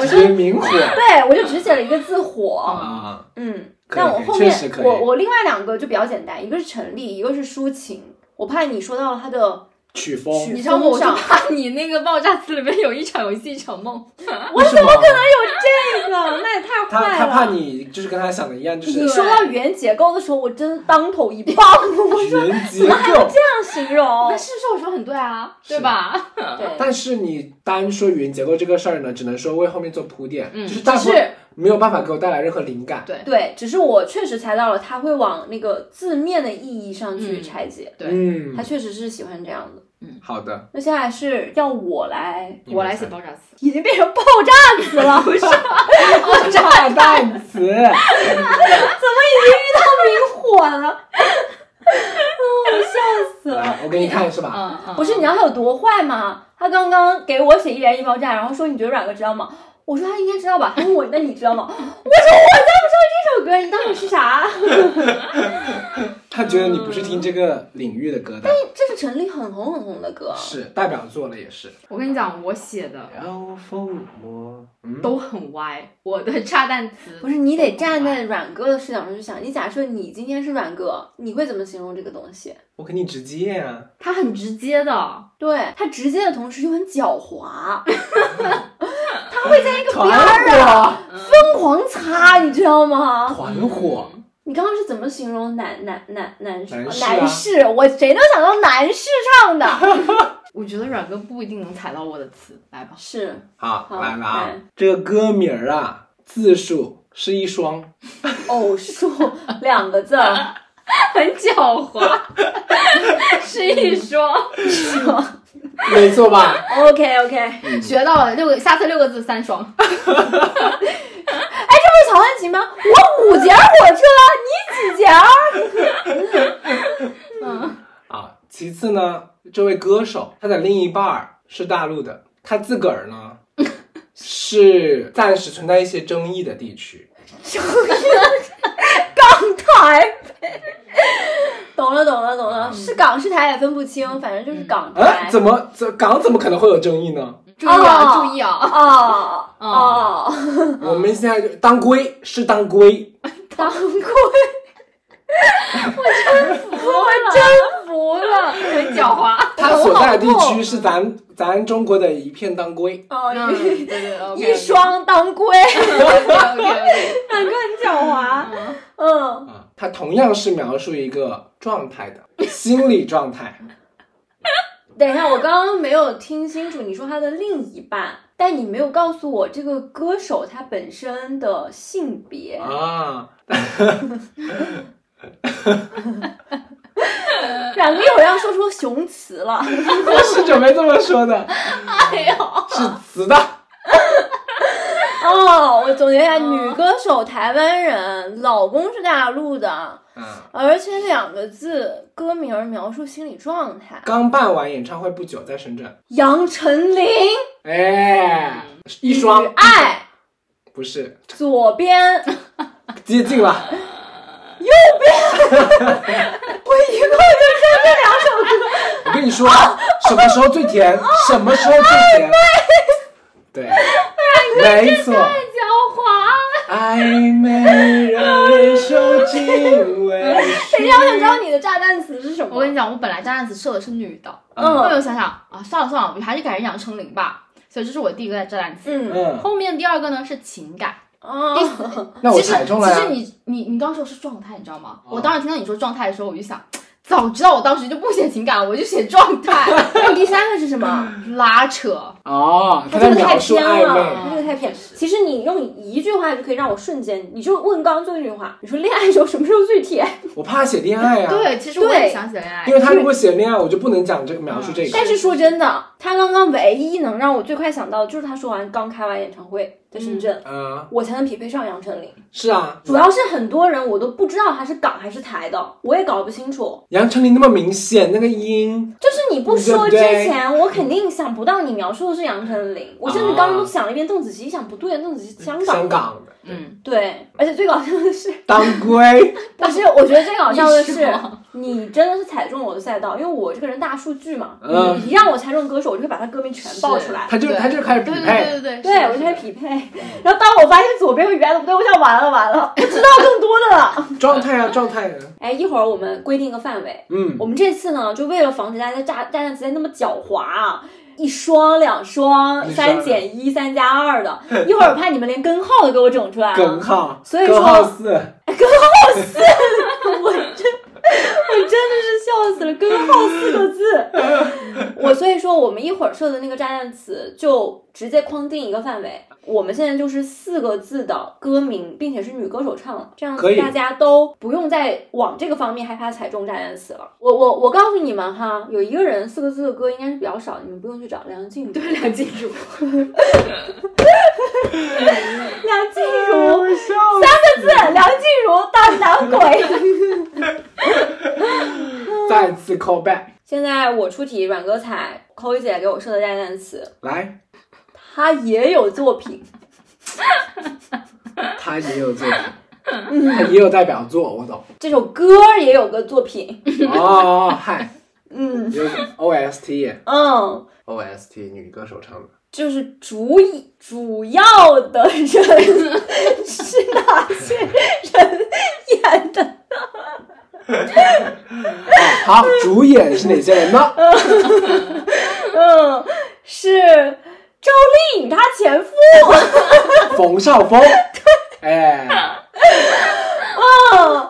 Speaker 2: 直接明火
Speaker 1: 对我就只写了一个字火，
Speaker 3: 哦
Speaker 2: 啊，
Speaker 1: 嗯。
Speaker 2: 可以
Speaker 1: 但我后
Speaker 2: 确
Speaker 1: 面
Speaker 2: 实可以
Speaker 1: 我我另外两个就比较简单，一个是陈立，一个是抒情。我怕你说到了他的，
Speaker 2: 曲风
Speaker 1: 曲
Speaker 3: 你知道吗？我就
Speaker 1: 风上
Speaker 3: 怕你那个爆炸词里面有一场游戏一场梦。
Speaker 2: 我怎么可能有？
Speaker 1: 这个那也太
Speaker 2: 他
Speaker 1: 坏
Speaker 2: 他怕
Speaker 1: 了。
Speaker 2: 你就是跟他想的一样，就是
Speaker 1: 你说到语言结构的时候，我真的当头一棒，我说
Speaker 2: 人结构。
Speaker 1: 这样形容
Speaker 3: 那，是不是我说很对啊？
Speaker 2: 是
Speaker 3: 对吧？
Speaker 1: 对，
Speaker 2: 但是你单说语言结构这个事儿呢，只能说为后面做铺垫，
Speaker 3: 嗯
Speaker 2: 就是大
Speaker 1: 只
Speaker 2: 部
Speaker 1: 是
Speaker 2: 没有办法给我带来任何灵感。
Speaker 3: 对
Speaker 1: 对，只是我确实猜到了，他会往那个字面的意义上去
Speaker 3: 嗯
Speaker 1: 拆解，
Speaker 3: 对，
Speaker 2: 嗯
Speaker 1: 他，确实是喜欢这样的。
Speaker 2: 好的，
Speaker 1: 那现在是要我来，
Speaker 2: 你们
Speaker 3: 我来写
Speaker 2: 猜
Speaker 3: 爆炸词。
Speaker 1: 已经变成爆炸词了， 不是？
Speaker 2: 炸弹 啊词，
Speaker 1: 明火了，啊我笑死了。
Speaker 2: 来我给你看是吧？
Speaker 3: 嗯
Speaker 1: 啊
Speaker 3: 嗯，
Speaker 1: 不是，你知道他有多坏吗？他刚刚给我写一燃一爆炸，然后说你觉得阮哥知道吗？我说他应该知道吧。他问我那你知道吗？我 说我才不知道这首歌，你当我是啥？
Speaker 2: 他觉得你不是
Speaker 1: 嗯
Speaker 2: 听这个领域的歌的，
Speaker 1: 这是陈粒很红很红的歌，
Speaker 2: 是代表作了也是。
Speaker 3: 我跟你讲，我写的
Speaker 2: 妖风魔，嗯，
Speaker 3: 都很歪，我的炸弹词
Speaker 1: 不是你得站
Speaker 3: 都
Speaker 1: 在
Speaker 3: 很歪
Speaker 1: 阮哥的视角上去想。你假设你今天是阮哥，你会怎么形容这个东西？
Speaker 2: 我肯定直接啊，
Speaker 3: 他很直接的。
Speaker 1: 对他直接的同时又很狡猾，他会在一个
Speaker 2: 哎
Speaker 1: 边儿啊
Speaker 2: 团
Speaker 3: 嗯
Speaker 1: 疯狂擦，你知道吗
Speaker 2: 火，？团火，
Speaker 1: 你刚刚是怎么形容男男男男士
Speaker 2: 男士啊
Speaker 1: 男士？我谁能想到男士唱的？
Speaker 3: 我觉得阮哥不一定能踩到我的词，来吧。
Speaker 1: 是
Speaker 2: 好
Speaker 1: 好
Speaker 2: 来了啊
Speaker 1: 来！
Speaker 2: 这个歌名儿啊，字数是一双，
Speaker 1: 偶数两个字儿，
Speaker 3: 很狡 猾，是一说
Speaker 2: 没错吧？
Speaker 1: OK OK。哎，
Speaker 3: 学到了六个，下次六个字三双。
Speaker 1: 这不是曹安琪吗？我五节火车，你几节儿？
Speaker 2: 啊，其次呢，这位歌手他的另一半儿是大陆的，他自个儿呢是暂时存在一些争议的地 区。
Speaker 1: 港台。懂了懂了懂
Speaker 3: 嗯
Speaker 1: 了，是港是台也分不清，反正就是港
Speaker 2: 哎，
Speaker 1: 台。
Speaker 2: 怎么怎港怎么可能会有争议呢？
Speaker 3: 注意啊，注意啊！
Speaker 1: 哦，
Speaker 3: 哦，
Speaker 1: 哦，
Speaker 2: 我们现在就当归是当归，
Speaker 1: 当归，
Speaker 3: 服了，很狡猾。
Speaker 2: 它所在的地区是咱咱中国的一片当归。
Speaker 1: 哦，
Speaker 3: 嗯，对对，OK，
Speaker 1: 一 双当归，
Speaker 3: OK OK，
Speaker 1: 难怪你狡猾。嗯，
Speaker 2: 啊，它同样是描述一个状态的 心理状态。
Speaker 1: 等一下，我刚刚没有听清楚，你说他的另一半，但你没有告诉我这个歌手他本身的性别。
Speaker 2: 啊，
Speaker 1: 冉哥一会儿要说出雄雌 了，
Speaker 2: 我是准备这么说的，
Speaker 3: 哎呦，
Speaker 2: 是雌的。
Speaker 1: 哦，我总结一下，女歌手台湾人，老公是大陆的，
Speaker 2: 嗯，
Speaker 1: 而且两个字歌名儿描述心理状态。
Speaker 2: 刚办完演唱会不久，在深圳。
Speaker 1: 杨丞琳，
Speaker 2: 哎，一
Speaker 1: 与
Speaker 2: 双
Speaker 1: 爱，
Speaker 2: 不是
Speaker 1: 左边，我
Speaker 2: 接近了，
Speaker 1: 一共就说这两首歌。
Speaker 2: 我跟你说，什么时候最甜，什么时候最甜。对，没错，
Speaker 3: 狡猾。
Speaker 2: 暧昧让人受尽委
Speaker 1: 等
Speaker 2: 屈。
Speaker 1: 一下，我想知道你的炸弹词是什么。
Speaker 3: 我跟你讲，我本来炸弹词设的是女的，后面
Speaker 1: 嗯
Speaker 3: 我想想啊，算了算了，我还是改成杨丞琳吧。所以这是我第一个炸弹词。
Speaker 1: 嗯
Speaker 2: 嗯，
Speaker 3: 后面第二个呢是情感，第
Speaker 1: 哦，
Speaker 3: 四
Speaker 2: 那我
Speaker 3: 其实
Speaker 2: 踩中了
Speaker 3: 其
Speaker 2: 呀
Speaker 3: 实。你你你刚刚说是状态，你知道吗？
Speaker 2: 哦
Speaker 3: 我当时听到你说状态的时候，我就想，早知道我当时就不写情感，我就写状 态，
Speaker 1: 那你第三个是什么？
Speaker 3: 拉扯。
Speaker 2: 哦，他
Speaker 1: 他这个
Speaker 2: 在
Speaker 1: 太
Speaker 2: 描述
Speaker 1: 偏
Speaker 2: 暧
Speaker 1: 了，
Speaker 2: 昧。
Speaker 1: 他这个太偏。其实你用一句话就可以让我瞬间，你就问刚刚最后一句话，你说恋爱的时候什么时候最甜？
Speaker 2: 我怕写恋爱啊，
Speaker 3: 对，其实我
Speaker 1: 对
Speaker 3: 也想起恋爱
Speaker 2: 因。为他如果写恋爱，我就不能讲这个描述这个。
Speaker 1: 但是说真的，他刚刚唯一能让我最快想到的就是他说完刚开完演唱会在深圳，
Speaker 2: 嗯，
Speaker 1: 我才能匹配上杨丞琳。
Speaker 2: 是啊，
Speaker 1: 主要是很多人我都不知道他是港还是台的，我也搞不清楚。
Speaker 2: 杨丞琳那么明显，那个音，
Speaker 1: 就是你不说之
Speaker 2: 对不对
Speaker 1: 前，我肯定想不到你描述的是杨丞琳。我甚至刚刚都想了一遍邓紫棋，想不对，邓紫棋香港。
Speaker 2: 香港的
Speaker 3: 嗯，
Speaker 1: 对，而且最搞笑的是，
Speaker 2: 当归，
Speaker 1: 不是，我觉得最搞笑的
Speaker 3: 你是
Speaker 1: 是
Speaker 3: 吗，
Speaker 1: 你真的是踩中我的赛道，因为我这个人大数据嘛，
Speaker 2: 嗯
Speaker 1: 你一让我踩中歌手，我就会把他歌名全报出来。
Speaker 2: 他就
Speaker 3: 对
Speaker 2: 他就开始匹
Speaker 3: 对对
Speaker 2: 配，
Speaker 3: 对对对，
Speaker 1: 对，
Speaker 3: 是
Speaker 1: 我就会匹配。然后当我发现左边和原来的不对，我想完了完了，我知道更多的了。
Speaker 2: 状态啊状态啊，
Speaker 1: 哎，一会儿我们规定一个范围。
Speaker 2: 嗯
Speaker 1: 我们这次呢，就为了防止大家炸炸弹词在那么狡猾啊，一双、两双、
Speaker 2: 一双
Speaker 1: 三减一、三加二的，一会儿我怕你们连根号都给我整出来
Speaker 2: 根
Speaker 1: 了。
Speaker 2: 号，
Speaker 1: 所以
Speaker 2: 根
Speaker 1: 说
Speaker 2: 号四，
Speaker 1: 我真， 我真的是笑死了，根号四个字。我所以说，我们一会儿设的那个炸弹词就直接框定一个范围。我们现在就是四个字的歌名，并且是女歌手唱的，这样
Speaker 2: 可
Speaker 1: 子
Speaker 2: 以
Speaker 1: 大家都不用再往这个方面害怕踩中炸弹词了。我我我告诉你们哈，有一个人四个字的歌应该是比较少，你们不用去找梁静茹。对，梁静茹， 梁静茹，三个字，梁静茹当男鬼。
Speaker 2: 再次 call back，
Speaker 1: 现在我出题，阮哥猜，扣一姐给我设的炸弹词，
Speaker 2: 来，
Speaker 1: 他也有作品，
Speaker 2: 他也有作品，他也有代表作，我懂。
Speaker 1: 这首歌儿也有个作 品，
Speaker 2: 哦，嗨，
Speaker 1: 嗯
Speaker 2: 有 OST
Speaker 1: 嗯，
Speaker 2: OST 女歌手唱的，
Speaker 1: 就是主以主要的人是哪些人演的？
Speaker 2: 好，主演是哪些人呢？
Speaker 1: 嗯，是周丽颖她前夫，
Speaker 2: 冯绍峰，哎，
Speaker 1: 嗯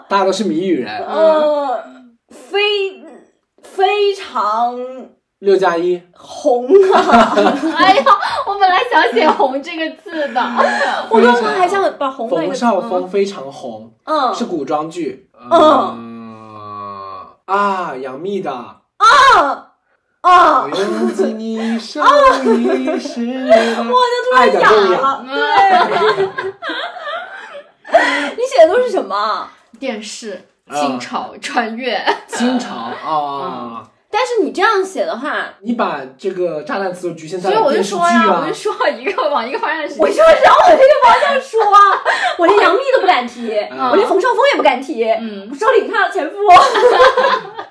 Speaker 2: 大家都是谜语人，
Speaker 1: 呃，非非常
Speaker 2: 六加一，
Speaker 1: 红啊，
Speaker 3: 哎呀，我本来想写“红”这个字的，
Speaker 1: 我刚刚还想把红放一
Speaker 2: 冯
Speaker 1: 个，
Speaker 2: 绍峰非常红，
Speaker 1: 嗯，
Speaker 2: 是古装剧，嗯啊，杨幂的。
Speaker 1: 啊。
Speaker 2: 我用尽一生一世的爱的
Speaker 1: 傻
Speaker 2: 力量，
Speaker 1: 了，啊对。 你写的都是什么？
Speaker 3: 电视、
Speaker 2: 啊
Speaker 3: 清朝、穿越，
Speaker 2: 清朝啊！
Speaker 1: 但是你这样写的话，
Speaker 2: 你把这个炸弹词都局限在
Speaker 3: 所以我就
Speaker 2: 电视剧
Speaker 3: 说呀，
Speaker 2: 啊
Speaker 3: 我就，说一个往一个方向写。
Speaker 1: 我就是往我这个方向说， 我连杨幂都不敢提，
Speaker 2: 嗯
Speaker 1: 我连冯绍峰也不敢提，
Speaker 3: 嗯
Speaker 1: 我赵丽颖她的前夫，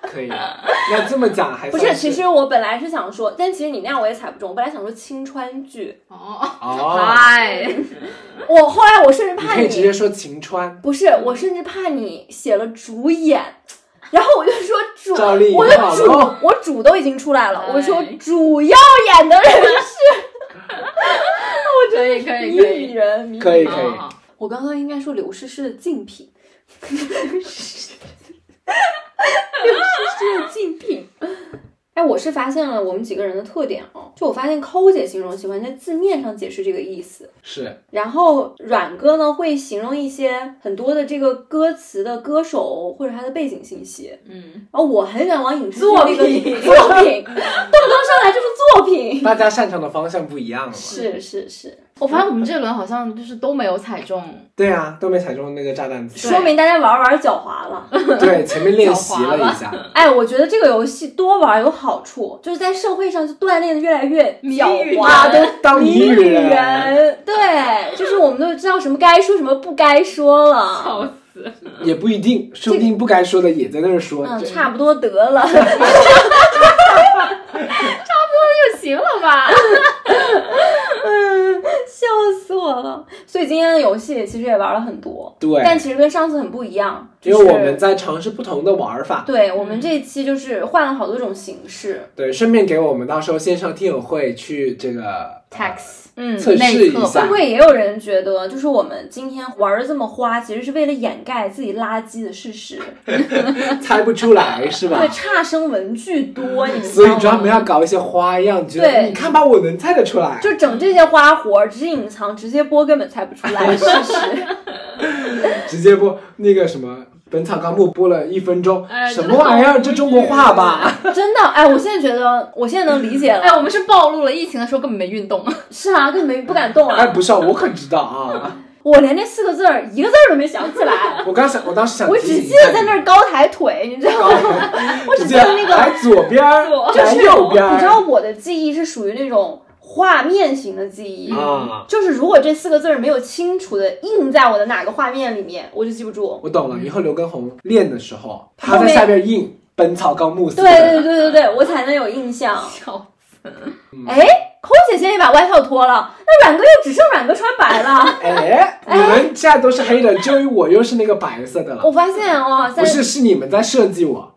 Speaker 2: 可可以，要这么讲还
Speaker 1: 不
Speaker 2: 算
Speaker 1: 是，其实我本来是想说，但其实你那样我也踩不中。我本来想说青川剧，
Speaker 3: 哦，
Speaker 2: 哦，
Speaker 3: 嗨，
Speaker 1: 我后来我甚至
Speaker 2: 你
Speaker 1: 怕
Speaker 2: 可以
Speaker 1: 你
Speaker 2: 直接说晴川，
Speaker 1: 不是，我甚至怕你写了主演，然后我就说主，
Speaker 2: 赵丽颖
Speaker 1: 我
Speaker 2: 好
Speaker 1: 的主
Speaker 2: 了，
Speaker 1: 我主都已经出来了，
Speaker 3: 哎
Speaker 1: 我说主要演的人是
Speaker 3: 可以可以
Speaker 1: 谜
Speaker 3: 可
Speaker 1: 语
Speaker 3: 以，
Speaker 1: 人，谜语
Speaker 2: 可以
Speaker 1: 人
Speaker 2: 可以
Speaker 3: 好好好
Speaker 1: 我刚刚应该说刘诗诗的竞品， 刘诗诗的竞品。哎，我是发现了我们几个人的特点哦，就我发现抠姐形容喜欢在字面上解释这个意思，
Speaker 2: 是
Speaker 1: 然后阮哥呢会形容一些很多的这个歌词的歌手或者他的背景信息，
Speaker 3: 嗯，
Speaker 1: 然后我很喜欢往影视剧
Speaker 3: 作
Speaker 1: 那个
Speaker 3: 品
Speaker 1: 作品， 动不动上来就是作品，
Speaker 2: 大家擅长的方向不一样了嘛。
Speaker 1: 是是是，
Speaker 3: 我发现我们这轮好像就是都没有踩中，
Speaker 2: 对啊，都没踩中那个炸弹词。
Speaker 1: 说明大家玩儿玩儿狡猾了。
Speaker 2: 对，前面练习了一 下，
Speaker 1: 哎，我觉得这个游戏多玩有好处，就是在社会上就锻炼的越来越狡
Speaker 2: 大
Speaker 1: 猾
Speaker 2: 家都当谜
Speaker 1: 谜语
Speaker 2: 语人，
Speaker 1: 人，对，就是我们都知道什么该说什么不该说了，
Speaker 3: 笑死，
Speaker 2: 也不一定，说不定不该说的也在那儿说。
Speaker 1: 嗯，
Speaker 2: 这
Speaker 1: 差不多得了。
Speaker 3: 就行了吧？
Speaker 1: 笑死我了！所以今天的游戏其实也玩了很多，
Speaker 2: 对
Speaker 1: 但其实跟上次很不一样，就
Speaker 2: 因
Speaker 1: 是
Speaker 2: 为我们在尝试不同的玩法。
Speaker 1: 对我们这一期就是换了好多种形式，
Speaker 2: 对，顺便给我们到时候线上听友会去这个呃
Speaker 3: tax
Speaker 1: 嗯。
Speaker 2: 测试一
Speaker 3: 内测
Speaker 2: 下
Speaker 1: 会不。会也有人觉得，就是我们今天玩的这么花，其实是为了掩盖自己垃圾的事实？
Speaker 2: 猜不出来是吧
Speaker 1: 对，？差生文具多，你们知
Speaker 2: 所
Speaker 1: 道
Speaker 2: 以
Speaker 1: 吗
Speaker 2: 专门要搞一些花样，觉得哎
Speaker 1: 对
Speaker 2: 你看吧，我能猜得出来。
Speaker 1: 就整这些花活儿，只是隐藏，直接播根本猜不出来的事实。
Speaker 2: 直接播那个什么《本草纲目》播了一分钟
Speaker 1: 呃
Speaker 3: 哎，
Speaker 2: 什么玩意儿？这中国话吧？
Speaker 1: 真的，哎，我现在觉得，我现在能理解了。
Speaker 3: 哎，我们是暴露了疫情的时候根本没运动，
Speaker 1: 是啊，根本没不敢动
Speaker 2: 哎，
Speaker 1: 啊，
Speaker 2: 不是，我可知道啊！
Speaker 1: 我连那四个字儿一个字儿都没想起来，
Speaker 2: 我刚想，我当时想，
Speaker 1: 我只记得在那儿高抬腿，你知道吗？
Speaker 2: 我只记得那个还左边儿，还右边儿，
Speaker 1: 你知道我的记忆是属于那种画面型的记忆。
Speaker 2: 啊？
Speaker 1: 就是如果这四个字儿没有清楚的印在我的哪个画面里面，我就记不住。
Speaker 2: 我懂了，以后刘畊宏练的时候，他
Speaker 1: 后
Speaker 2: 在
Speaker 1: 面
Speaker 2: 下边印《本草纲目》四
Speaker 1: 对
Speaker 2: 个
Speaker 1: 对
Speaker 2: 字。
Speaker 1: 对对对，我才能有印象。
Speaker 3: 笑
Speaker 2: 嗯
Speaker 1: 哎，抠姐现在把外套脱了，那阮哥又只剩阮哥穿白了。
Speaker 2: 哎，你们现在都是黑的，就我又是那个白色的了。
Speaker 1: 我发现哦哇塞
Speaker 2: 不，是，是你们在设计我。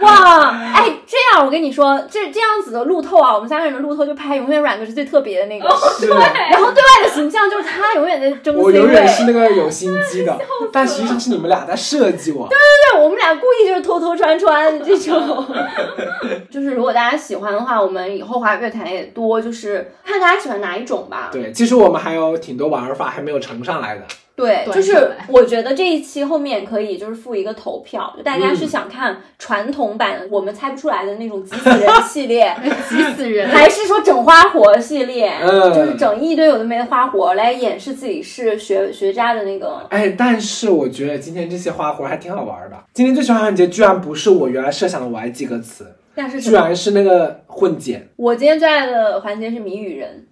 Speaker 1: 哇，哎，这样我跟你说，这这样子的路透啊，我们三个人的路透就拍永远阮哥是最特别的那个，
Speaker 2: 是，
Speaker 1: 然 后对外的形象就是他永远在争 C
Speaker 2: 哦我
Speaker 1: 位。
Speaker 2: 永远是那个有心机的，但实际上是你们俩在设计我。
Speaker 1: 对，我们俩故意就是偷偷穿穿这种。 就是如果大家喜欢的话，我们以后滑乐坛也多，就是看大家喜欢哪一种吧。
Speaker 2: 对，其实我们还有挺多玩法还没有呈上来的。
Speaker 1: 对，
Speaker 3: 对
Speaker 1: 就是我觉得这一期后面可以就是附一个投票，就大家是想看传统版的我们猜不出来的那种急死人系列。
Speaker 3: 哎急死 人。
Speaker 1: 还是说整花活系列，
Speaker 2: 嗯
Speaker 1: 就是整一堆有的没的花活来掩饰自己是学学渣的那个，
Speaker 2: 哎，但是我觉得今天这些花活还挺好玩的。今天最喜欢环节居然不是我原来设想的我还记个词，
Speaker 1: 那是什
Speaker 2: 居
Speaker 1: 么？
Speaker 2: 然是那个混剪。
Speaker 1: 我今天最爱的环节是谜语人。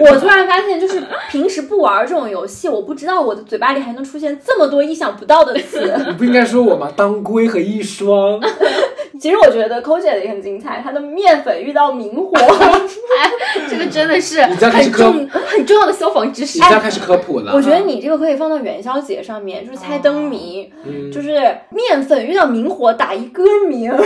Speaker 1: 我突然发现，就是平时不玩这种游戏，我不知道我的嘴巴里还能出现这么多意想不到的词。
Speaker 2: 你不应该说我吗？当归和一霜，
Speaker 1: 哎其实我觉得抠姐的也很精彩，她的面粉遇到明火，
Speaker 3: 这个真的是
Speaker 2: 你这样开始
Speaker 3: 很重很重要的消防知识
Speaker 2: 你。要开始科普
Speaker 1: 我
Speaker 2: 了。
Speaker 1: 觉得你这个可以放到元宵节上面，就是猜灯谜，
Speaker 2: 嗯，
Speaker 1: 就是面粉遇到明火打一歌名。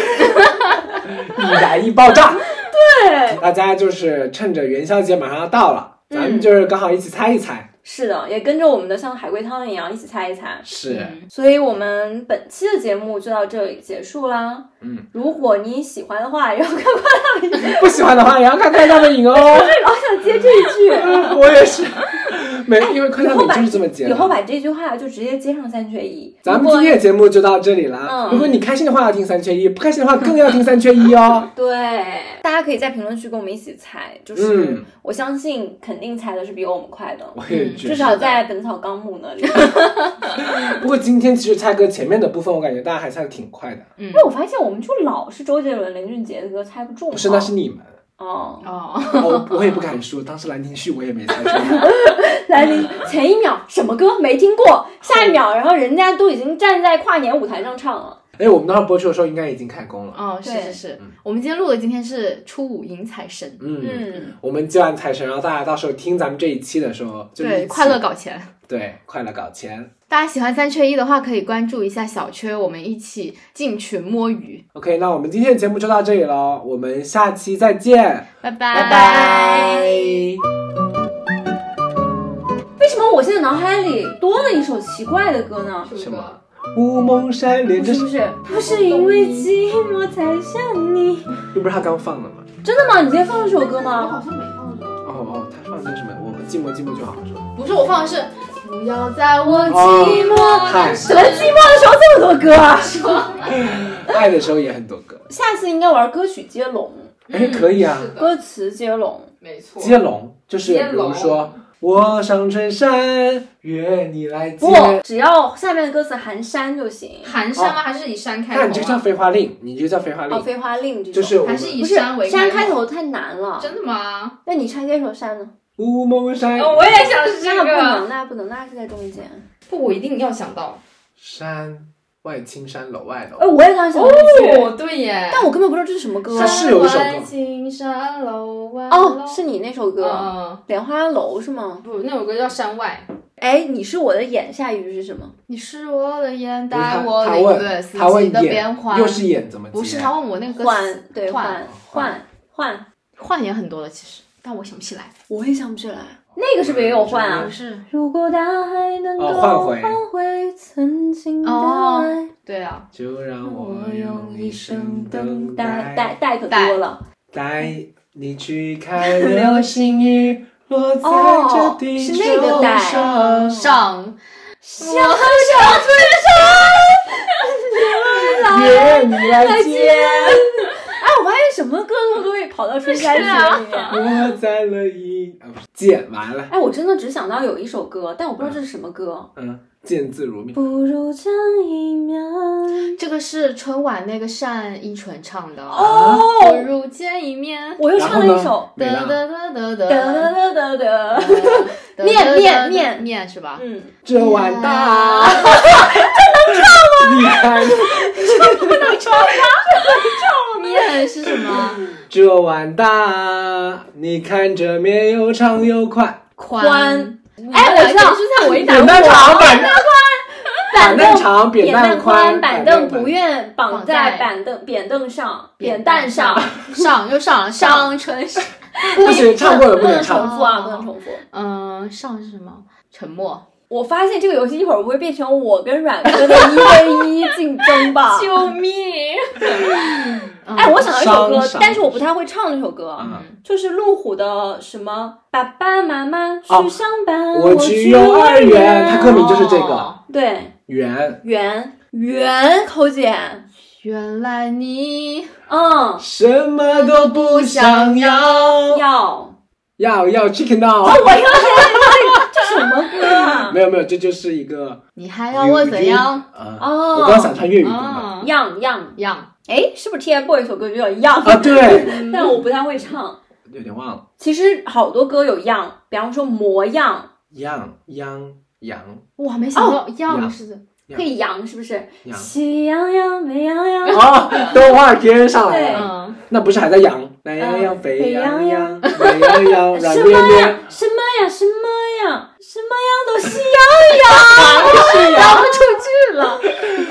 Speaker 2: 易燃易爆炸。
Speaker 1: 对，嗯
Speaker 2: 大家就是趁着元宵节马上要到了，咱们就是刚好一起猜一猜。
Speaker 1: 是的，也跟着我们的像海龟汤一样一起猜一猜。
Speaker 2: 是，
Speaker 3: 嗯
Speaker 1: 所以我们本期的节目就到这里结束啦。
Speaker 2: 嗯，
Speaker 1: 如果你喜欢的话，也要赶快
Speaker 2: 不喜欢的话也要看《快乐的瘾》哦。
Speaker 1: 老想接 这一句。
Speaker 2: 我也是，没，因为《快乐的
Speaker 1: 以后
Speaker 2: 瘾》
Speaker 1: 把
Speaker 2: 就是这么接
Speaker 1: 以后
Speaker 2: 的。
Speaker 1: 把这句话就直接接上三缺一。
Speaker 2: 咱
Speaker 1: 如
Speaker 2: 们
Speaker 1: 果
Speaker 2: 今天的节目就到这里啦。
Speaker 1: 嗯
Speaker 2: 如果你开心的话要听三缺一，不开心的话更要听三缺一哦。
Speaker 1: 对，大家可以在评论区跟我们一起猜，就是、
Speaker 2: 嗯
Speaker 1: 我相信肯定猜的是比我们快的，
Speaker 2: 我也觉
Speaker 1: 至
Speaker 2: 得。
Speaker 1: 少在《本草纲目》那里。
Speaker 2: 不过今天其实猜歌前面的部分，我感觉大家还猜的挺快的。
Speaker 1: 因为我发现我们就老是周杰伦、林俊杰的歌猜不中，啊
Speaker 2: 不是，那是你 们。
Speaker 1: 哦，
Speaker 3: 哦，
Speaker 2: 哦，我也不敢说，当时兰亭序我也没猜出。
Speaker 1: 来临前一秒什么歌没听过，下一秒然后人家都已经站在跨年舞台上唱了。
Speaker 2: 哎，我们当时播出的时候应该已经开工了。
Speaker 3: 哦，是
Speaker 1: 对
Speaker 3: 是是，我们今天录的今天是初五迎财神，
Speaker 2: 嗯，
Speaker 1: 嗯，
Speaker 2: 我们接完财神，然后大家到时候听咱们这一期的时候，就一
Speaker 3: 对，
Speaker 2: 起
Speaker 3: 快乐搞钱。
Speaker 2: 对快乐搞钱。
Speaker 3: 大家喜欢三缺一的话，可以关注一下小缺，我们一起进群摸鱼。
Speaker 2: OK，那我们今天的节目就到这里了，我们下期再见，
Speaker 3: 拜拜
Speaker 2: 拜拜
Speaker 1: 为什么我现在脑海里多了一首奇怪的歌呢？
Speaker 2: 什么？乌蒙山连着
Speaker 1: 是不是？不是因为寂寞才想你。
Speaker 2: 又不是他刚放的吗？
Speaker 1: 真的吗？你今天放了这首歌
Speaker 7: 我好
Speaker 1: 吗？
Speaker 7: 像没放这个，
Speaker 2: 哦哦，他放的是什么？我们寂寞寂寞就好是吧？
Speaker 3: 不是我放的是不要在我
Speaker 2: 寂
Speaker 3: 寞
Speaker 2: 嗨，
Speaker 1: 什么寂寞的时候这么多歌啊？
Speaker 2: 哦爱的时候也很多歌，
Speaker 1: 下次应该玩歌曲接龙，
Speaker 2: 哎，可以啊，
Speaker 7: 是的，
Speaker 1: 歌词接龙。
Speaker 7: 没错。
Speaker 2: 接龙就是
Speaker 7: 接
Speaker 2: 比
Speaker 7: 龙
Speaker 2: 如说我上春山，约你来接
Speaker 1: 不。，只要下面的歌词含山就行。
Speaker 3: 寒山吗？还是以山开头、
Speaker 2: 哦
Speaker 3: 啊？
Speaker 2: 那你这个叫《飞花令》，你这个叫《飞花令
Speaker 1: 哦，》，飞花令这种
Speaker 2: 就是我
Speaker 3: 还
Speaker 2: 们
Speaker 3: 是以
Speaker 1: 不是
Speaker 3: 山为
Speaker 1: 山开
Speaker 3: 头？
Speaker 1: 头太难了。
Speaker 3: 真的吗？
Speaker 1: 那你唱这首山呢？
Speaker 2: 乌蒙山
Speaker 3: 哦，我也想是这
Speaker 1: 那不
Speaker 3: 个。
Speaker 1: 能，那不能，那是在中间。
Speaker 3: 不，我一定要想到。
Speaker 2: 山外青山楼外
Speaker 1: 哎，
Speaker 3: 呃
Speaker 2: 楼，
Speaker 1: 我也刚想到这句，
Speaker 3: 哦，对耶。
Speaker 1: 但我根本不知道这是什么歌啊
Speaker 2: 它。是有一首歌
Speaker 3: 山外青山楼外
Speaker 1: 哦，是你那首歌
Speaker 3: 嗯
Speaker 1: 《莲花楼》是吗？
Speaker 3: 不，那首歌叫《山外》。
Speaker 1: 哎，你是我的眼，下一句是什么？
Speaker 3: 你是我的眼，
Speaker 2: 不是他
Speaker 3: 带我
Speaker 2: 他
Speaker 3: 领略
Speaker 2: 问
Speaker 3: 四
Speaker 2: 他
Speaker 3: 季
Speaker 2: 问
Speaker 3: 的变化
Speaker 2: 眼，。又是眼怎么接？
Speaker 3: 不是他问我那个
Speaker 1: 换对
Speaker 3: 换
Speaker 1: 换换换，
Speaker 3: 换也很多了，其实，但我想不起来。
Speaker 1: 我也想不起来。那个是不是也有换
Speaker 2: 嗯
Speaker 1: 啊
Speaker 3: 不？是，
Speaker 1: 如果大海能够
Speaker 2: 哦换回
Speaker 1: 换回曾经的
Speaker 3: 哦
Speaker 1: 爱，
Speaker 3: 对啊，
Speaker 2: 就让我用一生等
Speaker 1: 带
Speaker 2: 待
Speaker 1: 带。带可多了。
Speaker 2: 带你去看流星雨落在这地球
Speaker 1: 哦是那个带
Speaker 2: 上。
Speaker 1: 嗯
Speaker 3: 上
Speaker 1: 小小春山，
Speaker 2: 约你来
Speaker 1: 姐。
Speaker 2: 接，
Speaker 1: 哎，我发现什么歌都都会跑到春山节里面。
Speaker 2: 我在了一啊不是见完了，
Speaker 1: 哎，我真的只想到有一首歌，但我不知道这是什么歌。
Speaker 2: 嗯，见字如面。
Speaker 1: 不如这一秒。
Speaker 3: 这个是春晚那个单依纯唱的。不
Speaker 1: 哦，
Speaker 3: 如见一面。
Speaker 1: 我又
Speaker 2: 然
Speaker 1: 唱
Speaker 2: 后
Speaker 1: 了一
Speaker 2: 呢
Speaker 1: 首？。
Speaker 2: 没
Speaker 3: 得
Speaker 2: 了。
Speaker 3: 得得得
Speaker 1: 哒哒哒
Speaker 3: 得
Speaker 1: 哒哒。
Speaker 3: 得，
Speaker 1: 面面面
Speaker 3: 面是吧？啊
Speaker 1: 嗯，
Speaker 2: 这碗大， 你看
Speaker 3: 面是什么？
Speaker 2: 这碗大，你看这面又长又宽。
Speaker 1: 宽。
Speaker 3: 哎，我
Speaker 1: 你们
Speaker 3: 知道
Speaker 1: 俩就是在 为难
Speaker 2: 扁担长，板凳
Speaker 1: 板
Speaker 2: 板
Speaker 1: 凳
Speaker 2: 凳长，扁
Speaker 1: 扁担
Speaker 2: 宽，
Speaker 1: 宽，板凳不愿绑在板凳扁凳上，扁
Speaker 3: 扁
Speaker 1: 担上。
Speaker 3: 上又上了上春山。
Speaker 2: 不行，唱过了不
Speaker 1: 不
Speaker 2: 能
Speaker 1: 能
Speaker 2: 唱。
Speaker 1: 重复啊，不能重复。
Speaker 3: 嗯，上是什么？沉默。
Speaker 1: 我发现这个游戏一会儿不会变成我跟阮哥的一对一竞争吧？
Speaker 3: 救命！
Speaker 1: 哎，我想到一首歌
Speaker 2: 嗯伤伤，
Speaker 1: 但是我不太会唱那首歌，
Speaker 2: 嗯
Speaker 1: 就是路虎的什么爸爸妈妈
Speaker 2: 哦
Speaker 1: 去上班，
Speaker 2: 我去
Speaker 1: 去
Speaker 2: 幼儿园，
Speaker 1: 园。
Speaker 2: 它歌名就是这个
Speaker 3: 哦
Speaker 1: 对
Speaker 2: 园。
Speaker 1: 圆圆抠姐，
Speaker 3: 原来你
Speaker 1: 嗯，
Speaker 2: 什么都不想要，
Speaker 1: 要哎
Speaker 2: 要要 chicken now。
Speaker 1: 这什么歌 啊？
Speaker 2: 没有没有，这就是一个
Speaker 3: 你还要我怎样？
Speaker 2: 啊、
Speaker 1: 哦
Speaker 2: 我刚想唱粤语歌嘛。
Speaker 3: 啊，
Speaker 1: 样样，
Speaker 3: 样
Speaker 1: 哎，是不是 TFBOYS 有首歌就叫样？
Speaker 2: 啊，对，
Speaker 1: 但我不太会唱。
Speaker 2: 有点忘了，
Speaker 1: 其实好多歌有样，比方说模样，
Speaker 2: 样样羊
Speaker 3: 我还没想到样
Speaker 2: 样
Speaker 3: 是
Speaker 1: 可以扬是不是？
Speaker 2: 羊。
Speaker 1: 喜羊羊、美羊羊，
Speaker 2: 哦，动画片上来
Speaker 1: 对
Speaker 2: 了，
Speaker 3: 嗯，
Speaker 2: 那不是还在羊？懒羊羊、肥羊羊、美羊 羊、软绵绵，
Speaker 1: 什么呀什么呀什么样都喜羊羊，
Speaker 3: 不出 去了。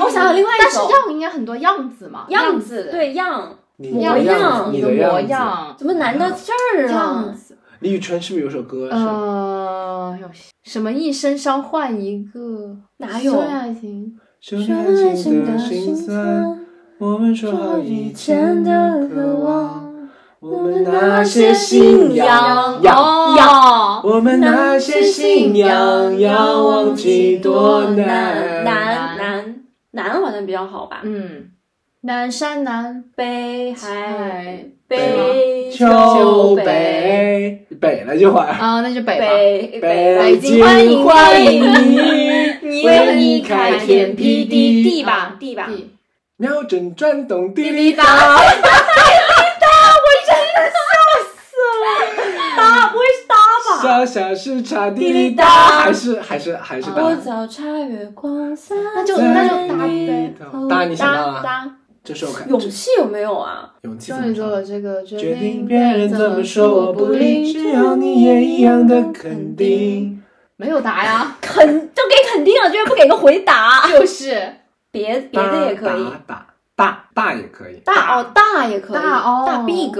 Speaker 1: 我想到另外一
Speaker 3: 但是
Speaker 1: 首
Speaker 3: 样应该很多样子嘛，
Speaker 1: 样
Speaker 3: 子，
Speaker 1: 对样，
Speaker 2: 你
Speaker 1: 模
Speaker 2: 的
Speaker 1: 样
Speaker 2: 样，
Speaker 3: 你
Speaker 2: 的
Speaker 3: 模
Speaker 2: 样子。
Speaker 3: 样，哎
Speaker 1: 怎么难
Speaker 2: 嗯
Speaker 1: 到这儿
Speaker 3: 样
Speaker 1: 啊？
Speaker 3: 子。
Speaker 2: 李宇春是不是有首歌是？
Speaker 3: 呃，有什么嗯一身伤换一个？
Speaker 1: 哪有
Speaker 3: 说爱情？
Speaker 2: 说爱情的心酸，我们说好以前的渴望，我们那些信仰，仰
Speaker 3: 哦，
Speaker 2: 我们那些信仰要忘记多难。
Speaker 1: 难难难好像比较好吧？
Speaker 3: 嗯，南山南
Speaker 1: 北海
Speaker 3: 海
Speaker 1: 北
Speaker 2: 秋
Speaker 1: 北
Speaker 2: 北北了就换。
Speaker 3: 啊，那就北
Speaker 1: 北
Speaker 3: 吧。
Speaker 2: 北
Speaker 3: 京
Speaker 2: 京
Speaker 3: 欢迎
Speaker 2: 欢迎
Speaker 1: 你
Speaker 2: 你，为你开天辟
Speaker 1: 地
Speaker 2: 地，
Speaker 1: 吧地吧，
Speaker 3: 地
Speaker 2: 秒针转动滴
Speaker 1: 滴
Speaker 2: 滴
Speaker 1: 答
Speaker 2: 答。
Speaker 1: 答，我真的笑死了，答不会是答吧？
Speaker 2: 小小市场滴
Speaker 1: 滴
Speaker 2: 滴
Speaker 1: 答
Speaker 2: 答，还是还是还是答
Speaker 1: 我
Speaker 2: 案。
Speaker 1: 早插月光洒在
Speaker 3: 那就那就答
Speaker 2: 在
Speaker 3: 呗
Speaker 2: 你头答案你想到了吗？
Speaker 1: 答
Speaker 2: 这首歌
Speaker 1: 勇气有没有啊？
Speaker 2: 勇气怎么
Speaker 3: 终于做
Speaker 2: 说？
Speaker 3: 了这个
Speaker 2: 决定
Speaker 3: 嗯
Speaker 2: 别人怎么说我不理，只要你 也一样的肯定。
Speaker 3: 没有答呀，
Speaker 1: 肯都给肯定了，居然不给个回答，
Speaker 3: 就是
Speaker 1: 别别的也可以，
Speaker 2: 大大大大也可以，
Speaker 1: 大哦大也可以，
Speaker 3: 大哦
Speaker 1: 大 big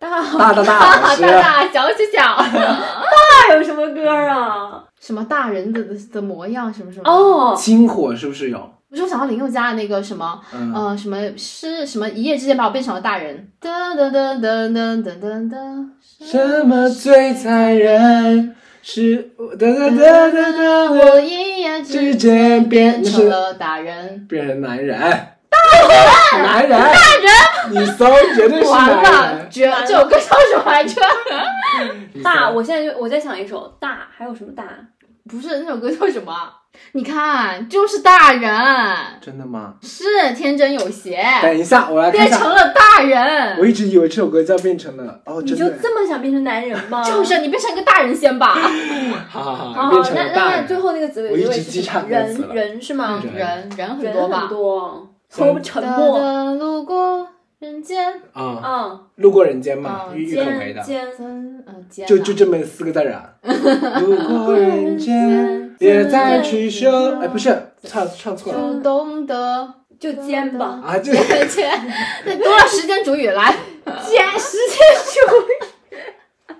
Speaker 3: 大
Speaker 2: 大大大老
Speaker 3: 大
Speaker 2: 师，
Speaker 3: 大小小小，
Speaker 1: 大有什么歌啊？
Speaker 3: 什么大人的的的模样什么什么，
Speaker 1: 哦，
Speaker 2: 星火是不是有？
Speaker 3: 不是我想到林宥嘉的那个什么
Speaker 2: 嗯，
Speaker 3: 呃什么是什么一夜之间把我变成了大人，噔噔噔噔噔噔噔噔，
Speaker 2: 什么最残忍？是哒哒哒哒哒，
Speaker 3: 我
Speaker 2: 我
Speaker 3: 一夜之
Speaker 2: 之
Speaker 3: 间
Speaker 2: 间变
Speaker 3: 变成
Speaker 2: 成
Speaker 3: 了大人，
Speaker 2: 变成男人，男人，男人，你搜绝对是
Speaker 3: 完
Speaker 2: 男
Speaker 3: 了，
Speaker 2: 人，
Speaker 3: 绝这首歌叫什么来着？
Speaker 2: 你搜哦
Speaker 1: 大，我现在就我在想一首大，还有什么大？
Speaker 3: 不是那首歌叫什么？你看，就是大人，
Speaker 2: 真的吗？
Speaker 3: 是天真有邪，
Speaker 2: 等一下，我来看
Speaker 3: 变
Speaker 2: 一
Speaker 3: 成
Speaker 2: 下。
Speaker 3: 了大
Speaker 2: 我
Speaker 3: 人。
Speaker 2: 一直以为这首歌叫变成了哦，
Speaker 1: 你
Speaker 2: 真
Speaker 1: 就
Speaker 2: 的，
Speaker 1: 这么想变成男人 吗？
Speaker 3: 就是你变成一个大人先吧，
Speaker 2: 好好好，
Speaker 1: 哦
Speaker 2: 变，成
Speaker 1: 那
Speaker 2: 了
Speaker 1: 那
Speaker 2: 大
Speaker 1: 那
Speaker 2: 人。
Speaker 1: 最后那个结
Speaker 2: 我
Speaker 1: 尾
Speaker 2: 一
Speaker 1: 结尾
Speaker 2: 直记
Speaker 1: 是什么
Speaker 2: 差不多
Speaker 1: 人
Speaker 2: 字了嗯
Speaker 1: 人是吗？
Speaker 2: 人
Speaker 3: 人人很
Speaker 1: 人
Speaker 3: 多
Speaker 1: 很
Speaker 3: 吧。
Speaker 1: 多，沉沉默，
Speaker 3: 的路过人间，
Speaker 2: 啊，
Speaker 1: 嗯，
Speaker 2: 路过人间嘛，
Speaker 3: 嗯
Speaker 2: 郁郁可
Speaker 1: 尖
Speaker 2: 唯的，
Speaker 1: 尖
Speaker 3: 嗯呃，间
Speaker 2: 就
Speaker 3: 啊
Speaker 2: 就这么四个字 儿啊。路过人间，别再去说，哎，不是，唱唱错了
Speaker 3: 就懂得
Speaker 1: 就肩膀，
Speaker 2: 啊，这
Speaker 3: 切，那多了时间主语来，
Speaker 1: 肩 时间主语，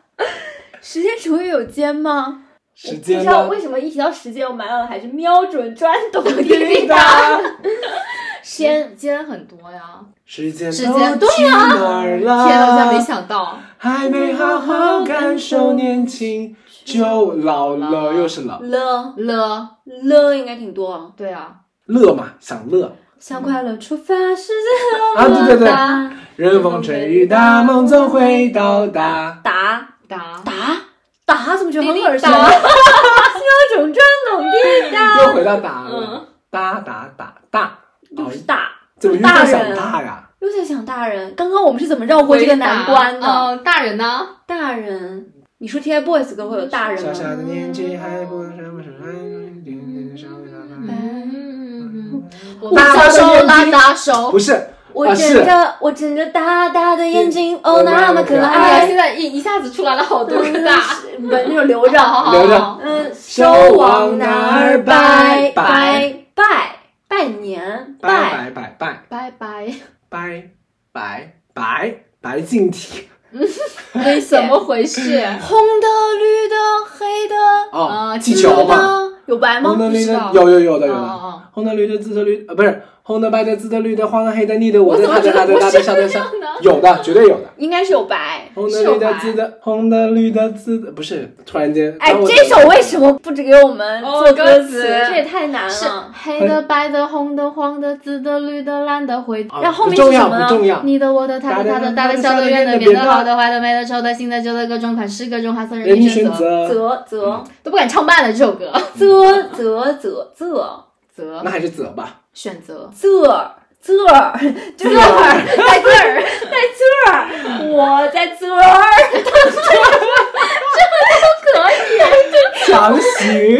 Speaker 1: 时间主语有肩吗？
Speaker 2: 时
Speaker 1: 不
Speaker 2: 间
Speaker 1: 知
Speaker 2: 呢
Speaker 1: 道？为什么一提到时间，我买到的还是瞄准专懂的
Speaker 2: 叮
Speaker 1: 叮
Speaker 2: 当，
Speaker 3: 间间很多呀。
Speaker 2: 时间
Speaker 3: 时
Speaker 2: 都
Speaker 3: 间
Speaker 2: 去哪儿了？
Speaker 3: 天啊呐，我真没想到，
Speaker 2: 还没好好感受年轻，就老了，又是老
Speaker 1: 了
Speaker 3: 了，
Speaker 1: 了应该挺多，
Speaker 3: 对啊，
Speaker 2: 乐嘛，想乐
Speaker 1: 向快乐出发，世界
Speaker 2: 啊！对对对，
Speaker 1: 大
Speaker 2: 任风吹雨打，梦总会到达。
Speaker 1: 达
Speaker 3: 答
Speaker 1: 达达，怎么觉得
Speaker 3: 滴
Speaker 1: 很
Speaker 3: 滴
Speaker 1: 耳熟？
Speaker 3: 答
Speaker 1: 标准转懂滴 答，
Speaker 2: 又回到打了，打打打打，
Speaker 1: 又
Speaker 2: 哦
Speaker 1: 嗯是，大，
Speaker 2: 怎么又
Speaker 1: 大
Speaker 2: 在想
Speaker 1: 人，
Speaker 2: 大呀？
Speaker 1: 又在想大人。刚刚我们是怎么绕过这个难关的？
Speaker 3: 嗯、大人呢？
Speaker 1: 大人，你说 TFBOYS 歌会有大人
Speaker 2: 小小
Speaker 1: 吗？
Speaker 2: 的年纪还不什么什么，
Speaker 3: 嗯，我
Speaker 1: 我
Speaker 3: 们小
Speaker 2: 小时
Speaker 3: 手
Speaker 2: 候
Speaker 3: 拉大手
Speaker 2: 不。啊是，
Speaker 1: 我
Speaker 2: 是
Speaker 1: 睁着我睁着大大的眼睛，哦，
Speaker 2: 哦
Speaker 1: 那
Speaker 2: 那
Speaker 1: 么
Speaker 2: 么
Speaker 1: 可
Speaker 2: 可
Speaker 3: 哎呀，
Speaker 1: 爱。
Speaker 3: 现在一一下子出来了好多个
Speaker 1: 嗯
Speaker 3: 大，
Speaker 1: 是不是那种留着。
Speaker 3: 好好
Speaker 2: 留着
Speaker 3: 好，
Speaker 1: 嗯，手
Speaker 2: 手
Speaker 1: 往
Speaker 2: 往
Speaker 1: 哪
Speaker 2: 哪
Speaker 1: 儿
Speaker 2: 儿
Speaker 1: 摆
Speaker 2: 摆
Speaker 1: 摆拜拜年拜
Speaker 2: 拜拜拜拜
Speaker 3: 拜拜。
Speaker 2: 拜拜白白敬亭
Speaker 1: 危
Speaker 3: 怎么回事？
Speaker 1: 红的、绿的、黑的，
Speaker 2: 哦
Speaker 3: 啊，
Speaker 2: 气
Speaker 3: 记住
Speaker 2: 球
Speaker 3: 了
Speaker 2: 嘛。
Speaker 1: 呢？有白吗
Speaker 2: 红？的
Speaker 3: 不
Speaker 2: 绿
Speaker 3: 知
Speaker 2: 的
Speaker 3: 道
Speaker 2: 有有有的有
Speaker 3: 哦
Speaker 2: 的
Speaker 3: 哦哦，
Speaker 2: 红的绿的紫的绿呃不是红的白的紫的绿的黄的黑的你的我的
Speaker 3: 怎么
Speaker 2: 他
Speaker 3: 觉
Speaker 2: 的他
Speaker 3: 得
Speaker 2: 的
Speaker 3: 不
Speaker 2: 他
Speaker 3: 是
Speaker 2: 的小的
Speaker 3: 这
Speaker 2: 小
Speaker 3: 样呢？
Speaker 2: 有的绝对有的。
Speaker 1: 应该是有白。
Speaker 2: 红
Speaker 3: 是
Speaker 2: 的
Speaker 3: 有
Speaker 2: 绿的
Speaker 3: 吧
Speaker 2: 紫的红的绿的紫的不是突然间
Speaker 1: 哎，
Speaker 2: 刚我
Speaker 1: 这
Speaker 2: 想
Speaker 1: 首
Speaker 2: 到
Speaker 1: 为什么不只给我们
Speaker 3: 哦
Speaker 1: 做
Speaker 3: 歌
Speaker 1: 词？
Speaker 3: 词
Speaker 1: 这也太难
Speaker 3: 是
Speaker 1: 了。
Speaker 3: 黑的、白的、红的、黄的、紫的、绿的、蓝的、灰的。
Speaker 2: 啊
Speaker 1: 然后后面
Speaker 2: 不重
Speaker 1: 是什
Speaker 2: 要
Speaker 1: 么呢
Speaker 2: 不重要，
Speaker 3: 你的、我的、他的、他的、大的、小的、圆的、扁的、好的、坏的、美的、丑的、新的、旧的，各种款式、各种花色，
Speaker 2: 任
Speaker 3: 任
Speaker 2: 你
Speaker 3: 你
Speaker 2: 选
Speaker 3: 选择。
Speaker 2: 择，
Speaker 1: 啧啧
Speaker 3: 都不敢唱慢了这首歌。
Speaker 1: 啧啧啧啧
Speaker 3: 择
Speaker 2: 那还是择吧。
Speaker 3: 选择，
Speaker 1: 啧啧儿，啧儿在这儿，在这儿，我在这儿，
Speaker 2: 强行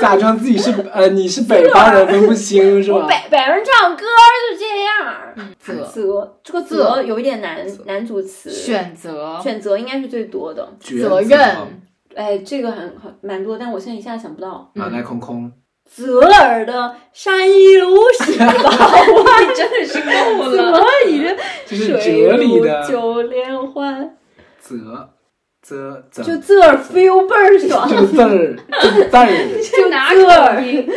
Speaker 2: 假装自己是呃你是北方人分不清是
Speaker 1: 我
Speaker 2: 吧？
Speaker 1: 北北人唱歌就这样。
Speaker 3: 择
Speaker 1: 啧，这个啧
Speaker 3: 嗯啧
Speaker 1: 有一点难难组词，
Speaker 3: 选择，
Speaker 1: 选择应该是最多的。
Speaker 2: 抉
Speaker 3: 责
Speaker 2: 择啊
Speaker 3: 任
Speaker 1: 哎，这个很很蛮多，但我现在一下想不到。
Speaker 2: 啊，来空空，
Speaker 1: 择尔的山一路是吧？
Speaker 3: 你真的是 够
Speaker 1: 择。以
Speaker 2: 这嗯是
Speaker 1: 水
Speaker 2: 哲理
Speaker 1: 如
Speaker 2: 的嗯
Speaker 1: 九连环，
Speaker 2: 择择择，
Speaker 1: 就这儿 feel 倍儿爽
Speaker 2: 这。个字儿，这个字儿，
Speaker 3: 这哪
Speaker 1: 个
Speaker 3: 口音？